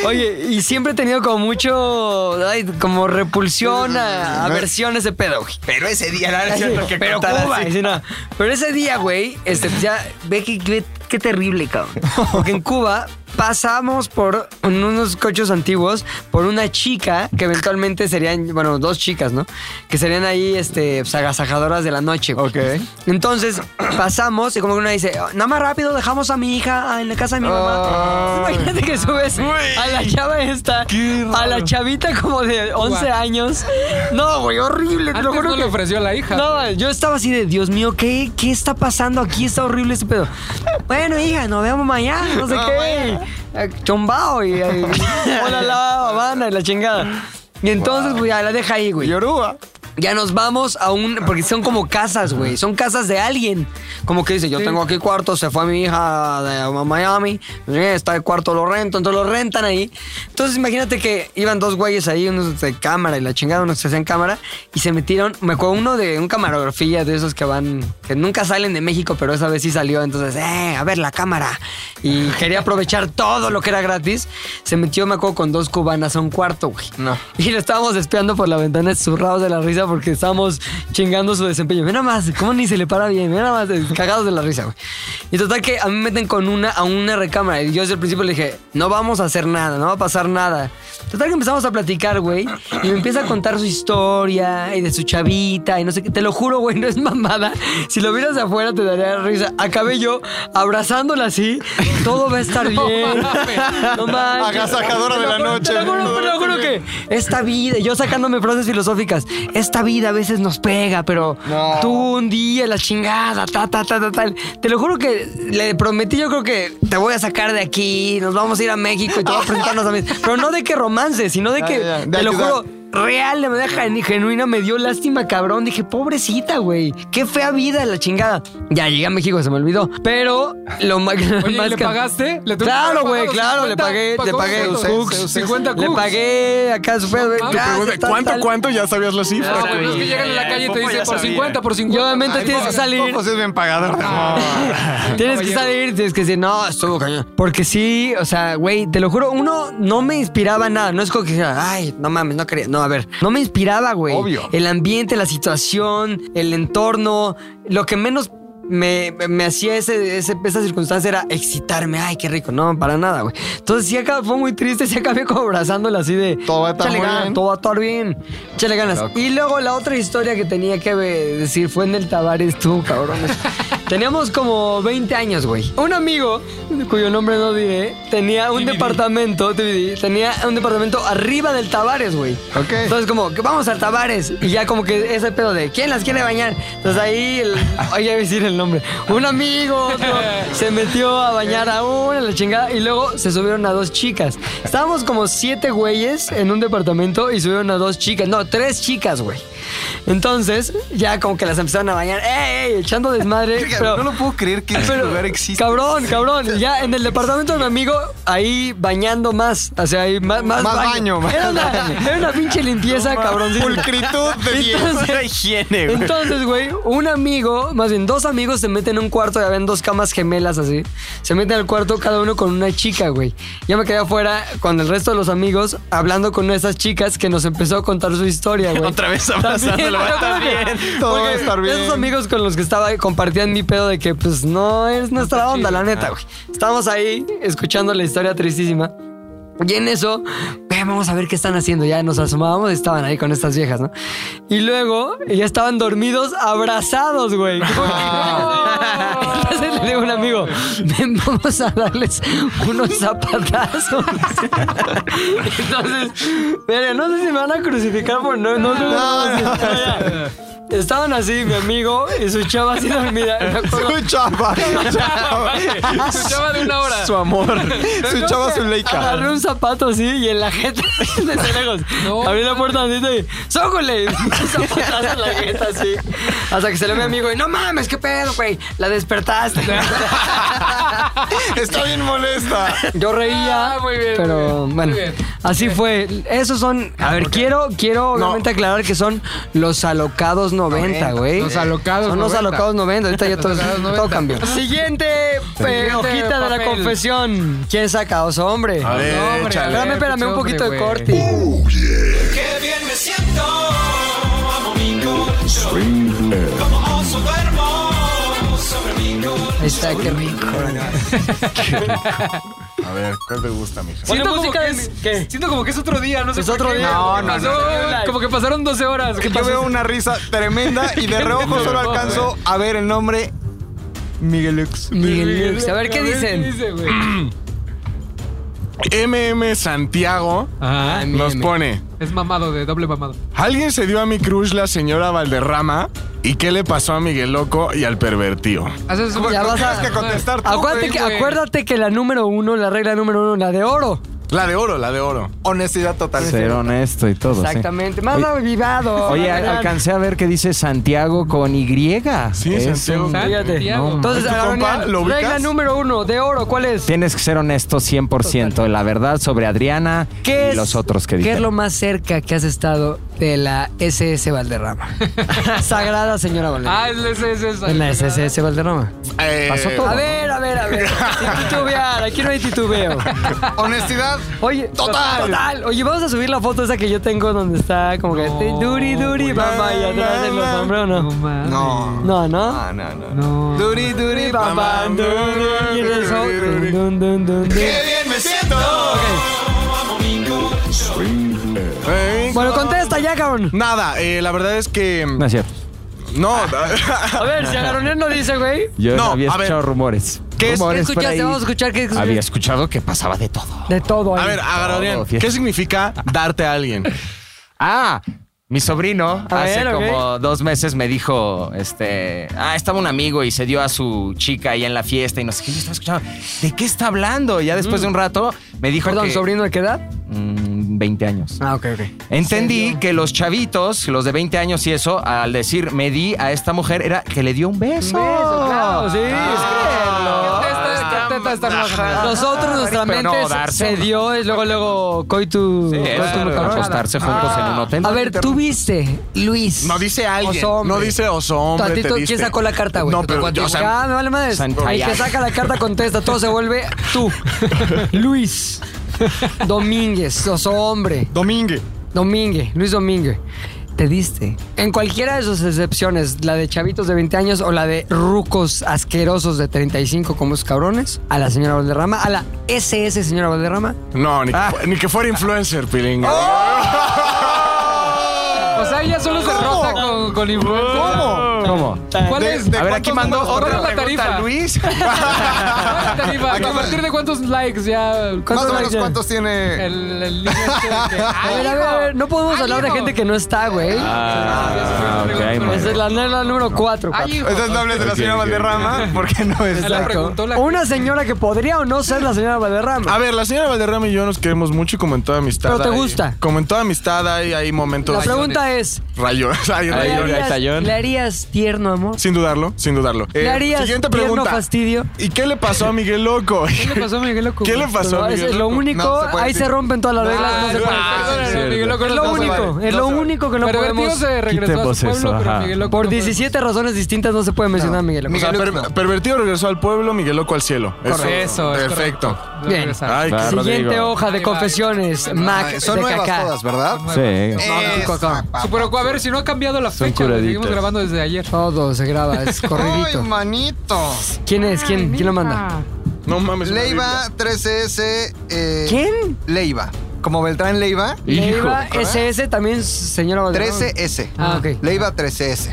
Speaker 2: Oye, y siempre he tenido como mucho. ay, como repulsión a, a versiones de pedo, güey.
Speaker 10: Pero ese día era cierto que
Speaker 2: Pero
Speaker 10: contar
Speaker 2: Cuba,
Speaker 10: así.
Speaker 2: y si no. Pero ese día, güey, este, pues ya ve que, que- qué terrible, cabrón. Porque en Cuba pasamos por en unos cochos antiguos por una chica que eventualmente serían, bueno, dos chicas, ¿no? Que serían ahí, este, pues, agasajadoras de la noche. güey.
Speaker 3: Ok.
Speaker 2: Entonces pasamos y como que una dice, "Ah, nada más rápido dejamos a mi hija ah, en la casa de mi
Speaker 10: Ah.
Speaker 2: mamá. Imagínate que subes a la chava esta, a la chavita como de 11
Speaker 6: Guau.
Speaker 2: años. No, güey, horrible. te
Speaker 6: Antes
Speaker 2: lo juro
Speaker 6: no le
Speaker 2: que-
Speaker 6: ofreció a la hija.
Speaker 2: no, yo estaba así de, Dios mío, ¿qué, ¿qué está pasando aquí? Está horrible este pedo. Bueno, hija, nos vemos mañana, no sé qué. Eh, Chombao y, eh, hola la Habana y la chingada. Y entonces, güey, ya la deja ahí, güey.
Speaker 3: Yoruba.
Speaker 2: Ya nos vamos a un. Porque son como casas, güey. Son casas de alguien. Como que dice, yo tengo aquí cuarto, se fue mi hija de- a Miami. eh, Está el cuarto, lo rento. Entonces lo rentan ahí. Entonces imagínate que iban dos güeyes ahí, unos de cámara y la chingada, unos que hacían cámara. Y se metieron. Me acuerdo uno de un camarografía de esos que van. Que nunca salen de México, pero esa vez sí salió. Entonces, eh, a ver la cámara. Y quería aprovechar todo lo que era gratis. Se metió, me acuerdo, con dos cubanas a un cuarto, güey.
Speaker 10: No.
Speaker 2: Y lo estábamos espiando por la ventana, zurrados de la risa, porque estábamos chingando su desempeño. Mira más, cómo ni se le para bien, mira más, eh, cagados de la risa, güey. Y total que a mí me meten con una, a una recámara. Y yo desde el principio le dije, no vamos a hacer nada, no va a pasar nada. Total que empezamos a platicar, güey. Y me empieza a contar su historia y de su chavita y no sé qué. Te lo juro, güey, no es mamada. Si lo vieras de afuera te daría risa. Acabé yo abrazándola así, todo va a estar bien. No mames.
Speaker 3: Agasajadora de
Speaker 2: Te lo
Speaker 3: la
Speaker 2: juro, te lo
Speaker 3: noche.
Speaker 2: juro, te lo juro que esta vida, yo sacándome frases filosóficas, esta vida a veces nos pega, pero tú un día la chingada, ta, ta, ta, ta, tal. Te lo juro que le prometí, yo creo que te voy a sacar de aquí, nos vamos a ir a México y te voy a presentarnos a mí. Pero no de que romance, sino de que,
Speaker 3: Ah, ya, de
Speaker 2: te lo
Speaker 3: ayudar.
Speaker 2: juro, real, de manera gen- genuina, me dio lástima, cabrón. Dije, pobrecita, güey, qué fea vida la chingada. Ya llegué a México, se me olvidó. Pero lo ma- más,
Speaker 6: Oye, ¿y ¿le
Speaker 2: que-
Speaker 6: pagaste? ¿Le tuviste que
Speaker 2: Claro,
Speaker 6: haber
Speaker 2: güey,
Speaker 6: pagado
Speaker 2: claro, le
Speaker 6: 50?
Speaker 2: pagué, le
Speaker 6: Pagó
Speaker 2: pagué
Speaker 6: 50
Speaker 2: sus
Speaker 6: cooks,
Speaker 2: cooks.
Speaker 6: 50
Speaker 2: Le
Speaker 6: cooks.
Speaker 2: pagué acá su pedo.
Speaker 6: mames.
Speaker 2: gracias,
Speaker 9: Pregunta,
Speaker 2: tal,
Speaker 9: ¿Cuánto,
Speaker 2: tal.
Speaker 9: cuánto? Ya sabías la
Speaker 6: No,
Speaker 9: cifra.
Speaker 6: pero es que llegan a la calle y te dicen por 50, por 50.
Speaker 2: Y obviamente tienes que salir.
Speaker 3: Pues es bien pagador.
Speaker 2: Tienes que
Speaker 6: caballero.
Speaker 2: salir, tienes que decir, no, estuvo cañón. Porque sí, o sea, güey, te lo juro, uno no me inspiraba nada. No es como que dijera, ay, no mames, no quería. No, a ver, no me inspiraba, güey.
Speaker 3: Obvio.
Speaker 2: El ambiente, la situación, el entorno, lo que menos. Me, me hacía ese, ese- esa circunstancia era excitarme. Ay, qué rico. No, para nada, güey. Entonces, sí, acá fue muy triste. Sí, acabé como abrazándola así de.
Speaker 3: Todo va a estar
Speaker 2: "Échale
Speaker 3: muy
Speaker 2: ganas,
Speaker 3: bien".
Speaker 2: todo va a estar bien. Échale eh, ganas. Y luego la otra historia que tenía que ve- decir fue en el Tabares, tú, cabrones. Teníamos como 20 años, güey. Un amigo, cuyo nombre no diré, tenía un departamento, DVD, tenía un departamento arriba del Tabares, güey.
Speaker 3: Ok.
Speaker 2: Entonces, como, que vamos al Tabares. Y ya, como que ese pedo de, ¿quién las quiere bañar? Entonces ahí, el, ay, ya iba a decir el nombre. Un amigo otro, se metió a bañar a una, la chingada. Y luego se subieron a dos chicas. Estábamos como siete güeyes en un departamento y subieron a dos chicas. No, tres chicas, güey. Entonces, ya como que las empezaron a bañar. ¡Ey, ey! Echando desmadre.
Speaker 3: Fíjate,
Speaker 2: pero-
Speaker 3: no lo puedo creer que ese
Speaker 2: pero,
Speaker 3: lugar existe.
Speaker 2: Cabrón, cabrón. Ya en el departamento de mi amigo, ahí bañando más. O sea, ahí más, más,
Speaker 3: Más baño, más
Speaker 2: era, una, era una pinche limpieza, cabroncita.
Speaker 9: Pulcritud de
Speaker 2: Entonces,
Speaker 4: higiene, güey.
Speaker 2: entonces, güey, un amigo, más bien dos amigos se meten en un cuarto, ya ven dos camas gemelas así. Se meten al cuarto cada uno con una chica, güey. Yo me quedé afuera con el resto de los amigos hablando con una de esas chicas que nos empezó a contar su historia, güey.
Speaker 4: Otra vez abrazándolo, va a estar bien.
Speaker 3: Todo va a
Speaker 2: Porque
Speaker 3: estar bien.
Speaker 2: Esos amigos con los que estaba compartían mi pedo de que, pues, no es nuestra onda, la
Speaker 4: Ah.
Speaker 2: neta, güey. Estábamos ahí escuchando la historia tristísima. Y en eso, "Ve, vamos a ver qué están haciendo. Ya nos asomábamos y estaban ahí con estas viejas, ¿no? Y luego ya estaban dormidos, abrazados, güey. Entonces le digo a un amigo, ven, vamos a darles unos zapatazos. Entonces, mire, no sé si me van a crucificar por no... no, no, no, no. Estaban así, mi amigo y su chava así dormida. Me acuerdo-
Speaker 3: Su chava.
Speaker 6: Se llama de una hora.
Speaker 3: Su amor. Su chava, su leica.
Speaker 2: Agarré un zapato así y en la jeta desde lejos. Abrí la puerta tantito y ¡Zócole! Un zapatazo en la jeta así. Hasta que se le ve a mi amigo y no mames, qué pedo, güey. La despertaste.
Speaker 3: Está bien molesta.
Speaker 2: Yo reía.
Speaker 6: Ah, muy bien,
Speaker 2: pero
Speaker 6: muy bien,
Speaker 2: bueno,
Speaker 6: muy bien.
Speaker 2: así fue. Esos son. A ver, quiero, quiero obviamente aclarar que son los alocados 90, güey.
Speaker 6: Los alocados
Speaker 2: Son los
Speaker 6: 90.
Speaker 2: alocados 90. Ahorita ya todo,
Speaker 6: alocados pues, 90.
Speaker 2: todo cambió. Siguiente eh, hojita de la
Speaker 6: papel.
Speaker 2: confesión. ¿Quién saca? Oso, hombre.
Speaker 9: A ver,
Speaker 6: No, hombre,
Speaker 9: échale.
Speaker 6: a
Speaker 2: Espérame,
Speaker 6: ver,
Speaker 2: espérame, un
Speaker 6: hombre,
Speaker 2: poquito de
Speaker 6: güey.
Speaker 2: corte. Ahí Está, qué rico.
Speaker 9: A ver, ¿cuál te gusta, mija?
Speaker 6: Siento como,
Speaker 2: música
Speaker 6: que
Speaker 2: es-
Speaker 6: es, siento como que es otro día, no sé.
Speaker 2: Es
Speaker 6: por
Speaker 2: otro
Speaker 6: qué.
Speaker 2: día,
Speaker 6: No,
Speaker 2: güey.
Speaker 6: no,
Speaker 2: Pasó-
Speaker 6: no. Como que pasaron 12 horas. ¿Qué
Speaker 3: Yo
Speaker 6: pasó?
Speaker 3: veo una risa tremenda y de reojo solo alcanzo a ver el nombre Miguel X.
Speaker 2: Miguel Lux. A ver qué
Speaker 6: A ver,
Speaker 2: dicen.
Speaker 6: dice, güey?
Speaker 9: MM Santiago
Speaker 6: Ajá.
Speaker 9: nos pone.
Speaker 6: Es mamado, de doble mamado.
Speaker 9: Alguien se dio a mi crush la señora Valderrama. ¿Y qué le pasó a Miguel Loco y al pervertido?
Speaker 3: Ah,
Speaker 6: Haces un-
Speaker 2: Ya vas a-
Speaker 3: que contestar tú,
Speaker 2: Acuérdate
Speaker 6: güey,
Speaker 2: que,
Speaker 6: güey.
Speaker 2: acuérdate que la número uno, la regla número uno, la de oro.
Speaker 9: La de oro, la de oro.
Speaker 3: Honestidad total.
Speaker 10: Ser honesto y todo.
Speaker 2: Exactamente. Más avivado.
Speaker 10: Oye, alcancé a ver que dice Santiago con Y.
Speaker 9: Sí,
Speaker 10: Es
Speaker 9: Santiago.
Speaker 10: un-
Speaker 2: Fíjate.
Speaker 6: Santiago.
Speaker 2: Entonces,
Speaker 9: ¿Tu
Speaker 2: agarraron
Speaker 9: compa?
Speaker 2: el-
Speaker 9: ¿Lo ubicas?
Speaker 2: regla número uno, de oro, ¿cuál es?
Speaker 10: Tienes que ser honesto 100%, la verdad sobre Adriana
Speaker 2: ¿Qué
Speaker 10: y
Speaker 2: es,
Speaker 10: los otros que
Speaker 2: ¿Qué es
Speaker 10: dicen.
Speaker 2: lo más cerca que has estado de la SS Valderrama? Sagrada señora Valderrama.
Speaker 6: Ah, es la SS.
Speaker 2: en la SS Valderrama.
Speaker 9: Eh,
Speaker 10: Pasó todo.
Speaker 2: pues, A ver, a ver, a ver. Sin titubear, aquí no hay titubeo.
Speaker 3: Honestidad.
Speaker 2: Oye,
Speaker 3: Total.
Speaker 2: total. Oye, vamos a subir la foto esa que yo tengo donde está como que este, duri duri bamba y atrás de los hombres o
Speaker 6: No,
Speaker 2: no.
Speaker 6: mames.
Speaker 3: No.
Speaker 2: No, no.
Speaker 3: Ah, no, no.
Speaker 6: No.
Speaker 3: Duri, duri,
Speaker 2: Duri
Speaker 3: bam,
Speaker 2: bamba
Speaker 3: bam,
Speaker 2: duri y en el sol,
Speaker 3: duri, duri.
Speaker 2: dun, dun, dun, dun.
Speaker 3: ¡Qué bien me siento!
Speaker 9: eh,
Speaker 2: Bueno, contesta ya, cabrón.
Speaker 9: Nada, eh, la verdad es que.
Speaker 10: No es cierto.
Speaker 9: No,
Speaker 2: A ver, si Agaronel no dice, güey.
Speaker 10: Yo
Speaker 9: No,
Speaker 10: había
Speaker 9: a ver.
Speaker 10: escuchado rumores.
Speaker 9: ¿Qué
Speaker 2: ¿Qué
Speaker 9: es-
Speaker 10: rumores por
Speaker 2: escuchaste?
Speaker 10: ahí.
Speaker 2: Vamos a escuchar qué
Speaker 10: Había
Speaker 2: escuchaste.
Speaker 10: escuchado que pasaba de todo.
Speaker 2: De todo ahí.
Speaker 9: a ver, Agarorian,
Speaker 10: Todo, fiesta.
Speaker 9: ¿qué significa darte a alguien?
Speaker 10: Ah, mi sobrino
Speaker 2: A
Speaker 10: hace
Speaker 2: ver, ok.
Speaker 10: como dos meses me dijo, este, ah, estaba un amigo y se dio a su chica ahí en la fiesta y no sé qué, yo estaba escuchando, ¿de qué está hablando? Ya después de un rato me dijo
Speaker 2: Mm. Perdón,
Speaker 10: que-
Speaker 2: sobrino de qué edad?
Speaker 10: Mm, 20 años.
Speaker 2: Ah, ok, ok.
Speaker 10: Entendí que los chavitos, los de 20 años y eso, al decir me di a esta mujer, era que le dio un beso.
Speaker 2: Un beso, claro, sí.
Speaker 10: Ah,
Speaker 6: ¿Qué teta es- qué teta es esta nueva generación?
Speaker 2: Nosotros, nuestra
Speaker 10: pero no,
Speaker 2: mente
Speaker 10: darse
Speaker 2: se
Speaker 10: una-
Speaker 2: dio y luego, luego, coitu.
Speaker 10: Sí,
Speaker 2: coitu
Speaker 9: eh,
Speaker 10: eso,
Speaker 2: macarrón.
Speaker 10: acostarse juntos en un hotel.
Speaker 2: A ver, tú viste, Luis.
Speaker 9: No dice alguien.
Speaker 2: Oso hombre.
Speaker 9: No dice oso
Speaker 2: ¿A
Speaker 9: hombre.
Speaker 2: ti
Speaker 9: te
Speaker 2: tú-
Speaker 9: diste.
Speaker 2: ¿Quién sacó la carta, güey?
Speaker 9: No, pero yo,
Speaker 2: ya,
Speaker 9: o sea,
Speaker 2: me vale madres.
Speaker 10: Santa
Speaker 2: El que
Speaker 10: Yaya.
Speaker 2: saca la carta contesta, todo se vuelve tú. Luis. Domínguez, oso hombre.
Speaker 9: Domingue.
Speaker 2: Domínguez, Luis Domínguez. Te diste. En cualquiera de sus excepciones, la de chavitos de 20 años o la de rucos asquerosos de 35 como esos cabrones, a la señora Valderrama, a la SS señora Valderrama,
Speaker 9: No, ni, que
Speaker 2: Ah.
Speaker 9: fu- ni que fuera influencer, Pilinga.
Speaker 2: ¡Oh!
Speaker 6: O sea, ya solo se rosa con, con influencer.
Speaker 9: ¿Cómo?
Speaker 10: ¿Cómo?
Speaker 6: ¿Cuál es?
Speaker 10: A ver, aquí mandó
Speaker 6: ¿Cuál
Speaker 10: otra
Speaker 6: es la
Speaker 10: pregunta,
Speaker 6: tarifa?
Speaker 10: Luis.
Speaker 6: ¿Cuál es la tarifa? ¿A partir de cuántos likes ya?
Speaker 3: Más o
Speaker 2: ¿Cuántos
Speaker 3: menos,
Speaker 2: likes?
Speaker 3: ¿cuántos tiene?
Speaker 6: El, el niño este
Speaker 2: A
Speaker 6: que-
Speaker 2: ver, a ver, a ver, no podemos
Speaker 6: Ay,
Speaker 2: hablar de
Speaker 6: hijo.
Speaker 2: gente que no está, güey.
Speaker 4: Ah, ok, ahí me-
Speaker 2: Esa es la regla número 4.
Speaker 6: Ay, hijo.
Speaker 3: Esa es la de la
Speaker 4: Ok,
Speaker 3: señora
Speaker 4: ok, ok.
Speaker 3: Valderrama, porque no es.
Speaker 6: Se la preguntó la-
Speaker 2: Una señora que podría o no ser la señora Valderrama.
Speaker 9: A ver, la señora Valderrama y yo nos queremos mucho y como en toda amistad.
Speaker 2: Pero te
Speaker 9: hay-
Speaker 2: gusta.
Speaker 9: Como en toda amistad hay, hay momentos.
Speaker 2: la pregunta es,
Speaker 9: Rayos, hay
Speaker 2: ¿le
Speaker 9: rayos.
Speaker 2: harías,
Speaker 4: tallón.
Speaker 2: le harías tierno amor?
Speaker 9: Sin dudarlo, sin dudarlo.
Speaker 2: ¿Le
Speaker 9: Eh,
Speaker 2: harías
Speaker 9: siguiente
Speaker 2: tierno
Speaker 9: pregunta.
Speaker 2: fastidio?
Speaker 9: ¿Y qué le pasó a Miguel Loco?
Speaker 6: ¿Qué le pasó a Miguel Loco?
Speaker 9: ¿Qué le pasó
Speaker 2: No,
Speaker 9: a
Speaker 2: es,
Speaker 9: Miguel
Speaker 2: es lo
Speaker 9: Loco?
Speaker 2: único,
Speaker 3: se puede
Speaker 2: ahí
Speaker 3: decir.
Speaker 2: se rompen todas las reglas. no se puede.
Speaker 6: Perdónenlo, Miguel Loco
Speaker 2: es
Speaker 6: no
Speaker 2: lo
Speaker 6: se vale.
Speaker 2: único, es lo único que no
Speaker 6: Pero
Speaker 2: podemos...
Speaker 6: Bertío se regresó a
Speaker 4: Quitemos
Speaker 6: su pueblo,
Speaker 4: eso,
Speaker 6: pero
Speaker 4: ajá.
Speaker 6: Miguel Loco...
Speaker 2: Por
Speaker 6: no-
Speaker 2: 17 razones distintas no se puede mencionar a Miguel Loco.
Speaker 9: O sea, per- pervertido regresó al pueblo, Miguel Loco al cielo. Eso,
Speaker 6: Eso, es
Speaker 9: perfecto.
Speaker 6: correcto. Lo
Speaker 2: Bien.
Speaker 6: regresaron.
Speaker 9: Ay,
Speaker 4: Va,
Speaker 9: qué-
Speaker 2: Siguiente
Speaker 4: Rodrigo.
Speaker 2: hoja de
Speaker 6: Ahí va.
Speaker 2: confesiones,
Speaker 6: Ahí va.
Speaker 2: Mac
Speaker 3: Son
Speaker 2: de
Speaker 3: nuevas
Speaker 2: Cacá.
Speaker 3: todas, ¿verdad?
Speaker 4: Sí.
Speaker 3: Eh,
Speaker 2: Cacá.
Speaker 6: Pero, a ver, si no ha cambiado la fecha, lo seguimos
Speaker 4: curaditas.
Speaker 6: grabando desde ayer.
Speaker 2: Todo se graba, es
Speaker 3: Ay,
Speaker 2: corridito.
Speaker 3: manito.
Speaker 2: ¿Quién es? ¿Quién, ¿Quién lo
Speaker 6: Ah,
Speaker 2: manda?
Speaker 9: No mames. una
Speaker 3: Leiva 13S. eh,
Speaker 2: ¿Quién?
Speaker 3: Leiva. Como Beltrán Leiva,
Speaker 2: Leiva SS también, señora Valderrama.
Speaker 3: 13S.
Speaker 2: Ah, ok.
Speaker 3: Leiva 13S.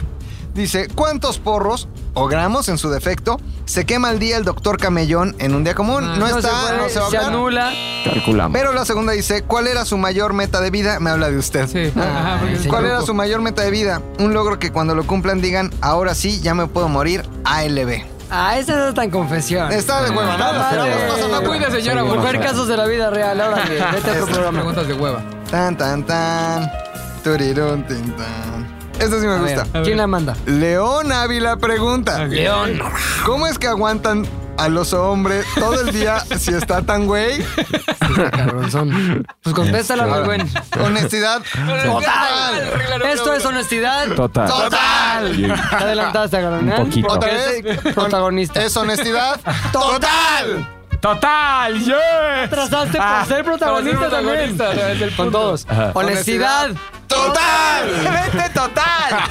Speaker 3: Dice, ¿cuántos porros o gramos en su defecto se quema al día el doctor Camellón en un día común? no, está,
Speaker 2: Ah, se puede,
Speaker 3: no se va a
Speaker 2: se
Speaker 3: hablar.
Speaker 2: anula.
Speaker 4: Calculamos.
Speaker 3: Pero la segunda dice, ¿cuál era su mayor meta de vida? Me habla de usted.
Speaker 6: Sí.
Speaker 2: Ah,
Speaker 6: Ajá, porque es
Speaker 3: ¿Cuál
Speaker 6: grupo.
Speaker 3: era su mayor meta de vida? Un logro que cuando lo cumplan digan, ahora sí, ya me puedo morir, ALB.
Speaker 2: Ah, esa no es tan confesión. Ah,
Speaker 3: Está de hueva, nada,
Speaker 2: madre.
Speaker 3: pero nos pasa
Speaker 6: No
Speaker 3: nada.
Speaker 6: cuida, señora.
Speaker 4: Seguimos.
Speaker 6: Mujer
Speaker 2: Mujer
Speaker 6: caso.
Speaker 2: casos de la vida real, ahora que vete a otro programa.
Speaker 6: Preguntas de hueva.
Speaker 3: Tan, tan, tan. Turirun, tin, tan. Esta sí me gusta.
Speaker 2: A ver, ¿Quién la manda?
Speaker 3: León Ávila pregunta. León. ¿Cómo es que aguantan a los hombres todo el día si está tan güey?
Speaker 2: Carronzón. Pues contéstala,
Speaker 4: Este.
Speaker 3: Ahora,
Speaker 2: muy buen.
Speaker 3: Honestidad. Total.
Speaker 2: Esto es honestidad.
Speaker 4: Total.
Speaker 3: Total.
Speaker 4: Y-
Speaker 2: Te adelantaste, Garón.
Speaker 4: Un poquito.
Speaker 3: Otra
Speaker 2: Porque
Speaker 3: vez.
Speaker 2: es protagonista.
Speaker 3: Es honestidad. Total.
Speaker 4: Total, yeah.
Speaker 2: Trazaste Ah, por ser protagonista,
Speaker 6: Para ser protagonista,
Speaker 2: también.
Speaker 6: es el
Speaker 2: Con
Speaker 6: punto.
Speaker 2: todos. Honestidad.
Speaker 3: Total.
Speaker 10: ¡Vete total!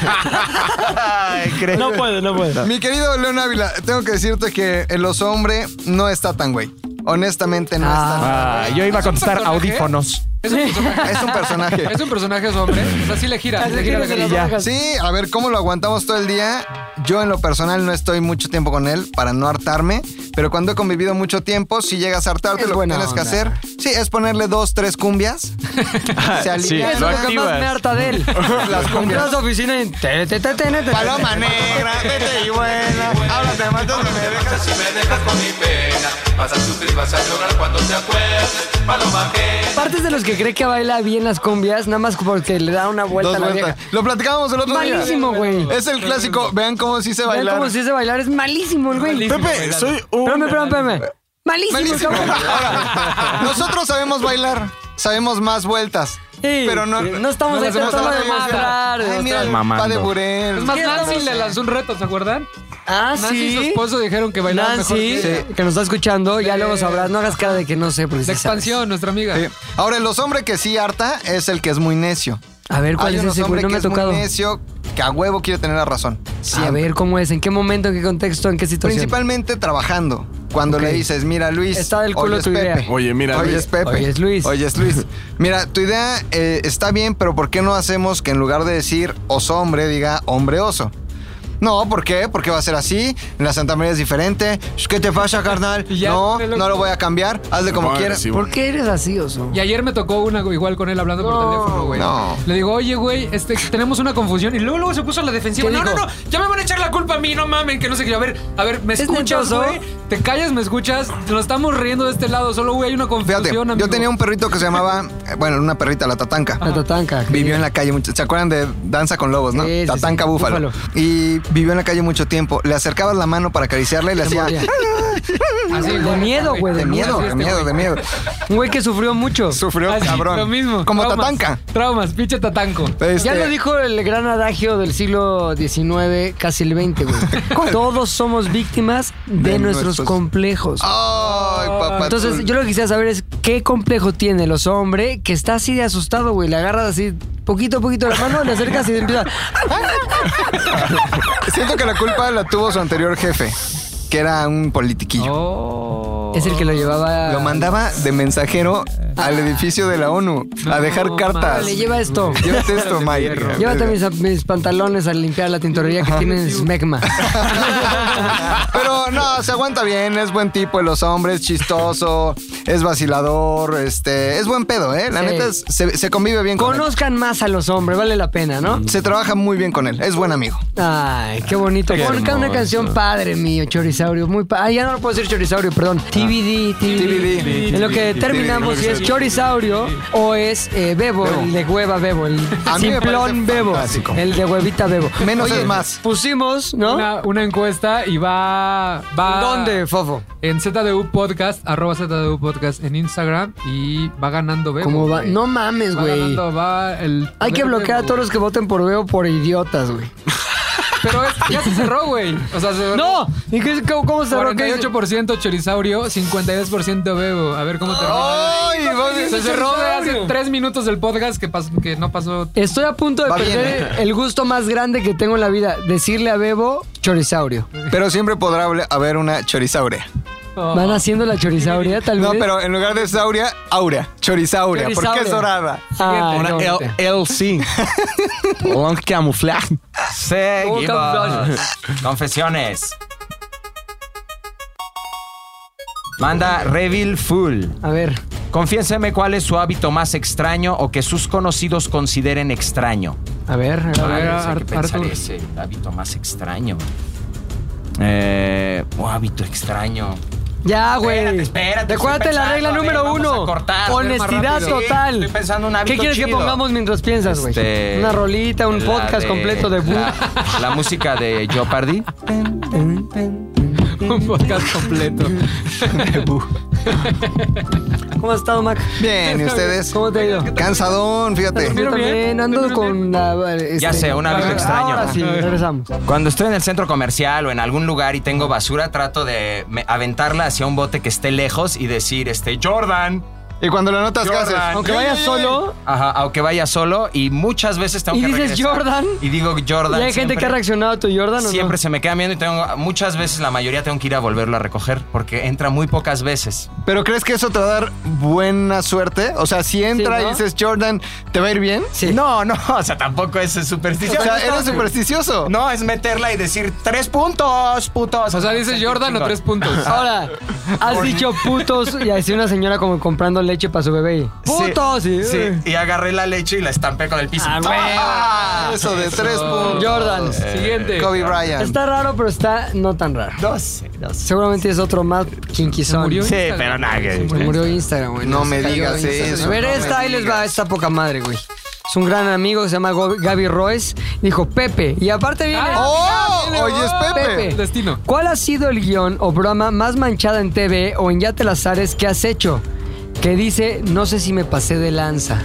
Speaker 5: No puede, no puede.
Speaker 3: Mi querido León Ávila, tengo que decirte que el oso hombre no está tan güey. Honestamente no
Speaker 4: Ah, yo iba a contestar audífonos.
Speaker 6: Es un personaje.
Speaker 3: está tan güey. Es un personaje.
Speaker 6: Es un personaje su hombre. O sea, sí le gira. Le gira la
Speaker 2: Gírate las
Speaker 6: cara.
Speaker 2: orejas.
Speaker 3: Sí, a ver cómo lo aguantamos todo el día. Yo en lo personal no estoy mucho tiempo con él para no hartarme, pero cuando he convivido mucho tiempo, si llegas a hartarte,
Speaker 2: Es
Speaker 3: lo que
Speaker 2: buena
Speaker 3: tienes que
Speaker 2: onda.
Speaker 3: hacer, sí, es ponerle dos, tres cumbias. se
Speaker 4: sí,
Speaker 3: alivian
Speaker 2: Es lo que más
Speaker 4: activas.
Speaker 2: me harta de él.
Speaker 3: las
Speaker 2: Entras a
Speaker 3: cumbias.
Speaker 2: su oficina y... te, te, te, te, te, te.
Speaker 3: Paloma negra, vete y buena. Ahora te mato, no me dejas.
Speaker 11: Si me dejas con mi pena, vas a sufrir, vas a llorar cuando te acuerdes, paloma que
Speaker 2: Partes de los que cree que baila bien las cumbias, nada más porque le da una vuelta
Speaker 3: Dos
Speaker 2: a la
Speaker 3: vueltas.
Speaker 2: vieja.
Speaker 3: Lo platicábamos el otro día.
Speaker 2: Malísimo, güey.
Speaker 3: Es el clásico, vean cómo sí se
Speaker 2: Vean
Speaker 3: baila.
Speaker 2: cómo se hace bailar, es malísimo el güey.
Speaker 9: Pepe, soy un.
Speaker 2: Espérame, espérame, espérame. Malísimo,
Speaker 3: Malísimo.
Speaker 2: cabrón.
Speaker 3: Ahora, nosotros sabemos bailar, sabemos más vueltas.
Speaker 2: Sí,
Speaker 3: pero no,
Speaker 2: no estamos aquí
Speaker 3: hacemos
Speaker 2: tratando
Speaker 3: nada
Speaker 2: de
Speaker 3: bien.
Speaker 2: mostrar, de
Speaker 3: Ay, mira, el
Speaker 4: mostrar.
Speaker 3: pa de
Speaker 4: Mamando.
Speaker 3: Burel.
Speaker 6: Es más,
Speaker 2: ¿Qué
Speaker 6: Nancy
Speaker 2: estamos-
Speaker 6: le lanzó un reto, ¿se acuerdan?
Speaker 2: Ah,
Speaker 6: Nancy y su
Speaker 2: sí.
Speaker 6: esposo dijeron que bailaban mejor
Speaker 2: Nancy,
Speaker 6: que
Speaker 2: que nos está escuchando, ya
Speaker 6: Sí.
Speaker 3: Eh,
Speaker 2: luego sabrás. No hagas cara de que no sé, porque
Speaker 6: La
Speaker 2: sí sabes.
Speaker 6: expansión, nuestra amiga.
Speaker 3: Sí. Ahora, los hombres que sí harta es el que es muy necio.
Speaker 2: A ver, ¿cuál
Speaker 3: Hay
Speaker 2: es
Speaker 3: unos
Speaker 2: ese güey?
Speaker 3: hombres
Speaker 2: No
Speaker 3: que
Speaker 2: me ha
Speaker 3: es
Speaker 2: tocado.
Speaker 3: muy necio que a huevo quiere tener la razón.
Speaker 2: A
Speaker 3: Siempre.
Speaker 2: ver, ¿cómo es? ¿En qué momento? ¿En qué contexto? ¿En qué situación?
Speaker 3: Principalmente trabajando. Cuando
Speaker 2: Ok.
Speaker 3: le dices, mira Luis,
Speaker 2: Está del culo
Speaker 3: hoy es
Speaker 2: tu idea.
Speaker 3: Pepe.
Speaker 9: Oye, mira,
Speaker 3: hoy
Speaker 9: Luis.
Speaker 3: es Pepe.
Speaker 2: Hoy es Luis.
Speaker 3: Hoy es Luis. Mira, tu idea eh, está bien, pero ¿por qué no hacemos que en lugar de decir oso hombre, diga hombre oso? No, ¿por qué? Porque va a ser así. En la Santa María es diferente. Sh, ¿Qué te pasa, carnal?
Speaker 6: Y ya,
Speaker 3: no,
Speaker 6: te lo-
Speaker 3: no lo voy a cambiar. Hazle como
Speaker 9: Bueno,
Speaker 3: quieras.
Speaker 9: sí,
Speaker 2: ¿Por qué eres así, oso?
Speaker 6: Y ayer me tocó una igual con él hablando por teléfono, güey.
Speaker 3: no.
Speaker 6: Le digo, oye, güey, este, tenemos una confusión. Y luego, luego se puso a la defensiva.
Speaker 2: ¿Qué
Speaker 6: No,
Speaker 2: dijo?
Speaker 6: no, no, ya me van a echar la culpa a mí, no mamen, que no sé qué. A ver, a ver, ¿me
Speaker 2: ¿Es
Speaker 6: escuchas,
Speaker 2: neta, oso?
Speaker 6: güey? Te callas, me escuchas. Nos estamos riendo de este lado. Solo, güey, hay una confusión,
Speaker 3: Fíjate,
Speaker 6: amigo.
Speaker 3: yo tenía un perrito que se llamaba, eh, bueno, una perrita, la tatanca.
Speaker 2: La tatanca.
Speaker 3: Vivió en la calle mucho. ¿Se acuerdan de Danza con Lobos, no?
Speaker 2: Sí, sí,
Speaker 3: Tatanca
Speaker 2: sí.
Speaker 3: Búfalo.
Speaker 2: Búfalo.
Speaker 3: Y vivió en la calle mucho tiempo. Le acercabas la mano para acariciarla y le hacía.
Speaker 2: moría.
Speaker 6: Así, este
Speaker 2: De miedo, güey,
Speaker 3: De miedo, de miedo, de miedo.
Speaker 2: Un güey que sufrió mucho.
Speaker 3: Sufrió
Speaker 6: Así,
Speaker 3: cabrón.
Speaker 6: Lo mismo.
Speaker 3: Como
Speaker 6: Traumas,
Speaker 3: Tatanca.
Speaker 6: Traumas, pinche tatanco.
Speaker 3: Este,
Speaker 2: Ya lo dijo el gran adagio del siglo XIX, casi el XX, güey. Todos somos víctimas de,
Speaker 3: De
Speaker 2: nuestros,
Speaker 3: nuestros- Ah,
Speaker 2: complejos.
Speaker 3: Ay, papá.
Speaker 2: Oh, Entonces,
Speaker 3: tú-
Speaker 2: yo lo que quisiera saber es qué complejo tiene el oso hombre que está así de asustado, güey. Le agarras así poquito a poquito la mano, le acercas y le empieza.
Speaker 3: Siento que la culpa la tuvo su anterior jefe, que era un politiquillo.
Speaker 6: Oh.
Speaker 2: Es el que lo llevaba.
Speaker 3: Lo mandaba de mensajero
Speaker 2: Ah.
Speaker 3: al edificio de la ONU a dejar cartas.
Speaker 2: Vale, lleva esto.
Speaker 3: Llévate esto, Mike.
Speaker 2: Llévate mis, mis pantalones a limpiar la tintorería que tiene Smegma.
Speaker 3: Pero no, se aguanta bien, es buen tipo de los hombres, chistoso, es vacilador, este, es buen pedo, ¿eh? La
Speaker 2: Sí.
Speaker 3: neta es- se, se convive bien con él.
Speaker 2: Conozcan más a los hombres, vale la pena, ¿no?
Speaker 3: Se trabaja muy bien con él, es buen amigo.
Speaker 2: Ay, qué bonito.
Speaker 3: Qué
Speaker 2: Pon acá una
Speaker 3: hermoso.
Speaker 2: canción padre mío, Chorisaurio. Muy pa- ah, ya no lo puedo decir Chorisaurio, perdón.
Speaker 3: Ah.
Speaker 2: TBD, TBD. En lo que
Speaker 3: TBD.
Speaker 2: terminamos si es Chorisaurio o es eh, Bebo, el de hueva Bebo, el
Speaker 3: A mí me
Speaker 2: simplón
Speaker 3: parece
Speaker 2: Bebo,
Speaker 3: fantástico.
Speaker 2: el de huevita Bebo.
Speaker 3: Menos
Speaker 2: Oye,
Speaker 3: es más.
Speaker 2: Pusimos, ¿no?
Speaker 6: Una, una encuesta y va, va.
Speaker 2: ¿Dónde, Fofo?
Speaker 6: En ZDU Podcast, arroba ZDU Podcast en Instagram y va ganando Bebo.
Speaker 2: ¿Cómo va?
Speaker 6: güey.
Speaker 2: No mames,
Speaker 6: Va
Speaker 2: güey.
Speaker 6: ganando, va el.
Speaker 2: Hay que
Speaker 6: Bebo,
Speaker 2: bloquear a
Speaker 6: Bebo.
Speaker 2: todos los que voten por Bebo por idiotas, güey.
Speaker 6: Pero es- ya se cerró, güey. O sea, se cerró.
Speaker 2: ¡No! ¿Y qué, cómo, cómo se bloquea?
Speaker 6: 48% Chorisaurio, 52% Bebo. A ver cómo termina.
Speaker 2: ¡Oh,
Speaker 3: ¡Ay, va bien,
Speaker 6: Se cerró de hace
Speaker 2: Chorisaurio.
Speaker 6: tres minutos el podcast que, pas- que no pasó.
Speaker 2: Estoy a punto de
Speaker 3: Va bien,
Speaker 2: perder el gusto más grande que tengo en la vida. Decirle a Bebo chorizaurio.
Speaker 3: Pero siempre podrá hable- haber una chorizaurea.
Speaker 2: Van haciendo la chorizauria, tal vez.
Speaker 3: No, pero en lugar de sauria, aura. Chorizaurea, porque es
Speaker 2: Chorizaurea.
Speaker 3: dorada.
Speaker 2: Ay,
Speaker 9: Una
Speaker 2: Ah, no,
Speaker 9: L-
Speaker 2: vete.
Speaker 9: LC. Long Camouflage.
Speaker 10: Seguimos. Confesiones. Manda Revil Full.
Speaker 2: A ver.
Speaker 10: Confiéseme cuál es su hábito más extraño o que sus conocidos consideren extraño.
Speaker 2: A ver, a
Speaker 10: Ay,
Speaker 2: ver.
Speaker 10: no sé
Speaker 6: Ar-
Speaker 10: qué pensar
Speaker 6: Arthur.
Speaker 10: ese hábito más extraño. Eh, un hábito extraño.
Speaker 2: Ya,
Speaker 10: Espérate,
Speaker 2: güey.
Speaker 10: espérate, estoy
Speaker 2: Acuérdate la
Speaker 10: pensando,
Speaker 2: regla
Speaker 10: a ver,
Speaker 2: número
Speaker 10: vamos a
Speaker 2: uno.
Speaker 10: cortar,
Speaker 2: Honestidad
Speaker 10: más rápido.
Speaker 2: total.
Speaker 10: Sí, estoy pensando un hábito
Speaker 2: ¿Qué quieres que
Speaker 10: chido.
Speaker 2: pongamos mientras piensas, güey?
Speaker 10: Este,
Speaker 2: Pues Una rolita, un
Speaker 10: la
Speaker 2: podcast
Speaker 10: de-
Speaker 2: completo de bu-
Speaker 10: la, la música de Jeopardy.
Speaker 6: Un podcast completo.
Speaker 2: ¿Cómo has estado, Mac?
Speaker 3: Bien, ¿y ustedes?
Speaker 2: ¿Cómo te ha ido?
Speaker 3: Cansadón, fíjate.
Speaker 2: Yo también ando con la. este-
Speaker 10: Ya sé, un hábito
Speaker 2: Ahora
Speaker 10: extraño.
Speaker 2: Ahora sí, regresamos.
Speaker 10: Cuando estoy en el centro comercial o en algún lugar y tengo basura, trato de me- aventarla hacia un bote que esté lejos y decir, este, Jordan.
Speaker 3: Y cuando la notas, ¿qué haces?
Speaker 10: Jordan.
Speaker 2: Aunque vayas solo,
Speaker 10: Ajá, aunque vaya solo y muchas veces tengo
Speaker 2: ¿Y
Speaker 10: que
Speaker 2: dices
Speaker 10: regresar.
Speaker 2: Jordan?
Speaker 10: Y digo Jordan.
Speaker 2: ¿y hay gente
Speaker 10: siempre.
Speaker 2: que ha reaccionado a tu Jordan o no?
Speaker 10: Siempre se me queda viendo y tengo muchas veces, la mayoría tengo que ir a volverlo a recoger porque entra muy pocas veces.
Speaker 3: ¿Pero crees que eso te va a dar buena suerte? O sea, si entra
Speaker 2: ¿no?
Speaker 3: y dices Jordan, ¿te va a ir bien?
Speaker 10: No, no, o sea, tampoco es superstición.
Speaker 3: O sea, eres supersticioso.
Speaker 10: No, es meterla y decir tres puntos, putos.
Speaker 6: O sea, dices Jordan o tres puntos.
Speaker 2: Ahora, has dicho putos y así una señora como comprando leche para su bebé. ¡Putos!
Speaker 10: Sí,
Speaker 2: y-
Speaker 10: sí, y agarré la leche y la estampé con el piso.
Speaker 2: Ah, güey.
Speaker 10: ¡Ah!
Speaker 3: Eso de tres puntos.
Speaker 2: Jordan.
Speaker 6: Siguiente.
Speaker 3: Kobe Bryant.
Speaker 2: Está raro, pero está no tan raro.
Speaker 10: No sé, no sé.
Speaker 2: Seguramente es otro más kinky son.
Speaker 6: murió?
Speaker 10: Sí, pero nada. que-
Speaker 2: Se murió Instagram, güey. Se
Speaker 3: No me
Speaker 2: cayó
Speaker 3: digas
Speaker 2: Instagram.
Speaker 3: eso,
Speaker 2: A ver,
Speaker 3: no me
Speaker 2: esta ahí les va,
Speaker 3: digas.
Speaker 2: esta poca madre, güey. Es un gran amigo que se llama Go- Gaby Royce. Dijo Pepe. Y aparte viene.
Speaker 6: Ah,
Speaker 3: ¡Oh! Oye, es Pepe.
Speaker 2: Pepe.
Speaker 6: Destino.
Speaker 2: ¿Cuál ha sido el guión o broma más manchada en TV o en Ya te las Ares que has hecho? Que dice, no sé si me pasé de lanza.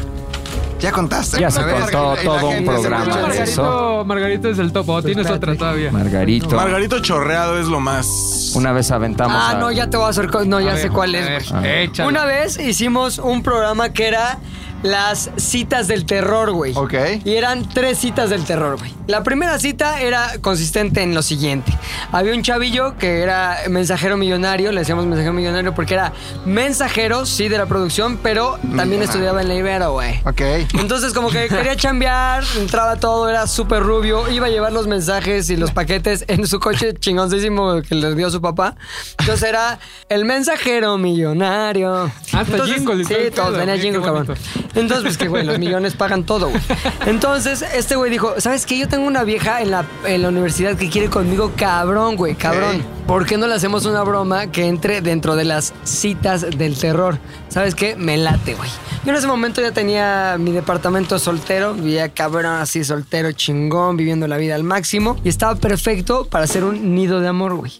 Speaker 3: Ya contaste.
Speaker 10: Ya
Speaker 3: A
Speaker 10: se
Speaker 3: ver,
Speaker 10: contó
Speaker 3: y la
Speaker 10: todo un
Speaker 3: gente se
Speaker 2: Ah,
Speaker 10: programa
Speaker 3: escucha.
Speaker 10: de
Speaker 6: Margarito, Margarito es el
Speaker 2: Pues
Speaker 6: topo. Tienes otra todavía.
Speaker 10: Margarito.
Speaker 9: Margarito chorreado es lo más.
Speaker 10: Una vez aventamos.
Speaker 2: Ah,
Speaker 10: a-
Speaker 2: no, ya te voy a hacer. co- No, ya sé cuál es. güey.
Speaker 6: Échale.
Speaker 2: Una vez hicimos un programa que era las citas del terror, güey.
Speaker 3: Ok.
Speaker 2: Y eran tres citas del terror, güey. La primera cita era consistente en lo siguiente. Había un chavillo que era mensajero millonario, le decíamos mensajero millonario porque era mensajero, sí, de la producción, pero también estudiaba en la Ibero, güey.
Speaker 3: Ok.
Speaker 2: Entonces, como que quería chambear, entraba todo, era súper rubio, iba a llevar los mensajes y los paquetes en su coche chingoncísimo que le dio su papá. Entonces era el mensajero millonario.
Speaker 6: Hasta
Speaker 2: Entonces,
Speaker 6: Ah, jingle y todo
Speaker 2: Sí,
Speaker 6: el
Speaker 2: todos
Speaker 6: pedo,
Speaker 2: venía
Speaker 6: güey, qué
Speaker 2: jingle, cabrón.
Speaker 6: bonito.
Speaker 2: Entonces, pues que, güey, los millones pagan todo, güey. Entonces, este güey dijo, ¿sabes qué? Yo tengo una vieja en la, en la universidad que quiere conmigo, cabrón, güey, cabrón. ¿Por qué no le hacemos una broma que entre dentro de las citas del terror? ¿Sabes qué? Me late, güey. Yo en ese momento ya tenía mi departamento soltero, vivía cabrón así soltero, chingón, viviendo la vida al máximo y estaba perfecto para hacer un nido de amor, güey.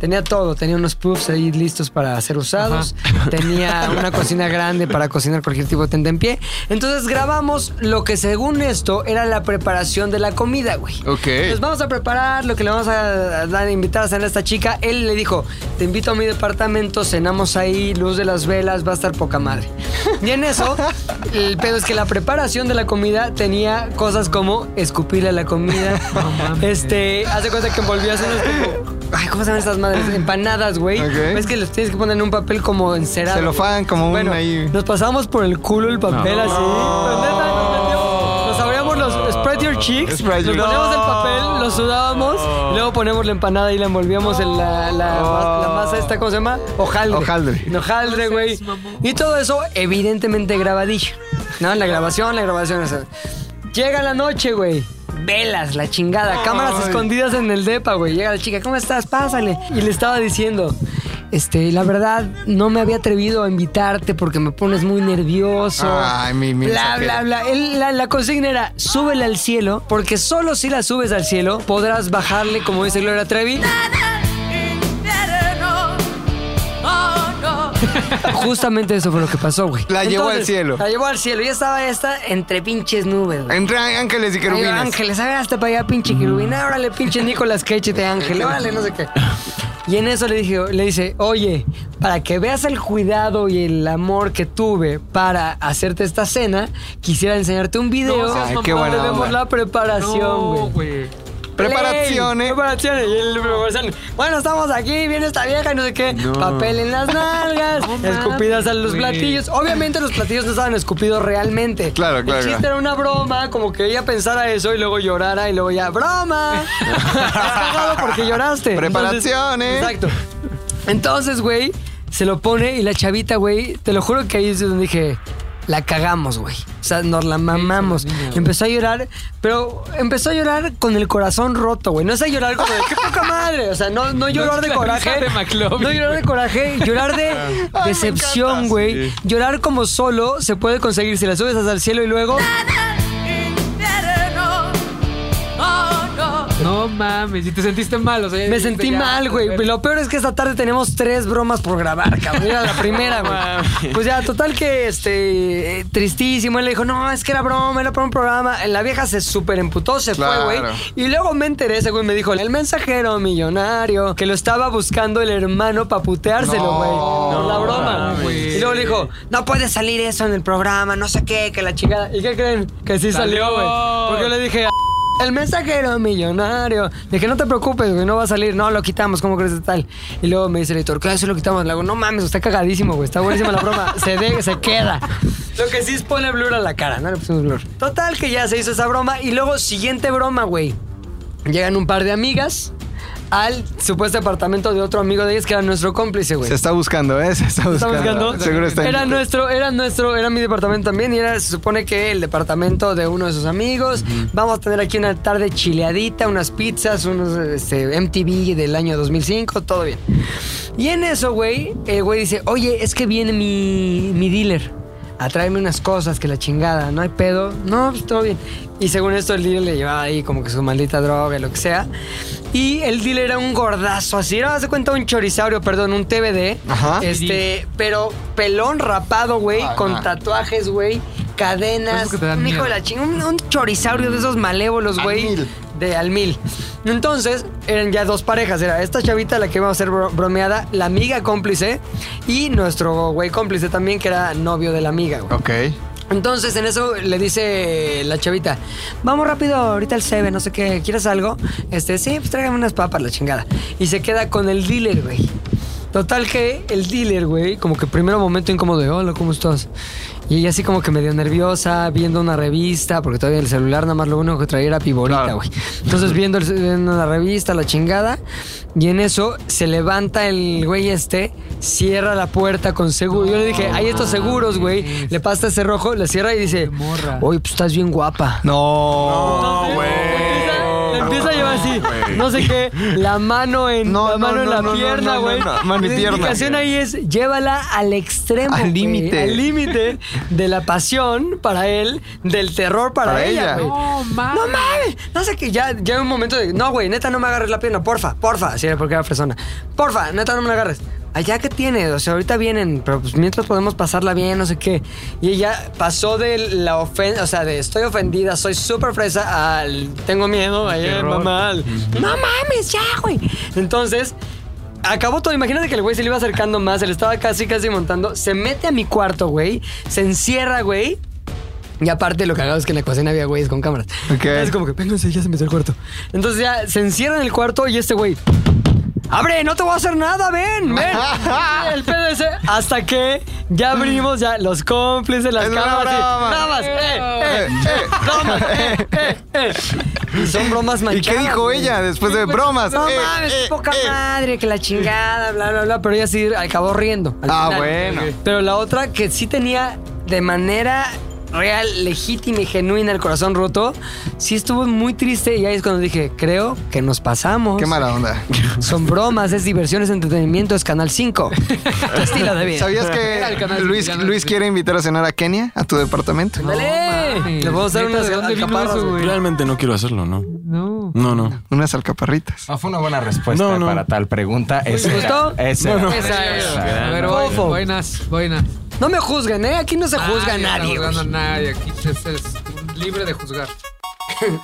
Speaker 2: Tenía todo, tenía unos puffs ahí listos para ser usados, tenía una cocina grande para cocinar cualquier tipo de tenda en pie. Entonces grabamos lo que según esto era la preparación de la comida, güey.
Speaker 3: Ok.
Speaker 2: Entonces vamos a preparar lo que le vamos a dar, invitar a cenar a esta chica. Él le dijo, te invito a mi departamento, cenamos ahí, luz de las velas, va a estar poca madre. Y en eso, el pedo es que la preparación de la comida tenía cosas como escupirle a la comida. este, hace cuenta que envolvías unos tipo Ay, ¿cómo se llaman estas madres? Empanadas, güey.
Speaker 3: Ok.
Speaker 2: Es que los tienes que poner en un papel como encerado.
Speaker 3: Se lo fan como
Speaker 2: bueno,
Speaker 3: un ahí.
Speaker 2: Nos pasamos por el culo el papel así. Pero neta, nos metió- Nos abríamos los spread your cheeks,
Speaker 3: Spread
Speaker 2: lo
Speaker 3: your-
Speaker 2: poníamos el papel, lo sudábamos, y luego ponemos la empanada y la envolvíamos en la, la, ma- la masa esta, ¿cómo se llama? Hojaldre.
Speaker 3: Hojaldre.
Speaker 2: En hojaldre, güey. Y todo eso, evidentemente, grabadillo. ¿No? La grabación, la grabación. o sea. Llega la noche, güey. Velas, la chingada. Cámaras
Speaker 6: Ay.
Speaker 2: escondidas en el depa, güey. Llega la chica, ¿cómo estás? Pásale. Y le estaba diciendo, este, la verdad, no me había atrevido a invitarte porque me pones muy nervioso.
Speaker 3: Ay, mi- mi
Speaker 2: Bla,
Speaker 3: mensajero.
Speaker 2: bla, bla. El- la, la consigna era, súbela al cielo, porque solo si la subes al cielo podrás bajarle, como dice Gloria Trevi. Justamente eso fue lo que pasó, güey.
Speaker 3: La llevó al cielo.
Speaker 2: La llevó al cielo. Ya estaba esta entre pinches nubes, güey.
Speaker 3: Entre ángeles y querubines.
Speaker 2: Ay, ángeles, a ver, hasta para allá, pinche querubín. Ah, Órale, pinche Nicolas Cage de ángel. Órale, no sé qué. Y en eso le dije, le dice, oye, para que veas el cuidado y el amor que tuve para hacerte esta cena, quisiera enseñarte un video.
Speaker 6: No seas Ay,
Speaker 3: qué mamón. buena
Speaker 2: Tenemos
Speaker 3: onda.
Speaker 2: la preparación, güey.
Speaker 3: Preparaciones.
Speaker 2: Play, Preparaciones. Y el preparación, Bueno, estamos aquí, viene esta vieja y no sé qué. Papel en las nalgas, escupidas a los
Speaker 6: güey.
Speaker 2: platillos. Obviamente los platillos no estaban escupidos realmente.
Speaker 3: Claro, claro,
Speaker 2: El chiste
Speaker 3: claro.
Speaker 2: era una broma, como que ella pensara eso y luego llorara y luego ya, ¡broma! Estás cagado porque lloraste.
Speaker 3: Preparaciones.
Speaker 2: Entonces, exacto. Entonces, güey, se lo pone y la chavita, güey, te lo juro que ahí es donde dije, la cagamos, güey. O sea, nos la mamamos. Empezó a llorar, pero empezó a llorar con el corazón roto, güey. No es a llorar como de, qué poca madre. O sea, no, no llorar
Speaker 6: es
Speaker 2: de
Speaker 6: la
Speaker 2: coraje.
Speaker 6: risa de McLovin,
Speaker 2: no llorar de
Speaker 6: güey. Ah.
Speaker 2: coraje, llorar de decepción, güey. Llorar como solo se puede conseguir si la subes hasta el cielo y luego...
Speaker 6: No mames, y te sentiste mal, o sea,
Speaker 2: Me sentí mal, güey.
Speaker 3: pues,
Speaker 6: pero
Speaker 2: Lo peor es que esta tarde tenemos tres bromas por grabar, cabrón. Era la primera, güey. Pues ya, total que, este, eh, tristísimo. Él le dijo, no, es que era broma, era para un programa. La vieja se súper emputó, se
Speaker 3: Claro.
Speaker 2: fue, güey. Y luego me enteré, ese güey me dijo, el mensajero millonario, que lo estaba buscando el hermano para puteárselo,
Speaker 3: No,
Speaker 2: güey. por la
Speaker 3: no
Speaker 2: broma.
Speaker 6: mames.
Speaker 2: Y luego le dijo, no puede salir eso en el programa, no sé qué, que la chingada. ¿Y qué creen? Que sí salió,
Speaker 6: Salió.
Speaker 2: güey. Porque yo le dije, el mensajero millonario. Dije, no te preocupes, güey, no va a salir. No, lo quitamos, ¿cómo crees que tal? Y luego me dice el editor, claro, sí lo quitamos. Le hago, no mames, está cagadísimo, güey. Está buenísima la broma. Se, de- se queda. Lo que sí es pone blur a la cara, ¿no? Le pusimos blur. Total, que ya se hizo esa broma. Y luego, siguiente broma, güey. Llegan un par de amigas al supuesto apartamento de otro amigo de ellas que era nuestro cómplice, güey.
Speaker 3: Se está buscando, ¿eh? Se está
Speaker 2: ¿Está
Speaker 3: buscando.
Speaker 2: buscando?
Speaker 3: Seguro está en
Speaker 2: era
Speaker 3: YouTube.
Speaker 2: nuestro, era nuestro, era mi departamento también y era, se supone que el departamento de uno de sus amigos. Vamos a tener aquí una tarde chileadita, unas pizzas, unos este, MTV del año 2005, todo bien. Y en eso, güey, el güey dice, oye, es que viene mi, mi dealer a traerme unas cosas que la chingada, no hay pedo. No, pues todo bien. Y según esto, el dealer le llevaba ahí como que su maldita droga, lo que sea. Y el dealer era un gordazo, así, no, se cuenta un chorizaurio, perdón, un TBD.
Speaker 3: Ajá.
Speaker 2: Este, pero pelón rapado, güey,
Speaker 3: Ajá.
Speaker 2: con tatuajes, güey, cadenas,
Speaker 6: Eso que te dan
Speaker 2: un hijo de
Speaker 6: miedo.
Speaker 2: la chingada, un, un chorizaurio de esos malévolos, güey.
Speaker 3: mil.
Speaker 2: De al mil. Entonces, eran ya dos parejas. Era esta chavita la que iba a ser bro- bromeada, la amiga cómplice y nuestro güey cómplice también, que era novio de la amiga, güey.
Speaker 3: Ok.
Speaker 2: Entonces en eso le dice la chavita, vamos rápido ahorita al Seven, no sé qué, ¿quieres algo? Este, sí, pues tráigame unas papas, la chingada. Y se queda con el dealer, güey. Total que el dealer, güey, como que primero momento incómodo de, hola, ¿cómo estás? Y ella así como que medio nerviosa, viendo una revista, porque todavía el celular nada más lo único que traía era piborita, güey. Entonces viendo, el- viendo la revista, la chingada, y en eso se levanta el güey este, cierra la puerta con seguro. Yo le dije, hay estos seguros, güey. Le pasa ese rojo, le cierra y dice, oye, pues estás bien guapa.
Speaker 3: No.
Speaker 2: Entonces, empieza- le empieza a llevar así, no sé qué, la mano en,
Speaker 3: No,
Speaker 2: la
Speaker 3: no,
Speaker 2: mano en
Speaker 3: no,
Speaker 2: la
Speaker 3: no, no,
Speaker 2: pierna,
Speaker 3: no,
Speaker 2: güey.
Speaker 3: no, no, mano y
Speaker 2: la
Speaker 3: pierna.
Speaker 2: indicación ahí es llévala al extremo,
Speaker 3: Al
Speaker 2: güey,
Speaker 3: límite.
Speaker 2: al límite de la pasión para él, del terror para,
Speaker 3: Para
Speaker 2: ella,
Speaker 3: ella.
Speaker 2: güey.
Speaker 6: No mames.
Speaker 2: No mames, no sé qué, ya ya un momento de, no, güey, neta no me agarres la pierna, porfa, porfa, así era porque era persona. Porfa, neta no me la agarres. Allá que tiene, o sea, ahorita vienen, pero pues mientras podemos pasarla bien, no sé qué. Y ella pasó de la ofensa, o sea, de estoy ofendida, soy súper fresa, al tengo miedo, ayer mamá. al, No mames, ya, güey. Entonces, Acabó todo, imagínate que el güey se le iba acercando más, se le estaba casi, casi montando. Se mete a mi cuarto, güey. Se encierra, güey. Y aparte lo cagado es que en la cocina había güeyes con cámaras.
Speaker 3: Ok.
Speaker 2: Es como que, vénganse, ya se metió el cuarto. Entonces ya se encierra en el cuarto y este güey ¡Abre! ¡No te voy a hacer nada! ¡Ven! ¡Ven! Y el pedo ese, Hasta que ya abrimos ya los cómplices, las
Speaker 6: Es una
Speaker 2: cámaras. y-
Speaker 6: broma.
Speaker 2: Nada más. ¡Eh! ¡Eh! ¡Eh! bromas, ¡Eh! ¡Eh! ¡Eh! Y son bromas
Speaker 3: ¿Y
Speaker 2: manchadas.
Speaker 3: qué dijo
Speaker 2: güey.
Speaker 3: ella después de
Speaker 2: Sí, pues,
Speaker 3: bromas?
Speaker 2: No
Speaker 3: Eh,
Speaker 2: mames,
Speaker 3: eh,
Speaker 2: poca madre, que la chingada, bla, bla, bla. Pero ella sí acabó riendo. al
Speaker 3: Ah,
Speaker 2: final.
Speaker 3: bueno.
Speaker 2: Pero la otra que sí tenía de manera real, legítima y genuina el corazón roto, sí estuvo muy triste y ahí es cuando dije, creo que nos pasamos.
Speaker 3: Qué mala onda.
Speaker 2: Son bromas, es diversión, es entretenimiento, es Canal 5. Tu estilo de vida.
Speaker 3: ¿Sabías
Speaker 2: Era el
Speaker 3: que
Speaker 2: canal
Speaker 3: Luis,
Speaker 2: cinco, ya no
Speaker 3: Luis quiere invitar a cenar a Kenia, a tu departamento?
Speaker 2: ¡Dale! Le puedo dar unas alcaparras, güey.
Speaker 9: Realmente no quiero hacerlo, ¿no?
Speaker 2: No.
Speaker 9: No, no.
Speaker 3: Unas alcaparritas.
Speaker 10: No Ah, fue una buena respuesta
Speaker 9: No, no.
Speaker 10: para tal pregunta. Ese
Speaker 2: ¿Les
Speaker 10: era-
Speaker 2: gustó?
Speaker 10: ese
Speaker 2: No, no.
Speaker 10: era.
Speaker 2: Esa
Speaker 6: es.
Speaker 10: Gran-
Speaker 6: Pero
Speaker 2: Fofo.
Speaker 6: bueno, buenas, buenas.
Speaker 2: No me juzguen, ¿eh? Aquí no
Speaker 6: Ah,
Speaker 2: se juzga a nadie.
Speaker 6: No
Speaker 2: güey.
Speaker 6: a nadie. Aquí es, es libre de juzgar.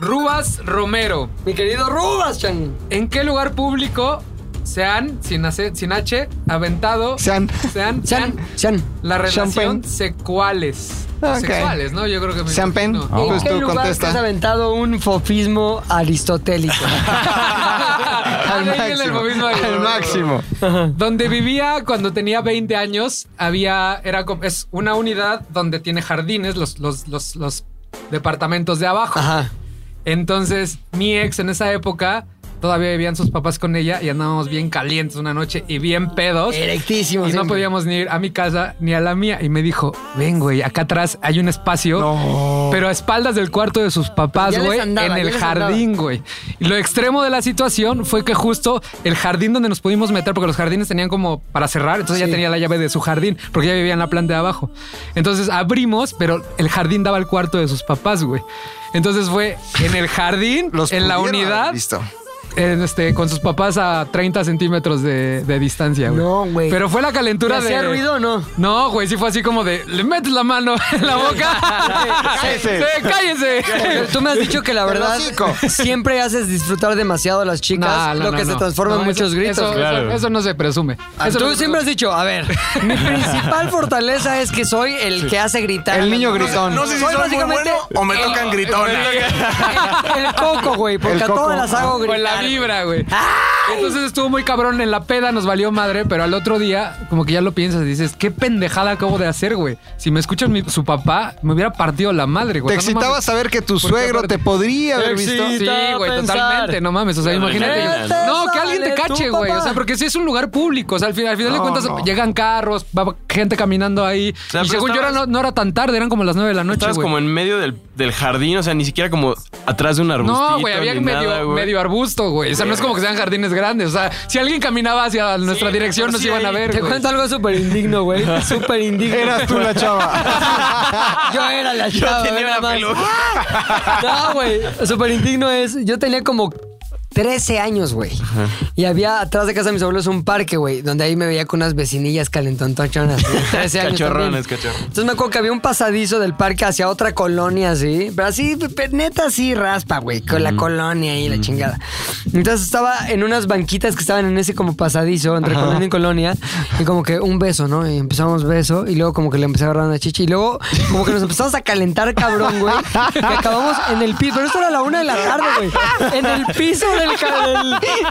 Speaker 6: Rubas Romero.
Speaker 2: Mi querido Rubas, Chan.
Speaker 6: ¿En qué lugar público se han, sin, hace- sin H, aventado?
Speaker 3: Se han-
Speaker 6: Se han.
Speaker 2: se han- se han-
Speaker 6: La relación
Speaker 3: Champagne. Ah,
Speaker 6: secuales.
Speaker 3: Ok.
Speaker 6: Sexuales, ¿no? Yo creo que. me
Speaker 3: Champagne.
Speaker 6: imagino.
Speaker 3: Oh. Pues
Speaker 2: ¿En qué
Speaker 3: tú
Speaker 2: lugar te
Speaker 3: contesta.
Speaker 2: has aventado un fofismo aristotélico?
Speaker 6: Ah, de ahí viene el fofismo ahí.
Speaker 3: al máximo.
Speaker 6: Donde vivía cuando tenía 20 años, había, era como- es una unidad donde tiene jardines, los, los, los, los departamentos de abajo.
Speaker 2: Ajá.
Speaker 6: Entonces, mi ex en esa época, todavía vivían sus papás con ella y andábamos bien calientes una noche y bien pedos.
Speaker 2: Erectísimo.
Speaker 6: Y no
Speaker 2: siempre.
Speaker 6: podíamos ni ir a mi casa ni a la mía. Y me dijo, ven, güey, acá atrás hay un espacio, pero a espaldas del cuarto de sus
Speaker 2: Pero
Speaker 6: papás,
Speaker 2: ya les
Speaker 6: güey, en
Speaker 2: andaba, ya
Speaker 6: el
Speaker 2: les andaba.
Speaker 6: jardín, güey. Y lo extremo de la situación fue que justo el jardín donde nos pudimos meter, porque los jardines tenían como para cerrar, entonces
Speaker 2: Sí.
Speaker 6: ya tenía la llave de su jardín, porque ya vivía en la planta de abajo. Entonces abrimos, pero el jardín daba al cuarto de sus papás, güey. Entonces fue en el jardín,
Speaker 3: Los
Speaker 6: en la
Speaker 3: pudieron haber
Speaker 6: unidad,
Speaker 3: visto.
Speaker 6: en este, con sus papás a 30 centímetros de, de distancia, güey.
Speaker 2: No, güey.
Speaker 6: Pero fue la calentura
Speaker 2: ¿Hacía
Speaker 6: de.
Speaker 2: ruido o no?
Speaker 6: No, güey, sí fue así como de. Le metes la mano en la boca.
Speaker 3: Cállese.
Speaker 6: Sí, cállese.
Speaker 2: Tú me has dicho que la
Speaker 3: El
Speaker 2: verdad
Speaker 3: hocico.
Speaker 2: siempre haces disfrutar demasiado a las chicas,
Speaker 6: No, no,
Speaker 2: lo
Speaker 6: no,
Speaker 2: que se
Speaker 6: no.
Speaker 2: transforma
Speaker 6: No,
Speaker 2: en muchos
Speaker 6: eso-
Speaker 2: gritos.
Speaker 6: Eso,
Speaker 2: güey.
Speaker 6: eso- eso no se presume.
Speaker 2: Ah,
Speaker 6: Eso
Speaker 2: Tú
Speaker 6: no se
Speaker 2: siempre has
Speaker 6: presume.
Speaker 2: dicho, a ver, mi principal fortaleza es que soy el que hace gritar.
Speaker 3: El
Speaker 2: a
Speaker 3: niño
Speaker 2: los demás.
Speaker 3: gritón.
Speaker 9: No sé si
Speaker 2: Soy
Speaker 9: soy muy
Speaker 2: básicamente
Speaker 9: bueno o Eh, me tocan gritones.
Speaker 2: el coco, güey, porque
Speaker 3: El
Speaker 2: a
Speaker 3: coco.
Speaker 2: todas las hago gritar.
Speaker 6: Con la vibra, güey. Entonces estuvo muy cabrón en la peda, nos valió madre, pero al otro día, como que ya lo piensas y dices, qué pendejada acabo de hacer, güey. Si me escuchan mi- su papá, me hubiera partido la madre,
Speaker 3: ¿Te
Speaker 6: güey. O sea, Pues no
Speaker 3: excitaba
Speaker 6: mames.
Speaker 3: saber que tu
Speaker 6: Porque
Speaker 3: suegro
Speaker 6: aparte-
Speaker 3: te podría haber visto?
Speaker 6: Sí, güey,
Speaker 2: pensar.
Speaker 6: totalmente, no mames. O sea, imagínate.
Speaker 2: Imagínate.
Speaker 6: No, que alguien te
Speaker 2: Sale tu
Speaker 6: cache, güey.
Speaker 2: papá.
Speaker 6: O sea, porque si es un lugar público. O sea, al final, al final de cuentas llegan carros, va gente caminando ahí.
Speaker 4: sea,
Speaker 6: y
Speaker 4: pero
Speaker 6: según yo era,
Speaker 4: estabas-
Speaker 6: no, no era tan tarde, eran como las nueve de la noche,
Speaker 4: Estabas
Speaker 6: güey.
Speaker 4: como en medio del, del jardín, o sea, ni siquiera como atrás de un arbustito.
Speaker 6: No, güey, había
Speaker 4: ni
Speaker 6: medio,
Speaker 4: nada, güey.
Speaker 6: medio arbusto, güey. O sea, no es como que sean jardines grandes. O sea, si alguien caminaba hacia nuestra dirección, nos iban a ver.
Speaker 2: Te
Speaker 6: güey.
Speaker 2: cuento algo súper indigno, güey. Súper indigno.
Speaker 3: Eras tú la chava.
Speaker 2: Yo era la chava.
Speaker 4: tenía
Speaker 2: nada
Speaker 4: una
Speaker 2: más.
Speaker 4: peluca.
Speaker 2: No, güey. Súper indigno es. Yo tenía como 13 años, güey. Y había atrás de casa de mis abuelos un parque, güey, donde ahí me veía con unas vecinillas calentontochonas. güey, 13 años.
Speaker 4: Cachorrones,
Speaker 2: también.
Speaker 4: cachorrones.
Speaker 2: Entonces me acuerdo que había un pasadizo del parque hacia otra colonia, así. Pero así, pe- neta, así raspa, güey, con la colonia y la chingada. Entonces estaba en unas banquitas que estaban en ese como pasadizo entre colonia y colonia. Y como que un beso, ¿no? Y empezamos beso. Y luego como que le empecé a agarrar una chichi. Y luego como que nos empezamos a calentar, cabrón, güey. Y acabamos en el piso. Pero esto era a la una de la tarde, güey. En el piso del... ca- del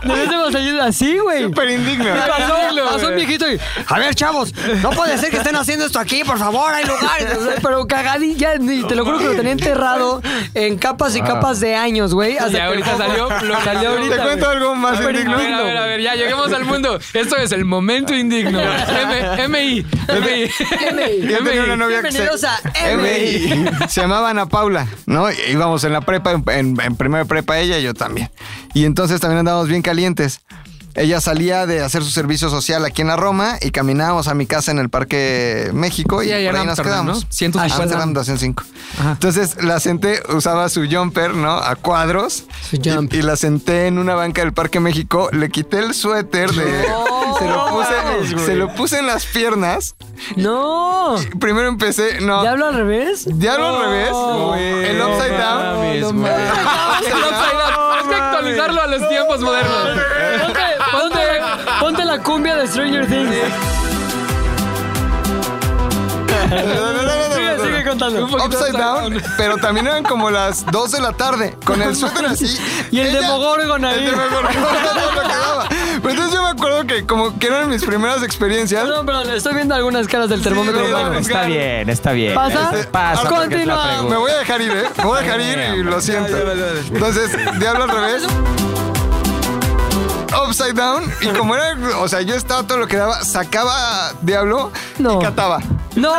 Speaker 2: nos hubiésemos ayudado así, güey.
Speaker 3: Súper indigno.
Speaker 2: Y pasó,
Speaker 6: Tranquilo,
Speaker 2: pasó un
Speaker 6: güey.
Speaker 2: viejito y, a ver, chavos, no puede ser que estén haciendo esto aquí, por favor, hay lugares. O sea, Pero cagadilla, ni- te lo juro que lo tenía enterrado en capas y capas de años, güey.
Speaker 6: Y
Speaker 2: hasta que-
Speaker 6: ahorita salió, lo salió ahorita.
Speaker 3: Te
Speaker 6: güey.
Speaker 3: cuento algo más
Speaker 6: A ver,
Speaker 3: indigno.
Speaker 6: a ver, a ver, a ver, ya lleguemos al mundo. Esto es el momento indigno. M, MI. MI.
Speaker 3: Yo tenía una novia que se-
Speaker 2: Bienvenidos a MI.
Speaker 3: MI. Se llamaba Ana Paula, ¿no? Y Íbamos en la prepa, en, en, en primera prepa ella y yo también. Y entonces también andábamos bien calientes. Ella salía de hacer su servicio social aquí en la Roma y caminábamos a mi casa en el Parque México
Speaker 6: Sí,
Speaker 3: y
Speaker 6: ahí
Speaker 3: por ahí
Speaker 6: en
Speaker 3: nos Ah,
Speaker 6: Amsterdam,
Speaker 3: quedamos.
Speaker 6: ¿no? 150.
Speaker 3: Amsterdam 205. Entonces la senté, usaba su jumper, ¿no? A cuadros.
Speaker 2: Su
Speaker 3: Y-
Speaker 2: jumper.
Speaker 3: Y, la senté en una banca del Parque México, le quité el suéter de... se, lo puse, se lo puse en las piernas.
Speaker 2: No.
Speaker 3: Primero empecé, no.
Speaker 2: ¿Ya hablo al revés?
Speaker 3: Ya lo al revés. el upside down.
Speaker 6: Es el upside down. Hay que actualizarlo a los tiempos modernos.
Speaker 2: Ponte, ponte, ponte la cumbia de Stranger Things. Sigue, sigue
Speaker 5: contando.
Speaker 3: Upside down, pero también eran como las 2 de la tarde, con el suéter así.
Speaker 5: Y el
Speaker 3: Ella-
Speaker 5: Demogorgon ahí.
Speaker 3: El Demogorgon no lo quedaba. Pero entonces yo me acuerdo que como que eran mis primeras experiencias.
Speaker 5: No, pero estoy viendo algunas caras del termómetro.
Speaker 3: humano.
Speaker 10: Está bien, está bien.
Speaker 5: ¿Pasa?
Speaker 10: Este, Pasa.
Speaker 5: Continúa.
Speaker 10: porque es la pregunta.
Speaker 3: Me voy a dejar ir, ¿eh? Me voy a dejar ir y lo siento. Entonces, diablo al revés. Upside down. Y como era, o sea, yo estaba todo lo que daba, sacaba diablo y cataba.
Speaker 5: ¡No!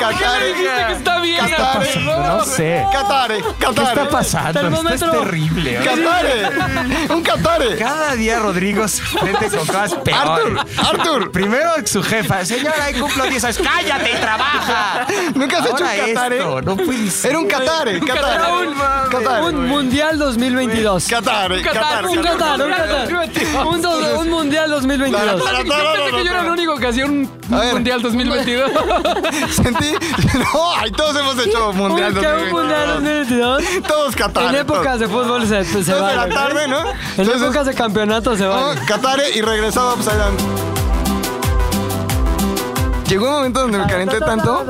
Speaker 3: Catare.
Speaker 6: dijiste que está bien?
Speaker 3: Catare.
Speaker 10: No sé.
Speaker 3: Catare.
Speaker 10: ¿Qué está
Speaker 3: Catare.
Speaker 10: pasando? Esto es
Speaker 5: Termómetro.
Speaker 10: terrible. oye.
Speaker 3: Catare. Un catare.
Speaker 10: Cada día Rodrigo se mete con cosas peores.
Speaker 3: Arthur, Arthur.
Speaker 10: Primero su jefa, señora, ahí cumplo 10 años. ¡Cállate y trabaja!
Speaker 3: Nunca has hecho
Speaker 10: Ahora
Speaker 3: un catare.
Speaker 10: esto, no puede ser.
Speaker 3: Era un catare. Catare. Catare.
Speaker 5: Un mundial 2022.
Speaker 3: Catare. Catare.
Speaker 5: Un Qatar, un Qatar. Un, do- un mundial 2022.
Speaker 3: Claro, claro,
Speaker 6: Yo pensé
Speaker 3: no, no,
Speaker 6: que yo era
Speaker 3: no.
Speaker 6: el único que hacía un
Speaker 3: A ver.
Speaker 6: Mundial 2022.
Speaker 3: Sentí. No, ay, todos hemos hecho mundial
Speaker 5: Un ca- un mundial
Speaker 3: 2022.
Speaker 5: 2022.
Speaker 3: Todos Qatar.
Speaker 5: En
Speaker 3: pues.
Speaker 5: épocas de fútbol
Speaker 6: pues,
Speaker 5: se, se
Speaker 3: Dos
Speaker 5: va.
Speaker 3: de la
Speaker 5: güey.
Speaker 3: tarde, ¿no?
Speaker 5: En
Speaker 3: Entonces,
Speaker 5: épocas de campeonato se va.
Speaker 3: vamos, Catare y pues, regresado Upside Down. Llegó un momento donde me calenté tanto,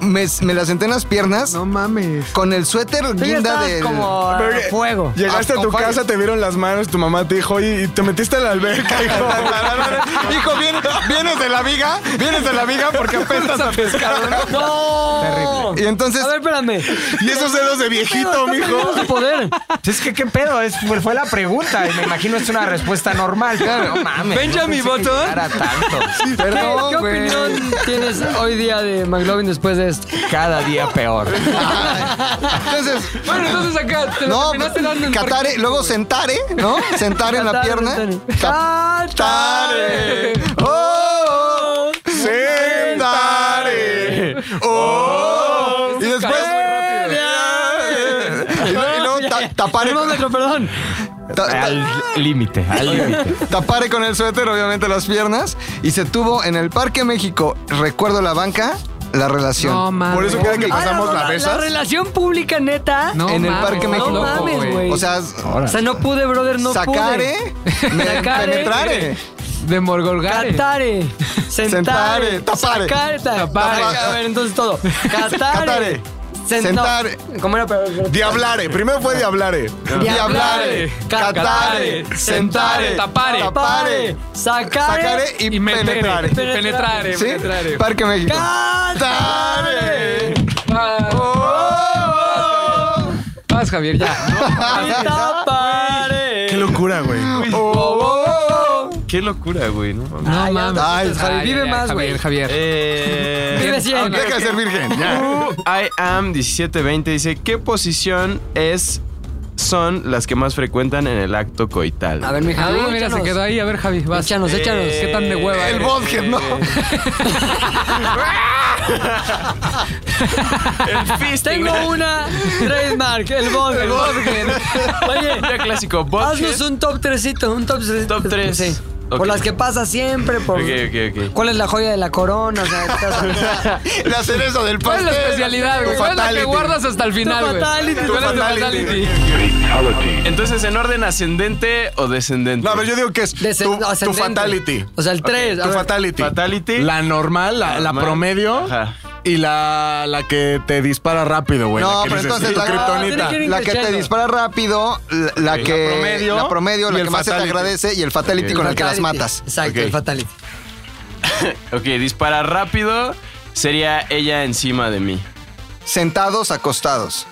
Speaker 3: me, me la senté en las piernas
Speaker 5: No mames.
Speaker 3: con el suéter guinda de.
Speaker 5: como a
Speaker 9: Pero que-
Speaker 5: fuego.
Speaker 9: Llegaste a tu casa, te vieron las manos, tu mamá te dijo, oye, y te metiste a la alberca, hijo.
Speaker 3: Hijo, ¿vien- vienes de la viga, vienes de la viga porque apestas a
Speaker 2: pues,
Speaker 3: pescado.
Speaker 5: ¡No!
Speaker 3: Y entonces,
Speaker 5: A ver, espérame.
Speaker 9: y esos dedos de viejito, mijo.
Speaker 5: Tenemos de poder.
Speaker 10: Es que qué pedo, es, fue, fue la pregunta. y Me imagino es una respuesta normal. Claro. No mames.
Speaker 5: Benjamin
Speaker 10: no pensé que
Speaker 5: Button.
Speaker 10: llegara tanto.
Speaker 5: ¿Qué,
Speaker 3: perdón,
Speaker 5: qué
Speaker 3: güey.
Speaker 5: opinión tienes hoy día de McLovin después de esto?
Speaker 10: Cada día peor.
Speaker 3: Entonces,
Speaker 6: bueno, entonces acá te lo
Speaker 3: no, pues,
Speaker 6: terminaste dando en
Speaker 3: catare,
Speaker 6: parque.
Speaker 3: luego sentare, ¿no? Sentar en la
Speaker 5: Qatar,
Speaker 3: pierna.
Speaker 5: Qatar.
Speaker 3: Tare. Oh, sentare. Oh. Y después. Y luego- y luego ta- tapare,
Speaker 5: Termómetro, perdón.
Speaker 3: ta-
Speaker 10: Al límite, al límite.
Speaker 3: ta- tapare con el suéter, obviamente, las piernas. Y se tuvo en el Parque México, recuerdo la banca, la relación.
Speaker 6: No mames.
Speaker 9: Por eso que era que pasamos la
Speaker 5: Ah, La
Speaker 9: besas.
Speaker 5: relación pública, neta.
Speaker 6: No
Speaker 3: en el
Speaker 6: mames,
Speaker 3: Parque México.
Speaker 5: No
Speaker 6: loco,
Speaker 5: mames, güey.
Speaker 3: o sea,
Speaker 5: O sea, no pude, brother, no
Speaker 3: sacare, me-
Speaker 5: Sacare.
Speaker 3: penetrare.
Speaker 6: De
Speaker 5: pude.
Speaker 6: Morgolgare.
Speaker 5: Catare.
Speaker 3: Sentare,
Speaker 5: Sentare.
Speaker 3: tapare.
Speaker 5: Sacare. ta-
Speaker 6: Tapare.
Speaker 5: A ver, entonces todo. Catare.
Speaker 3: Catare.
Speaker 5: sen- no.
Speaker 3: Sentare.
Speaker 5: ¿Cómo era? Pero-
Speaker 9: Diablare, primero fue diablare.
Speaker 3: Diablare, catare, sentare,
Speaker 6: Tapare.
Speaker 3: tapare, sacare
Speaker 5: Sacare.
Speaker 3: y,
Speaker 6: Y metere.
Speaker 3: penetrare.
Speaker 6: Penetrare.
Speaker 3: ¿Sí?
Speaker 6: Penetrare.
Speaker 3: Parque México.
Speaker 5: Catare.
Speaker 3: Catare.
Speaker 6: Ah,
Speaker 3: Oh,
Speaker 6: Vas, Javier, ya.
Speaker 5: Tapare.
Speaker 9: Qué locura, güey.
Speaker 3: oh, oh, oh.
Speaker 4: Qué locura, güey, ¿no?
Speaker 6: No mames.
Speaker 3: Ay, Javi,
Speaker 5: vive más, güey.
Speaker 6: Javier, Javier.
Speaker 5: Vive
Speaker 4: Eh,
Speaker 5: cien.
Speaker 3: Deja de ser virgen. Ya.
Speaker 4: I am 1720 dice, ¿qué posición es son las que más frecuentan en el acto coital?
Speaker 2: A ver, mi
Speaker 6: Ah,
Speaker 2: Javi,
Speaker 6: mira, se
Speaker 2: échanos.
Speaker 6: quedó ahí. A ver, Javi, vas.
Speaker 2: Échanos, échanos.
Speaker 4: Eh,
Speaker 6: ¿Qué tan de hueva
Speaker 3: El
Speaker 6: eres?
Speaker 3: bosque, ¿no?
Speaker 4: El fisting.
Speaker 5: Tengo una trademark, el Bodger. Oye,
Speaker 4: Ya clásico,
Speaker 2: Haznos un top 3, un top 3.
Speaker 4: Top tres.
Speaker 2: Sí.
Speaker 4: Ok.
Speaker 2: Por las que pasa siempre, por...
Speaker 4: Ok, ok, ok.
Speaker 2: ¿Cuál es la joya de la corona? O sea, estás-
Speaker 3: La cereza del
Speaker 6: ¿Cuál
Speaker 3: pastel.
Speaker 6: es la especialidad, güey?
Speaker 3: Tu
Speaker 6: ¿Cuál es la que
Speaker 3: fatality.
Speaker 6: guardas hasta el final, güey?
Speaker 5: fatality,
Speaker 6: ¿Cuál es tu
Speaker 3: fatality.
Speaker 6: fatality?
Speaker 4: Entonces, ¿en orden ascendente o descendente?
Speaker 9: No, a ver, yo digo que es
Speaker 2: Descend-
Speaker 9: tu, tu
Speaker 2: ascendente.
Speaker 9: fatality.
Speaker 2: O sea, el 3.
Speaker 9: Tu fatality.
Speaker 4: Fatality.
Speaker 9: La normal, la, la
Speaker 4: Normal.
Speaker 9: promedio
Speaker 4: Ajá.
Speaker 9: y la, la que te dispara rápido, güey.
Speaker 3: No,
Speaker 9: la que
Speaker 3: pero
Speaker 9: dices,
Speaker 3: entonces
Speaker 9: "Tu
Speaker 3: la-
Speaker 9: kriptonita".
Speaker 5: tiene
Speaker 3: La que te
Speaker 5: Crescendo.
Speaker 3: dispara rápido, la, la
Speaker 4: Ok.
Speaker 3: que
Speaker 4: La promedio
Speaker 3: la, promedio, la
Speaker 9: y
Speaker 3: que
Speaker 9: el
Speaker 3: más se te
Speaker 9: fatality.
Speaker 3: agradece y el fatality
Speaker 4: Ok.
Speaker 3: con el que las matas.
Speaker 2: Exacto,
Speaker 4: Ok.
Speaker 2: el fatality.
Speaker 4: Ok, dispara rápido. Sería ella encima de mí.
Speaker 3: Sentados, acostados.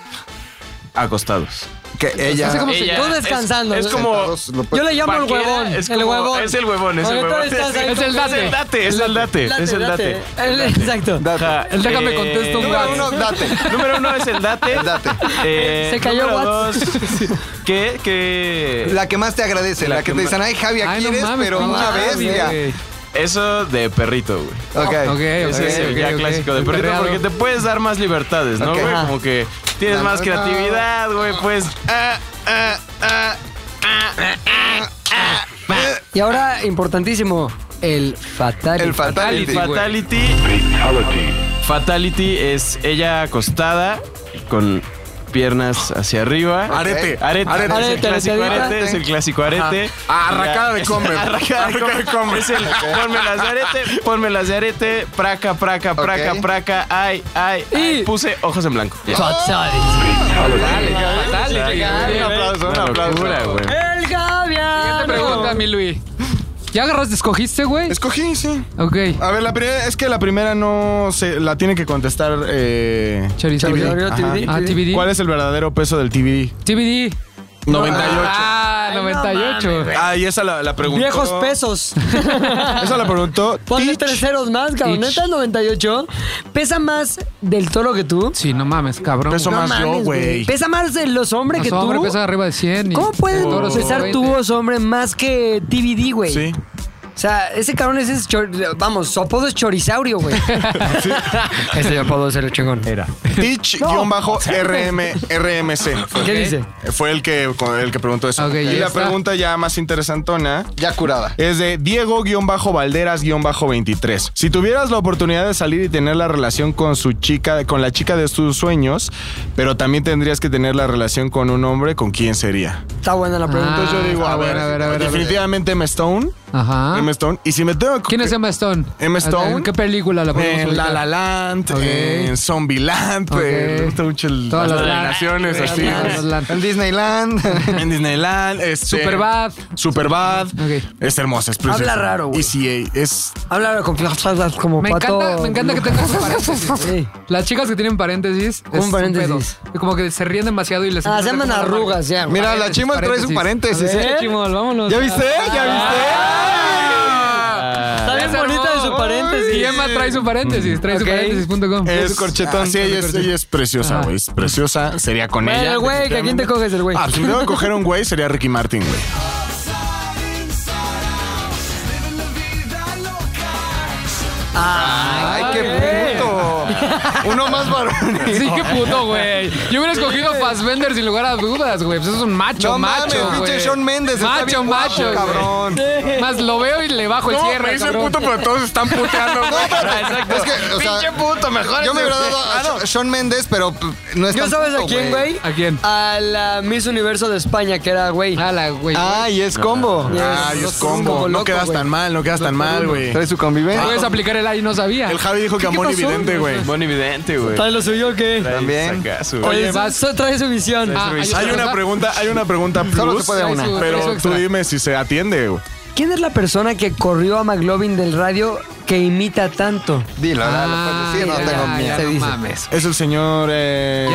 Speaker 4: Acostados.
Speaker 3: Que ella.
Speaker 2: Así como si-
Speaker 4: Ella-
Speaker 2: tú descansando.
Speaker 4: Es, es como.
Speaker 3: Sentados, lo puedes-
Speaker 5: yo le llamo el
Speaker 4: Cualquiera
Speaker 5: huevón.
Speaker 4: es
Speaker 5: el
Speaker 4: como-
Speaker 5: huevón.
Speaker 4: es el huevón, es el
Speaker 5: Porque tú
Speaker 4: huevón.
Speaker 5: estás ahí
Speaker 6: Es el
Speaker 5: como
Speaker 6: date.
Speaker 5: que-
Speaker 4: Date, es el date, es el date.
Speaker 5: El- exacto.
Speaker 4: Ajá,
Speaker 6: El déjame contesto un
Speaker 4: eh,
Speaker 6: WhatsApp.
Speaker 3: Número uno, date.
Speaker 4: Número uno es el date.
Speaker 3: El date.
Speaker 4: Eh,
Speaker 5: Se cayó
Speaker 4: número
Speaker 5: Watts.
Speaker 4: dos, ¿Qué? ¿Qué?
Speaker 3: La que más te agradece, la,
Speaker 4: La
Speaker 3: que,
Speaker 4: que
Speaker 3: te
Speaker 4: ma-
Speaker 3: dicen, ay Javi, aquí
Speaker 6: Ay, no
Speaker 3: eres,
Speaker 6: mames,
Speaker 3: pero
Speaker 6: no
Speaker 3: una
Speaker 6: mames,
Speaker 3: bestia.
Speaker 6: güey.
Speaker 4: Eso de perrito, güey.
Speaker 3: Ok.
Speaker 6: Ok, ok,
Speaker 4: Ese es el
Speaker 6: ok,
Speaker 4: ya
Speaker 6: ok.
Speaker 4: clásico de
Speaker 6: Un
Speaker 4: perrito
Speaker 6: perreado.
Speaker 4: porque te puedes dar más libertades, ¿no,
Speaker 3: Ok.
Speaker 4: güey?
Speaker 3: Ajá.
Speaker 4: Como que tienes
Speaker 3: La
Speaker 4: más
Speaker 3: verdad.
Speaker 4: creatividad, güey, pues... ah, ah, ah.
Speaker 2: Y ahora, importantísimo, el fatality.
Speaker 3: El fatality.
Speaker 6: Fatality. güey.
Speaker 4: Fatality. Fatality es ella acostada con piernas hacia arriba.
Speaker 3: Ah,
Speaker 9: Arete.
Speaker 4: Arete.
Speaker 9: Arete.
Speaker 4: Es
Speaker 9: Arete,
Speaker 4: el clásico
Speaker 9: aretadita.
Speaker 4: arete. Es el clásico arete.
Speaker 9: Ajá. Arracada de comer.
Speaker 4: Arracada de
Speaker 9: Arracada de comer.
Speaker 4: comer. Es el ponme las de arete, ponme las de arete, praca, praca, praca,
Speaker 9: Ok.
Speaker 4: praca, ay, ay, ay. Puse ojos en blanco. Ya.
Speaker 9: Un aplauso, un
Speaker 4: Una
Speaker 9: aplauso.
Speaker 4: locura, güey.
Speaker 6: ¡El Gaviano! Siguiente pregunta, mi Luis. ¿Ya agarraste, escogiste, güey?
Speaker 9: Escogí, sí.
Speaker 6: Ok.
Speaker 9: A ver, la primera es que la primera no se la tiene que contestar. Eh,
Speaker 6: Chorizo.
Speaker 9: TBD.
Speaker 6: Chorizo,
Speaker 9: Ajá.
Speaker 6: TBD. Ah, TBD.
Speaker 9: ¿Cuál es el verdadero peso del TBD?
Speaker 6: TBD.
Speaker 9: 98.
Speaker 6: Ah, 98.
Speaker 9: Ah, y esa la, la preguntó.
Speaker 5: Viejos pesos.
Speaker 9: Esa la preguntó.
Speaker 2: Ponle tres ceros más, cabrón. ¿No
Speaker 6: Teach.
Speaker 2: está el 98? ¿Pesa más del toro que tú?
Speaker 6: Sí, no mames, cabrón.
Speaker 9: Peso
Speaker 2: No
Speaker 9: más yo,
Speaker 2: mames,
Speaker 9: güey.
Speaker 2: ¿Pesa más de los hombres que
Speaker 6: Los hombres
Speaker 2: tú?
Speaker 6: pesan arriba de 100. y
Speaker 2: ¿Cómo puedes
Speaker 6: el toro
Speaker 2: pesar
Speaker 6: 120.
Speaker 2: tu voz, hombre, más que TBD, güey?
Speaker 9: Sí.
Speaker 2: O sea, ese cabrón ese es, chor- vamos, su apodo es chorisaurio, güey. Ese apodo es el chingón.
Speaker 5: Era.
Speaker 9: Teach-RM-RMC.
Speaker 2: ¿Qué dice?
Speaker 9: Fue el que, con- el que preguntó eso.
Speaker 6: Ok, ya
Speaker 9: y la
Speaker 6: está.
Speaker 9: pregunta ya más interesantona
Speaker 3: Ya curada.
Speaker 9: es de Diego-Valderas-23. Si tuvieras la oportunidad de salir y tener la relación con su chica, con la chica de tus sueños, pero también tendrías que tener la relación con un hombre, ¿con quién sería?
Speaker 2: Está buena la pregunta.
Speaker 9: Entonces yo
Speaker 6: Ah,
Speaker 9: digo, a,
Speaker 6: a
Speaker 9: ver,
Speaker 6: ver, a ver, a ver, Ah. a ver.
Speaker 9: definitivamente M. Stone.
Speaker 6: Ajá.
Speaker 9: M. Stone. Y si me tengo que-
Speaker 6: ¿Quién es Emma Stone?
Speaker 9: Emma Stone.
Speaker 6: ¿En qué película la podemos
Speaker 9: En La
Speaker 6: ubicar?
Speaker 9: La Land,
Speaker 6: Ok.
Speaker 9: en Zombieland,
Speaker 6: Ok.
Speaker 9: eh, me gusta mucho el-
Speaker 6: Todas
Speaker 9: las
Speaker 6: las
Speaker 9: relaciones
Speaker 6: Land.
Speaker 9: así.
Speaker 6: Todas las
Speaker 9: güey.
Speaker 6: Land.
Speaker 3: En Disneyland.
Speaker 9: En Disneyland, este,
Speaker 6: Superbad.
Speaker 9: Superbad.
Speaker 6: Ok.
Speaker 9: Es hermosa, es preciosa.
Speaker 2: Habla raro, güey.
Speaker 9: ECA, es
Speaker 2: Habla con flashes como
Speaker 6: Me
Speaker 2: pato.
Speaker 6: encanta, me encanta que tengas paréntesis.
Speaker 2: Sí.
Speaker 6: Las chicas que tienen paréntesis.
Speaker 2: Un
Speaker 6: es un
Speaker 2: paréntesis.
Speaker 6: pedo. Como que se ríen demasiado y les.
Speaker 2: Ah, se llaman arrugas, ya. güey.
Speaker 3: Mira, la Chimal trae su paréntesis,
Speaker 6: A ver,
Speaker 3: ¿eh?
Speaker 6: Chimol, vámonos.
Speaker 3: ¿Ya viste? ¿Ya viste?
Speaker 9: Ah.
Speaker 2: Está bien
Speaker 6: Es
Speaker 2: bonita de
Speaker 6: hermoso.
Speaker 2: su paréntesis. Eh.
Speaker 6: Y Emma trae su paréntesis. Trae su paréntesis.com.
Speaker 9: es corchetón. sí, ella es, ella es preciosa,
Speaker 6: Ah.
Speaker 9: güey. Es preciosa. Sería con
Speaker 2: Bueno,
Speaker 9: ella.
Speaker 2: el güey, ¿que ¿a quién te coges el güey?
Speaker 9: Ah, si me tengo que coger un güey, sería Ricky Martin, güey.
Speaker 3: Ay, qué puto. Uno más varón.
Speaker 6: Sí, qué puto, güey. Yo hubiera escogido Fassbender sin lugar a dudas, güey. Pues eso es un macho,
Speaker 3: No mames,
Speaker 6: macho.
Speaker 3: pinche
Speaker 6: güey.
Speaker 3: Shawn Mendes, está
Speaker 6: Macho,
Speaker 3: bien guapo,
Speaker 6: macho.
Speaker 3: cabrón.
Speaker 6: güey. Más lo veo y le bajo el cierre. cabrón.
Speaker 9: pero todos están puteando,
Speaker 3: Es que, o sea, Yo me hubiera dado a Sha- Shawn Mendes, pero p- no es
Speaker 2: Ah, ¿Yo
Speaker 3: tan
Speaker 2: sabes a
Speaker 3: puto,
Speaker 2: quién, güey?
Speaker 6: ¿A quién?
Speaker 2: A la Miss Universo de España, que era, güey.
Speaker 6: A la, güey.
Speaker 3: Ah, y es combo.
Speaker 9: Ah,
Speaker 2: Yes,
Speaker 9: Dios,
Speaker 2: estás un
Speaker 9: combo.
Speaker 2: poco
Speaker 9: No
Speaker 2: loco,
Speaker 9: quedas
Speaker 2: güey.
Speaker 9: tan mal, no quedas tan mal, güey. Ah,
Speaker 3: Trae su convivencia.
Speaker 6: Puedes aplicar el A y no sabía.
Speaker 9: El Javi dijo que amor evidente, Pues, güey.
Speaker 4: Bonividente, güey.
Speaker 2: ¿Trae lo suyo o qué?
Speaker 3: También.
Speaker 4: Sacazo, güey.
Speaker 2: Oye,
Speaker 6: vas-
Speaker 2: trae su visión.
Speaker 6: Ah, hay otra
Speaker 9: Hay una
Speaker 6: cosa.
Speaker 9: pregunta, hay una pregunta plus.
Speaker 3: Solo se puede
Speaker 6: Trae
Speaker 3: una.
Speaker 6: su- trae su
Speaker 9: Pero tú
Speaker 6: extra.
Speaker 9: dime si se atiende, güey.
Speaker 2: ¿Quién es la persona que corrió a McLovin del radio que imita tanto?
Speaker 3: Dilo, dale,
Speaker 6: Ah,
Speaker 3: lo puedes decir, no
Speaker 6: ya,
Speaker 3: tengo
Speaker 6: ya,
Speaker 3: miedo.
Speaker 2: Se
Speaker 6: no
Speaker 2: dice.
Speaker 6: mames.
Speaker 9: Es el señor. eh,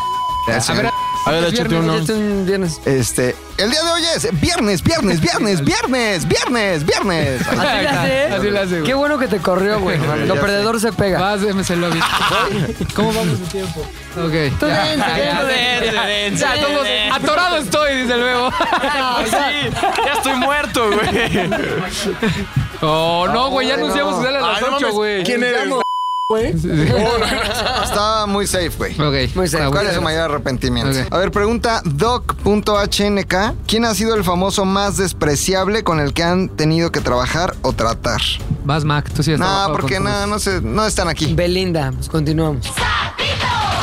Speaker 6: A ver,
Speaker 9: A ver,
Speaker 6: es
Speaker 9: échate
Speaker 6: viernes,
Speaker 9: uno.
Speaker 2: Este es un viernes.
Speaker 3: Este, el día de hoy es viernes, viernes, viernes, viernes, viernes, viernes.
Speaker 2: Así
Speaker 6: Ahí
Speaker 2: la
Speaker 6: está,
Speaker 2: hace, ¿eh?
Speaker 6: así la hace, güey.
Speaker 2: Qué bueno que te corrió, güey. Lo
Speaker 3: ya
Speaker 2: perdedor se pega.
Speaker 6: Vas, MC Lobby. ¿Cómo vamos de tiempo? Ok.
Speaker 2: Tú dense,
Speaker 6: ya,
Speaker 2: dense,
Speaker 6: ya,
Speaker 2: dense,
Speaker 6: ya,
Speaker 2: dense.
Speaker 6: todos- Atorado estoy, dice el bebo.
Speaker 4: Ya estoy muerto, güey.
Speaker 6: Oh, no, güey, ya anunciamos que sale a las 8, güey.
Speaker 9: ¿Quién eres?
Speaker 3: Está muy safe, güey.
Speaker 6: Ok.
Speaker 2: Muy serio.
Speaker 3: ¿Cuál es su mayor arrepentimiento?
Speaker 6: Ok.
Speaker 3: A ver, pregunta doc.hnk. ¿Quién ha sido el famoso más despreciable con el que han tenido que trabajar o tratar?
Speaker 6: Vas, Mac, tú sí has
Speaker 3: No,
Speaker 6: trabajado
Speaker 3: porque
Speaker 6: con
Speaker 3: no, no, sé, no están aquí.
Speaker 2: Belinda, pues continuamos.
Speaker 6: todos.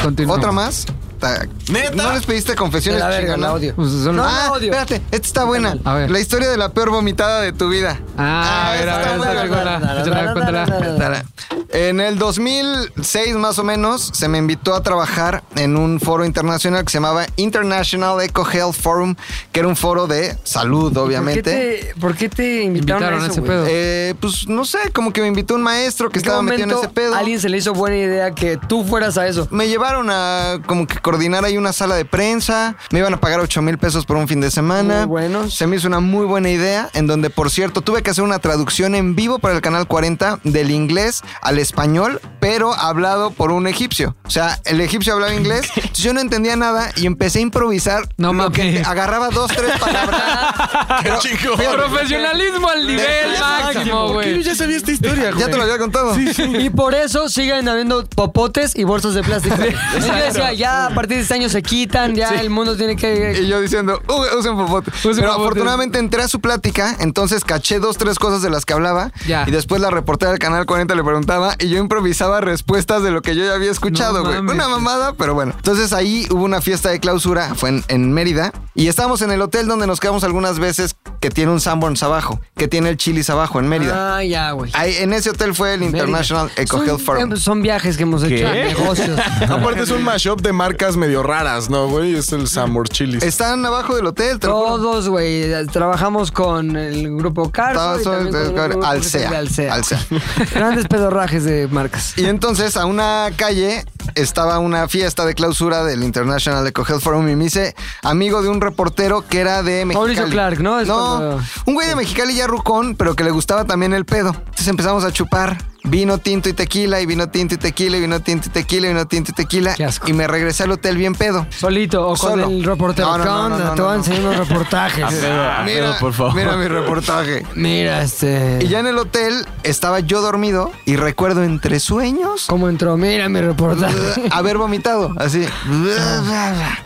Speaker 6: Continúa.
Speaker 3: ¿Otra más? Ta-
Speaker 9: ¿Neta?
Speaker 3: ¿No les pediste
Speaker 2: De
Speaker 3: confesiones?
Speaker 2: la verga,
Speaker 3: chingona?
Speaker 2: la odio.
Speaker 6: Pues son-
Speaker 2: No,
Speaker 3: ah,
Speaker 2: la odio.
Speaker 3: espérate, esta está buena.
Speaker 6: A ver.
Speaker 3: La historia de la peor vomitada de tu vida.
Speaker 6: Ah, a ver, a
Speaker 3: esta
Speaker 6: ver,
Speaker 3: está
Speaker 6: esa
Speaker 3: buena.
Speaker 6: chingona. Échala, cuéntala.
Speaker 3: Tara. En el 2006 más o menos se me invitó a trabajar en un foro internacional que se llamaba International Eco Health Forum, que era un foro de salud, obviamente.
Speaker 2: ¿Por qué te, por qué te invitaron,
Speaker 6: Invitaron a
Speaker 2: a eso,
Speaker 6: ese
Speaker 2: güey?
Speaker 6: pedo.
Speaker 3: Eh, pues no sé, como que me invitó un maestro que
Speaker 2: ¿En qué
Speaker 3: estaba metido en
Speaker 2: momento
Speaker 3: ese pedo.
Speaker 2: a alguien se le hizo buena idea que tú fueras a eso?
Speaker 3: Me llevaron a como que coordinar ahí una sala de prensa. Me iban a pagar 8 mil pesos por un fin de semana.
Speaker 2: Muy buenos.
Speaker 3: Se me hizo una muy buena idea, en donde, por cierto, tuve que hacer una traducción en vivo para el canal 40 del inglés al español, pero hablado por un egipcio. O sea, el egipcio hablaba inglés, entonces yo no entendía nada y empecé a improvisar.
Speaker 6: No
Speaker 3: lo que
Speaker 6: mames.
Speaker 3: agarraba dos, tres palabras. Pero-
Speaker 6: Profesionalismo al nivel máximo, güey.
Speaker 9: ya sabía esta historia,
Speaker 3: Ya te lo había contado.
Speaker 2: Y por eso siguen habiendo popotes y bolsas de plástico. Y yo decía, ya, partir de este año se quitan, ya el mundo tiene que.
Speaker 3: Y yo diciendo, "U- usen popote. Pero
Speaker 2: popote.
Speaker 3: afortunadamente entré a su plática, entonces caché dos, tres cosas de las que hablaba.
Speaker 2: Ya.
Speaker 3: Y después la reportera del canal 40 le preguntaba y yo improvisaba respuestas de lo que yo ya había escuchado, güey.
Speaker 9: mames.
Speaker 3: Una mamada, pero bueno. Entonces ahí hubo una fiesta de clausura, fue en, en Mérida. Y estábamos en el hotel donde nos quedamos algunas veces, que tiene un Sanborns abajo, que tiene el Chili's abajo, en Mérida.
Speaker 2: Ah, ya, güey.
Speaker 3: Ahí, en ese hotel fue el
Speaker 2: Mérida.
Speaker 3: International Eco
Speaker 2: Son-
Speaker 3: Health Forum.
Speaker 2: eh, Son viajes que hemos hecho,
Speaker 3: ¿Qué?
Speaker 2: negocios.
Speaker 9: Aparte es un mashup de marcas medio raras, ¿no, güey? Es el Samur Chilis.
Speaker 3: Están abajo del hotel.
Speaker 2: Oh, Todos, güey. Trabajamos con el grupo Carso. y
Speaker 3: Todos
Speaker 2: también con el grupo
Speaker 3: Alsea.
Speaker 2: de Alsea.
Speaker 3: Alsea.
Speaker 2: Grandes pedorrajes de marcas.
Speaker 3: Y entonces a una calle estaba una fiesta de clausura del International Eco Health Forum y me hice amigo de un reportero que era de Mexicali.
Speaker 2: Mauricio Clark, ¿no? Es cuando-
Speaker 3: un güey de Mexicali ya rucón, pero que le gustaba también el pedo. Entonces empezamos a chupar vino tinto y tequila, y vino tinto y tequila, y vino tinto y tequila, y vino tinto y tequila. Y me regresé al hotel bien pedo.
Speaker 2: Solito o con
Speaker 3: Solo.
Speaker 2: el reportero.
Speaker 3: No,
Speaker 2: ¿Qué
Speaker 3: no, no, no,
Speaker 2: onda?
Speaker 3: no,
Speaker 2: Te
Speaker 3: no,
Speaker 2: voy a
Speaker 3: no.
Speaker 2: enseñar unos reportajes.
Speaker 3: A pedo, a Mira, pedo, Ah, por favor. mira mi reportaje.
Speaker 2: Mira, este.
Speaker 3: Y ya en el hotel estaba yo dormido y recuerdo entre sueños.
Speaker 2: ¿Cómo entró? Mira mi reportaje.
Speaker 3: Haber vomitado, así.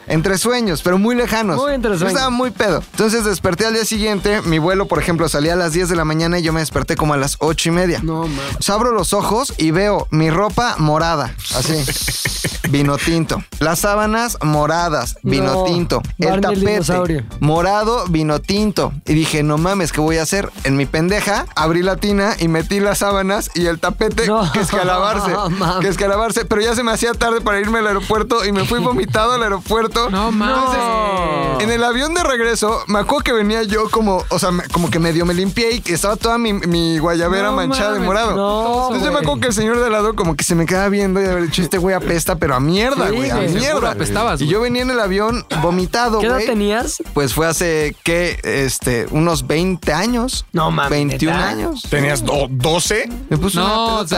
Speaker 3: entre sueños, pero muy lejanos.
Speaker 2: Muy entre
Speaker 3: Yo
Speaker 2: sueños.
Speaker 3: Estaba muy pedo. Entonces desperté al día siguiente. Mi vuelo, por ejemplo, salía a las 10 de la mañana y yo me desperté como a las 8 y media.
Speaker 2: No, man.
Speaker 3: O sea, Pues abro los ojos y veo mi ropa morada, así. Vino tinto. Las sábanas moradas, vino
Speaker 2: No,
Speaker 3: tinto. El
Speaker 2: Barney el
Speaker 3: tapete
Speaker 2: dinosaurio.
Speaker 3: morado, vino tinto. Y dije, no mames, ¿qué voy a hacer? En mi pendeja abrí la tina y metí las sábanas y el tapete que escalabarse.
Speaker 2: no mames.
Speaker 3: que escalabarse. Pero ya se me hacía tarde para irme al aeropuerto y me fui vomitado al aeropuerto.
Speaker 6: No mames.
Speaker 3: En el avión de regreso, me acuerdo que venía yo como, o sea, me- como que medio me limpié y que estaba toda mi, mi guayabera
Speaker 2: No
Speaker 3: manchada de
Speaker 2: mames,
Speaker 3: morado.
Speaker 2: no,
Speaker 3: Entonces yo me
Speaker 2: güey.
Speaker 3: acuerdo que el señor de al lado como que se me quedaba viendo y de haber dicho, este güey apesta, pero a mierda,
Speaker 2: Sí,
Speaker 3: güey, a
Speaker 2: güey, seguro
Speaker 3: mierda.
Speaker 6: apestabas,
Speaker 3: y yo venía en el avión vomitado,
Speaker 2: ¿Qué edad
Speaker 3: güey.
Speaker 2: tenías?
Speaker 3: Pues fue hace, ¿qué? Este, unos 20 años.
Speaker 2: No mames,
Speaker 3: 21
Speaker 2: ¿neta?
Speaker 3: años.
Speaker 9: ¿Tenías do- 12?
Speaker 3: Me puse
Speaker 6: No,
Speaker 3: una
Speaker 6: o
Speaker 3: pelota.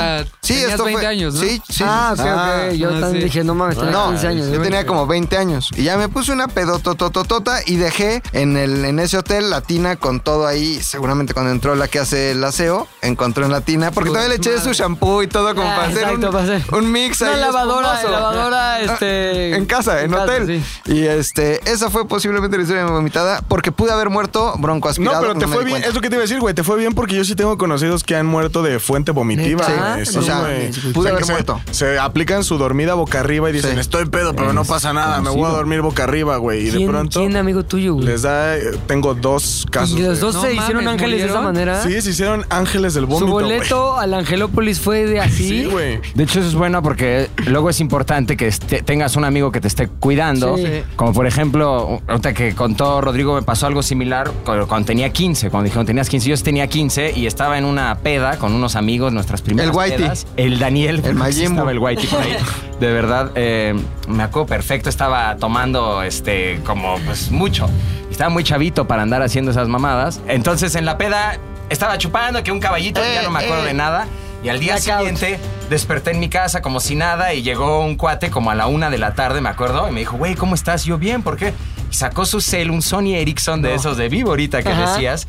Speaker 6: sea, tenías 20 años, ¿no?
Speaker 3: Sí, sí.
Speaker 2: Ah, ok,
Speaker 3: Ah,
Speaker 2: ok. Yo
Speaker 6: ah,
Speaker 2: también
Speaker 6: sí.
Speaker 2: dije, no mames, tenía
Speaker 3: no,
Speaker 2: 15 años.
Speaker 3: yo
Speaker 2: güey.
Speaker 3: tenía como 20 años. Y ya me puse una pedotototota y dejé en, el, en ese hotel la tina con todo ahí. Seguramente cuando entró la que hace el aseo, encontró en la tina. Porque
Speaker 2: Puta
Speaker 3: todavía le eché
Speaker 2: madre.
Speaker 3: su shampoo y todo como
Speaker 2: Ah,
Speaker 3: para, hacer
Speaker 2: exacto,
Speaker 3: un,
Speaker 2: para hacer-
Speaker 3: un mix
Speaker 2: Una
Speaker 3: ahí
Speaker 2: lavadora,
Speaker 3: espumoso.
Speaker 2: lavadora, este.
Speaker 3: En casa, en,
Speaker 2: casa,
Speaker 3: hotel. Y este, esa fue posiblemente la historia de mi vomitada porque pude haber muerto
Speaker 9: No,
Speaker 3: broncoaspirado.
Speaker 9: pero
Speaker 3: me
Speaker 9: te fue
Speaker 3: di
Speaker 9: bien.
Speaker 3: cuenta.
Speaker 9: Es lo que te iba a decir, güey. Te fue bien porque yo sí tengo conocidos que han muerto de fuente vomitiva.
Speaker 2: ¿Neta?
Speaker 9: güey.
Speaker 2: Sí,
Speaker 9: Sí,
Speaker 3: o sea,
Speaker 9: güey.
Speaker 3: pude
Speaker 9: O sea,
Speaker 3: haber
Speaker 9: que se-
Speaker 3: muerto.
Speaker 9: Se aplican su dormida boca arriba y dicen,
Speaker 3: Sí.
Speaker 9: estoy pedo, pero no pasa nada. Me voy a dormir boca arriba, güey. Y de
Speaker 2: ¿Quién-
Speaker 9: pronto
Speaker 2: ¿Quién, amigo tuyo, güey?
Speaker 9: les da... eh, Tengo dos casos.
Speaker 2: ¿Y los
Speaker 9: güey.
Speaker 2: dos
Speaker 6: No
Speaker 2: se hicieron
Speaker 6: mames,
Speaker 2: ángeles de esa
Speaker 6: ¿murieron?
Speaker 2: manera?
Speaker 9: Sí, se hicieron ángeles del
Speaker 2: Su
Speaker 9: vómito, güey.
Speaker 2: boleto al Angelópolis fue de
Speaker 9: Sí,
Speaker 2: así.
Speaker 9: güey.
Speaker 10: De hecho, eso es bueno porque luego es importante que este- tengas un amigo que te esté cuidando.
Speaker 2: Sí.
Speaker 10: Como por ejemplo, ahorita que contó Rodrigo, me pasó algo similar cu- cuando tenía 15. Cuando dijeron tenías 15, yo tenía 15 y estaba en una peda con unos amigos, nuestras primeras
Speaker 3: El Whitey.
Speaker 10: pedas. El Daniel.
Speaker 3: El Majimbo.
Speaker 10: Sí Estaba el Whitey por ahí. De verdad, eh, me acuerdo perfecto. Estaba tomando este como pues mucho. Estaba muy chavito para andar haciendo esas mamadas. Entonces en la peda estaba chupando que un caballito, ya no me acuerdo de nada. Y al día siguiente desperté en mi casa como si nada y llegó un cuate como a la una de la tarde, me acuerdo, y me dijo, güey, ¿cómo estás? Y yo bien, ¿por qué? Y sacó su cel, un Sony Ericsson de esos de vivo ahorita que
Speaker 2: Ajá.
Speaker 10: decías.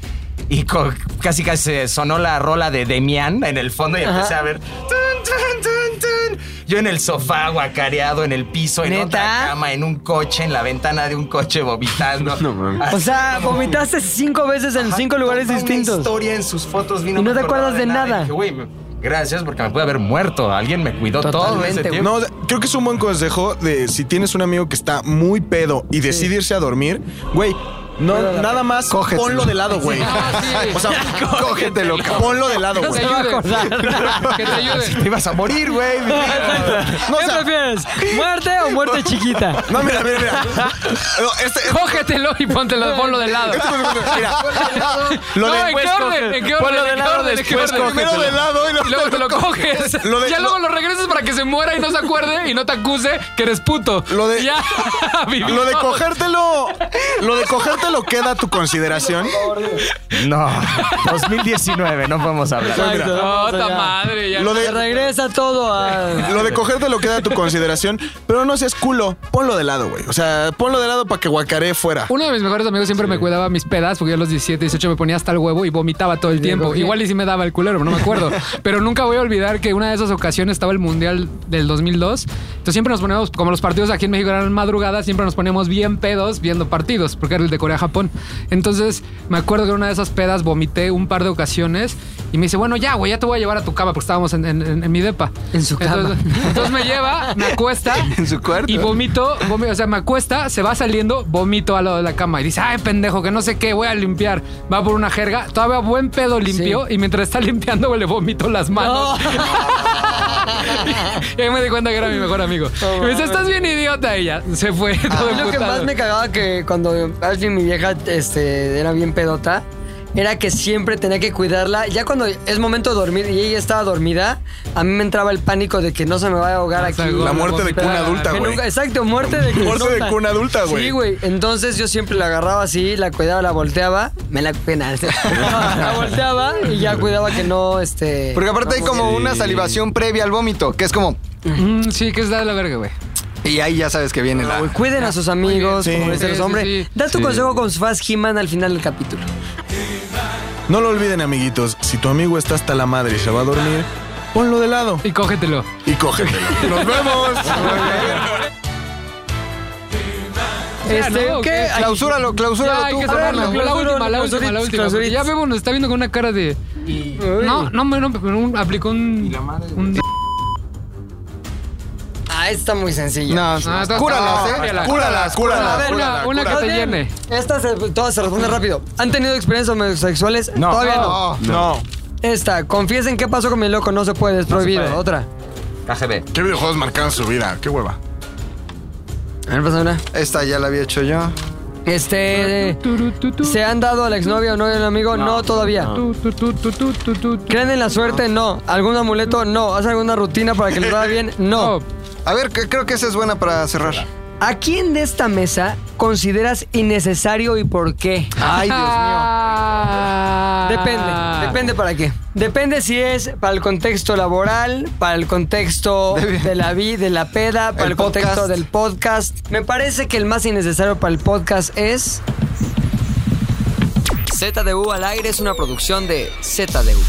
Speaker 10: Y co- casi casi se sonó la rola de Demian en el fondo y empecé
Speaker 2: Ajá.
Speaker 10: a ver. tun, tun, tun, tun. Yo en el sofá, guacareado, en el piso, en
Speaker 2: ¿Neta?
Speaker 10: otra cama, en un coche, en la ventana de un coche, vomitando.
Speaker 2: O sea, vomitaste cinco veces en cinco lugares
Speaker 10: Contaba una
Speaker 2: distintos.
Speaker 10: historia en sus fotos vino
Speaker 2: Y no
Speaker 10: me
Speaker 2: te
Speaker 10: acordaba
Speaker 2: acuerdas de nada.
Speaker 10: Y dije, "Güey, me- gracias porque me pude haber muerto. Alguien me cuidó todo
Speaker 2: Totalmente,
Speaker 10: ese
Speaker 2: güey.
Speaker 10: tiempo.
Speaker 9: No, creo que es un buen consejo de si tienes un amigo que está muy pedo y decide irse a dormir, güey. No, nada más
Speaker 3: Cógetelo.
Speaker 9: ponlo de lado, güey. O sea,
Speaker 3: Cógetelo, cabrón.
Speaker 9: ponlo de lado,
Speaker 6: Que te
Speaker 9: güey.
Speaker 6: ayude. Que te ayude.
Speaker 10: Te ibas a morir, güey.
Speaker 9: No, o
Speaker 2: ¿Qué
Speaker 9: sea,
Speaker 2: prefieres? ¿Muerte o muerte chiquita?
Speaker 9: no, mira, mira, mira. No, este, este-
Speaker 6: Cógetelo y póntelo, ponlo de lado.
Speaker 9: este consejo, mira.
Speaker 6: No,
Speaker 9: de-
Speaker 6: ¿en qué orden? ¿En qué orden? ¿En qué orden? ¿En qué orden?
Speaker 9: Primero de lado y
Speaker 6: Y luego te
Speaker 9: luego
Speaker 6: lo coges.
Speaker 9: Lo de-
Speaker 6: ya
Speaker 9: lo-
Speaker 6: luego lo regresas para que se muera y no se acuerde y no te acuse que eres puto.
Speaker 9: Lo de-
Speaker 6: Ya. vivimos.
Speaker 9: Lo de cogértelo. Lo de te lo queda a tu consideración.
Speaker 10: No, 2019, no podemos hablar.
Speaker 9: Pues mira,
Speaker 6: Puta madre, ya.
Speaker 9: Lo de-
Speaker 2: Se regresa todo a.
Speaker 9: Lo de cogerte lo queda a tu consideración, pero no seas culo. Ponlo de lado, güey. O sea, ponlo de lado para que guacaré fuera.
Speaker 6: Uno de mis mejores amigos siempre me cuidaba mis pedas, porque yo a los 17, 18 me ponía hasta el huevo y vomitaba todo el tiempo.
Speaker 2: cogía.
Speaker 6: Igual y sí me daba el culero, no me acuerdo. Pero nunca voy a olvidar que una de esas ocasiones estaba el Mundial del 2002. Entonces siempre nos poníamos, como los partidos aquí en México eran madrugadas, siempre nos poníamos bien pedos viendo partidos, porque era el de Corea-Japón. Entonces me acuerdo que en una de esas pedas vomité un par de ocasiones y me dice, bueno, ya, güey, ya te voy a llevar a tu cama, porque estábamos en, en- en- en mi depa.
Speaker 2: En su cama.
Speaker 6: Entonces, entonces me lleva, me acuesta
Speaker 3: En su cuarto.
Speaker 6: y vomito, vomi- o sea, me acuesta, se va saliendo, vomito al lado de la cama y dice, ay, pendejo, que no sé qué, voy a limpiar. Va por una jerga, todavía buen pedo limpió y mientras está limpiando güey, le vomito las manos. y ahí me di cuenta que era mi mejor amigo. Y me dice, estás bien idiota ella. Se fue
Speaker 2: A
Speaker 6: todo
Speaker 2: mí Ah, lo que
Speaker 6: emputado.
Speaker 2: más me cagaba que cuando alguien, mi vieja, este, era bien pedota, era que siempre tenía que cuidarla. Ya cuando es momento de dormir y ella estaba dormida, a mí me entraba el pánico de que no se me vaya a ahogar
Speaker 6: O
Speaker 2: aquí.
Speaker 6: sea,
Speaker 9: La muerte de cuna adulta,
Speaker 2: Que
Speaker 9: güey.
Speaker 2: nunca- exacto, muerte de cuna.
Speaker 9: Muerte de cuna adulta, güey.
Speaker 2: Sí, güey. Entonces yo siempre la agarraba así, la cuidaba, la volteaba, me la pena. la volteaba y ya cuidaba que no, este.
Speaker 3: Porque aparte hay como una salivación previa al vómito, que es como.
Speaker 6: Mm, sí, que es la de la verga, güey.
Speaker 3: Y ahí ya sabes que viene la.
Speaker 2: Cuiden a sus amigos, como dicen los
Speaker 6: Ah, Sí, sí,
Speaker 2: hombres.
Speaker 6: sí.
Speaker 2: Da tu consejo con su faz He-Man al final del capítulo.
Speaker 9: No lo olviden, amiguitos. Si tu amigo está hasta la madre y se va a dormir, ponlo de lado
Speaker 6: Y cógetelo.
Speaker 9: y cógetelo. ¡Nos vemos!
Speaker 2: Este,
Speaker 6: ¿no? ¿O
Speaker 2: ¿qué? Ah,
Speaker 6: qué?
Speaker 2: Ay,
Speaker 3: Clausúralo, clausúralo
Speaker 6: Ya, hay
Speaker 3: tú.
Speaker 6: que
Speaker 3: Pablo.
Speaker 6: cerrarlo. La última, la
Speaker 2: clausuritis,
Speaker 6: última, la última.
Speaker 2: clausuritis.
Speaker 6: porque Ya Bebo nos está viendo con una cara de... No, no, no, no, un- aplicó un... un-
Speaker 2: Ah, esta está muy sencilla.
Speaker 3: No,
Speaker 6: Ah, está-
Speaker 3: cúralas,
Speaker 6: no,
Speaker 3: ¿eh?
Speaker 6: cámbiala.
Speaker 3: Cúralas,
Speaker 6: A
Speaker 3: cúralas.
Speaker 6: ver, una, una que te llene.
Speaker 2: Esta se, todas se responden rápido. ¿Han tenido experiencias homosexuales? No. Todavía no.
Speaker 9: No. no.
Speaker 2: Esta, confiesen qué pasó con mi loco, no se puede, es prohibido.
Speaker 10: puede.
Speaker 2: Otra.
Speaker 10: KGB.
Speaker 9: ¿Qué videojuegos marcaron su vida? ¿Qué hueva?
Speaker 2: A ver, pasa una.
Speaker 3: Esta ya la había hecho yo.
Speaker 2: Este. ¿Se han dado a la exnovia o novia de un amigo? No, todavía. ¿Creen en la suerte? No. ¿Algún amuleto? No. ¿Hacen alguna rutina para que les vaya bien? No.
Speaker 3: A ver, que- creo que esa es buena para cerrar.
Speaker 2: ¿A quién de esta mesa consideras innecesario y por qué?
Speaker 3: Ay, Dios mío.
Speaker 2: Depende, depende para qué. Ah. Depende si es para el contexto laboral, para el contexto de la vida, de la peda, para el,
Speaker 3: El
Speaker 2: contexto
Speaker 3: podcast.
Speaker 2: del podcast. Me parece que el más innecesario para el podcast es ZDU al aire es una producción de ZDU.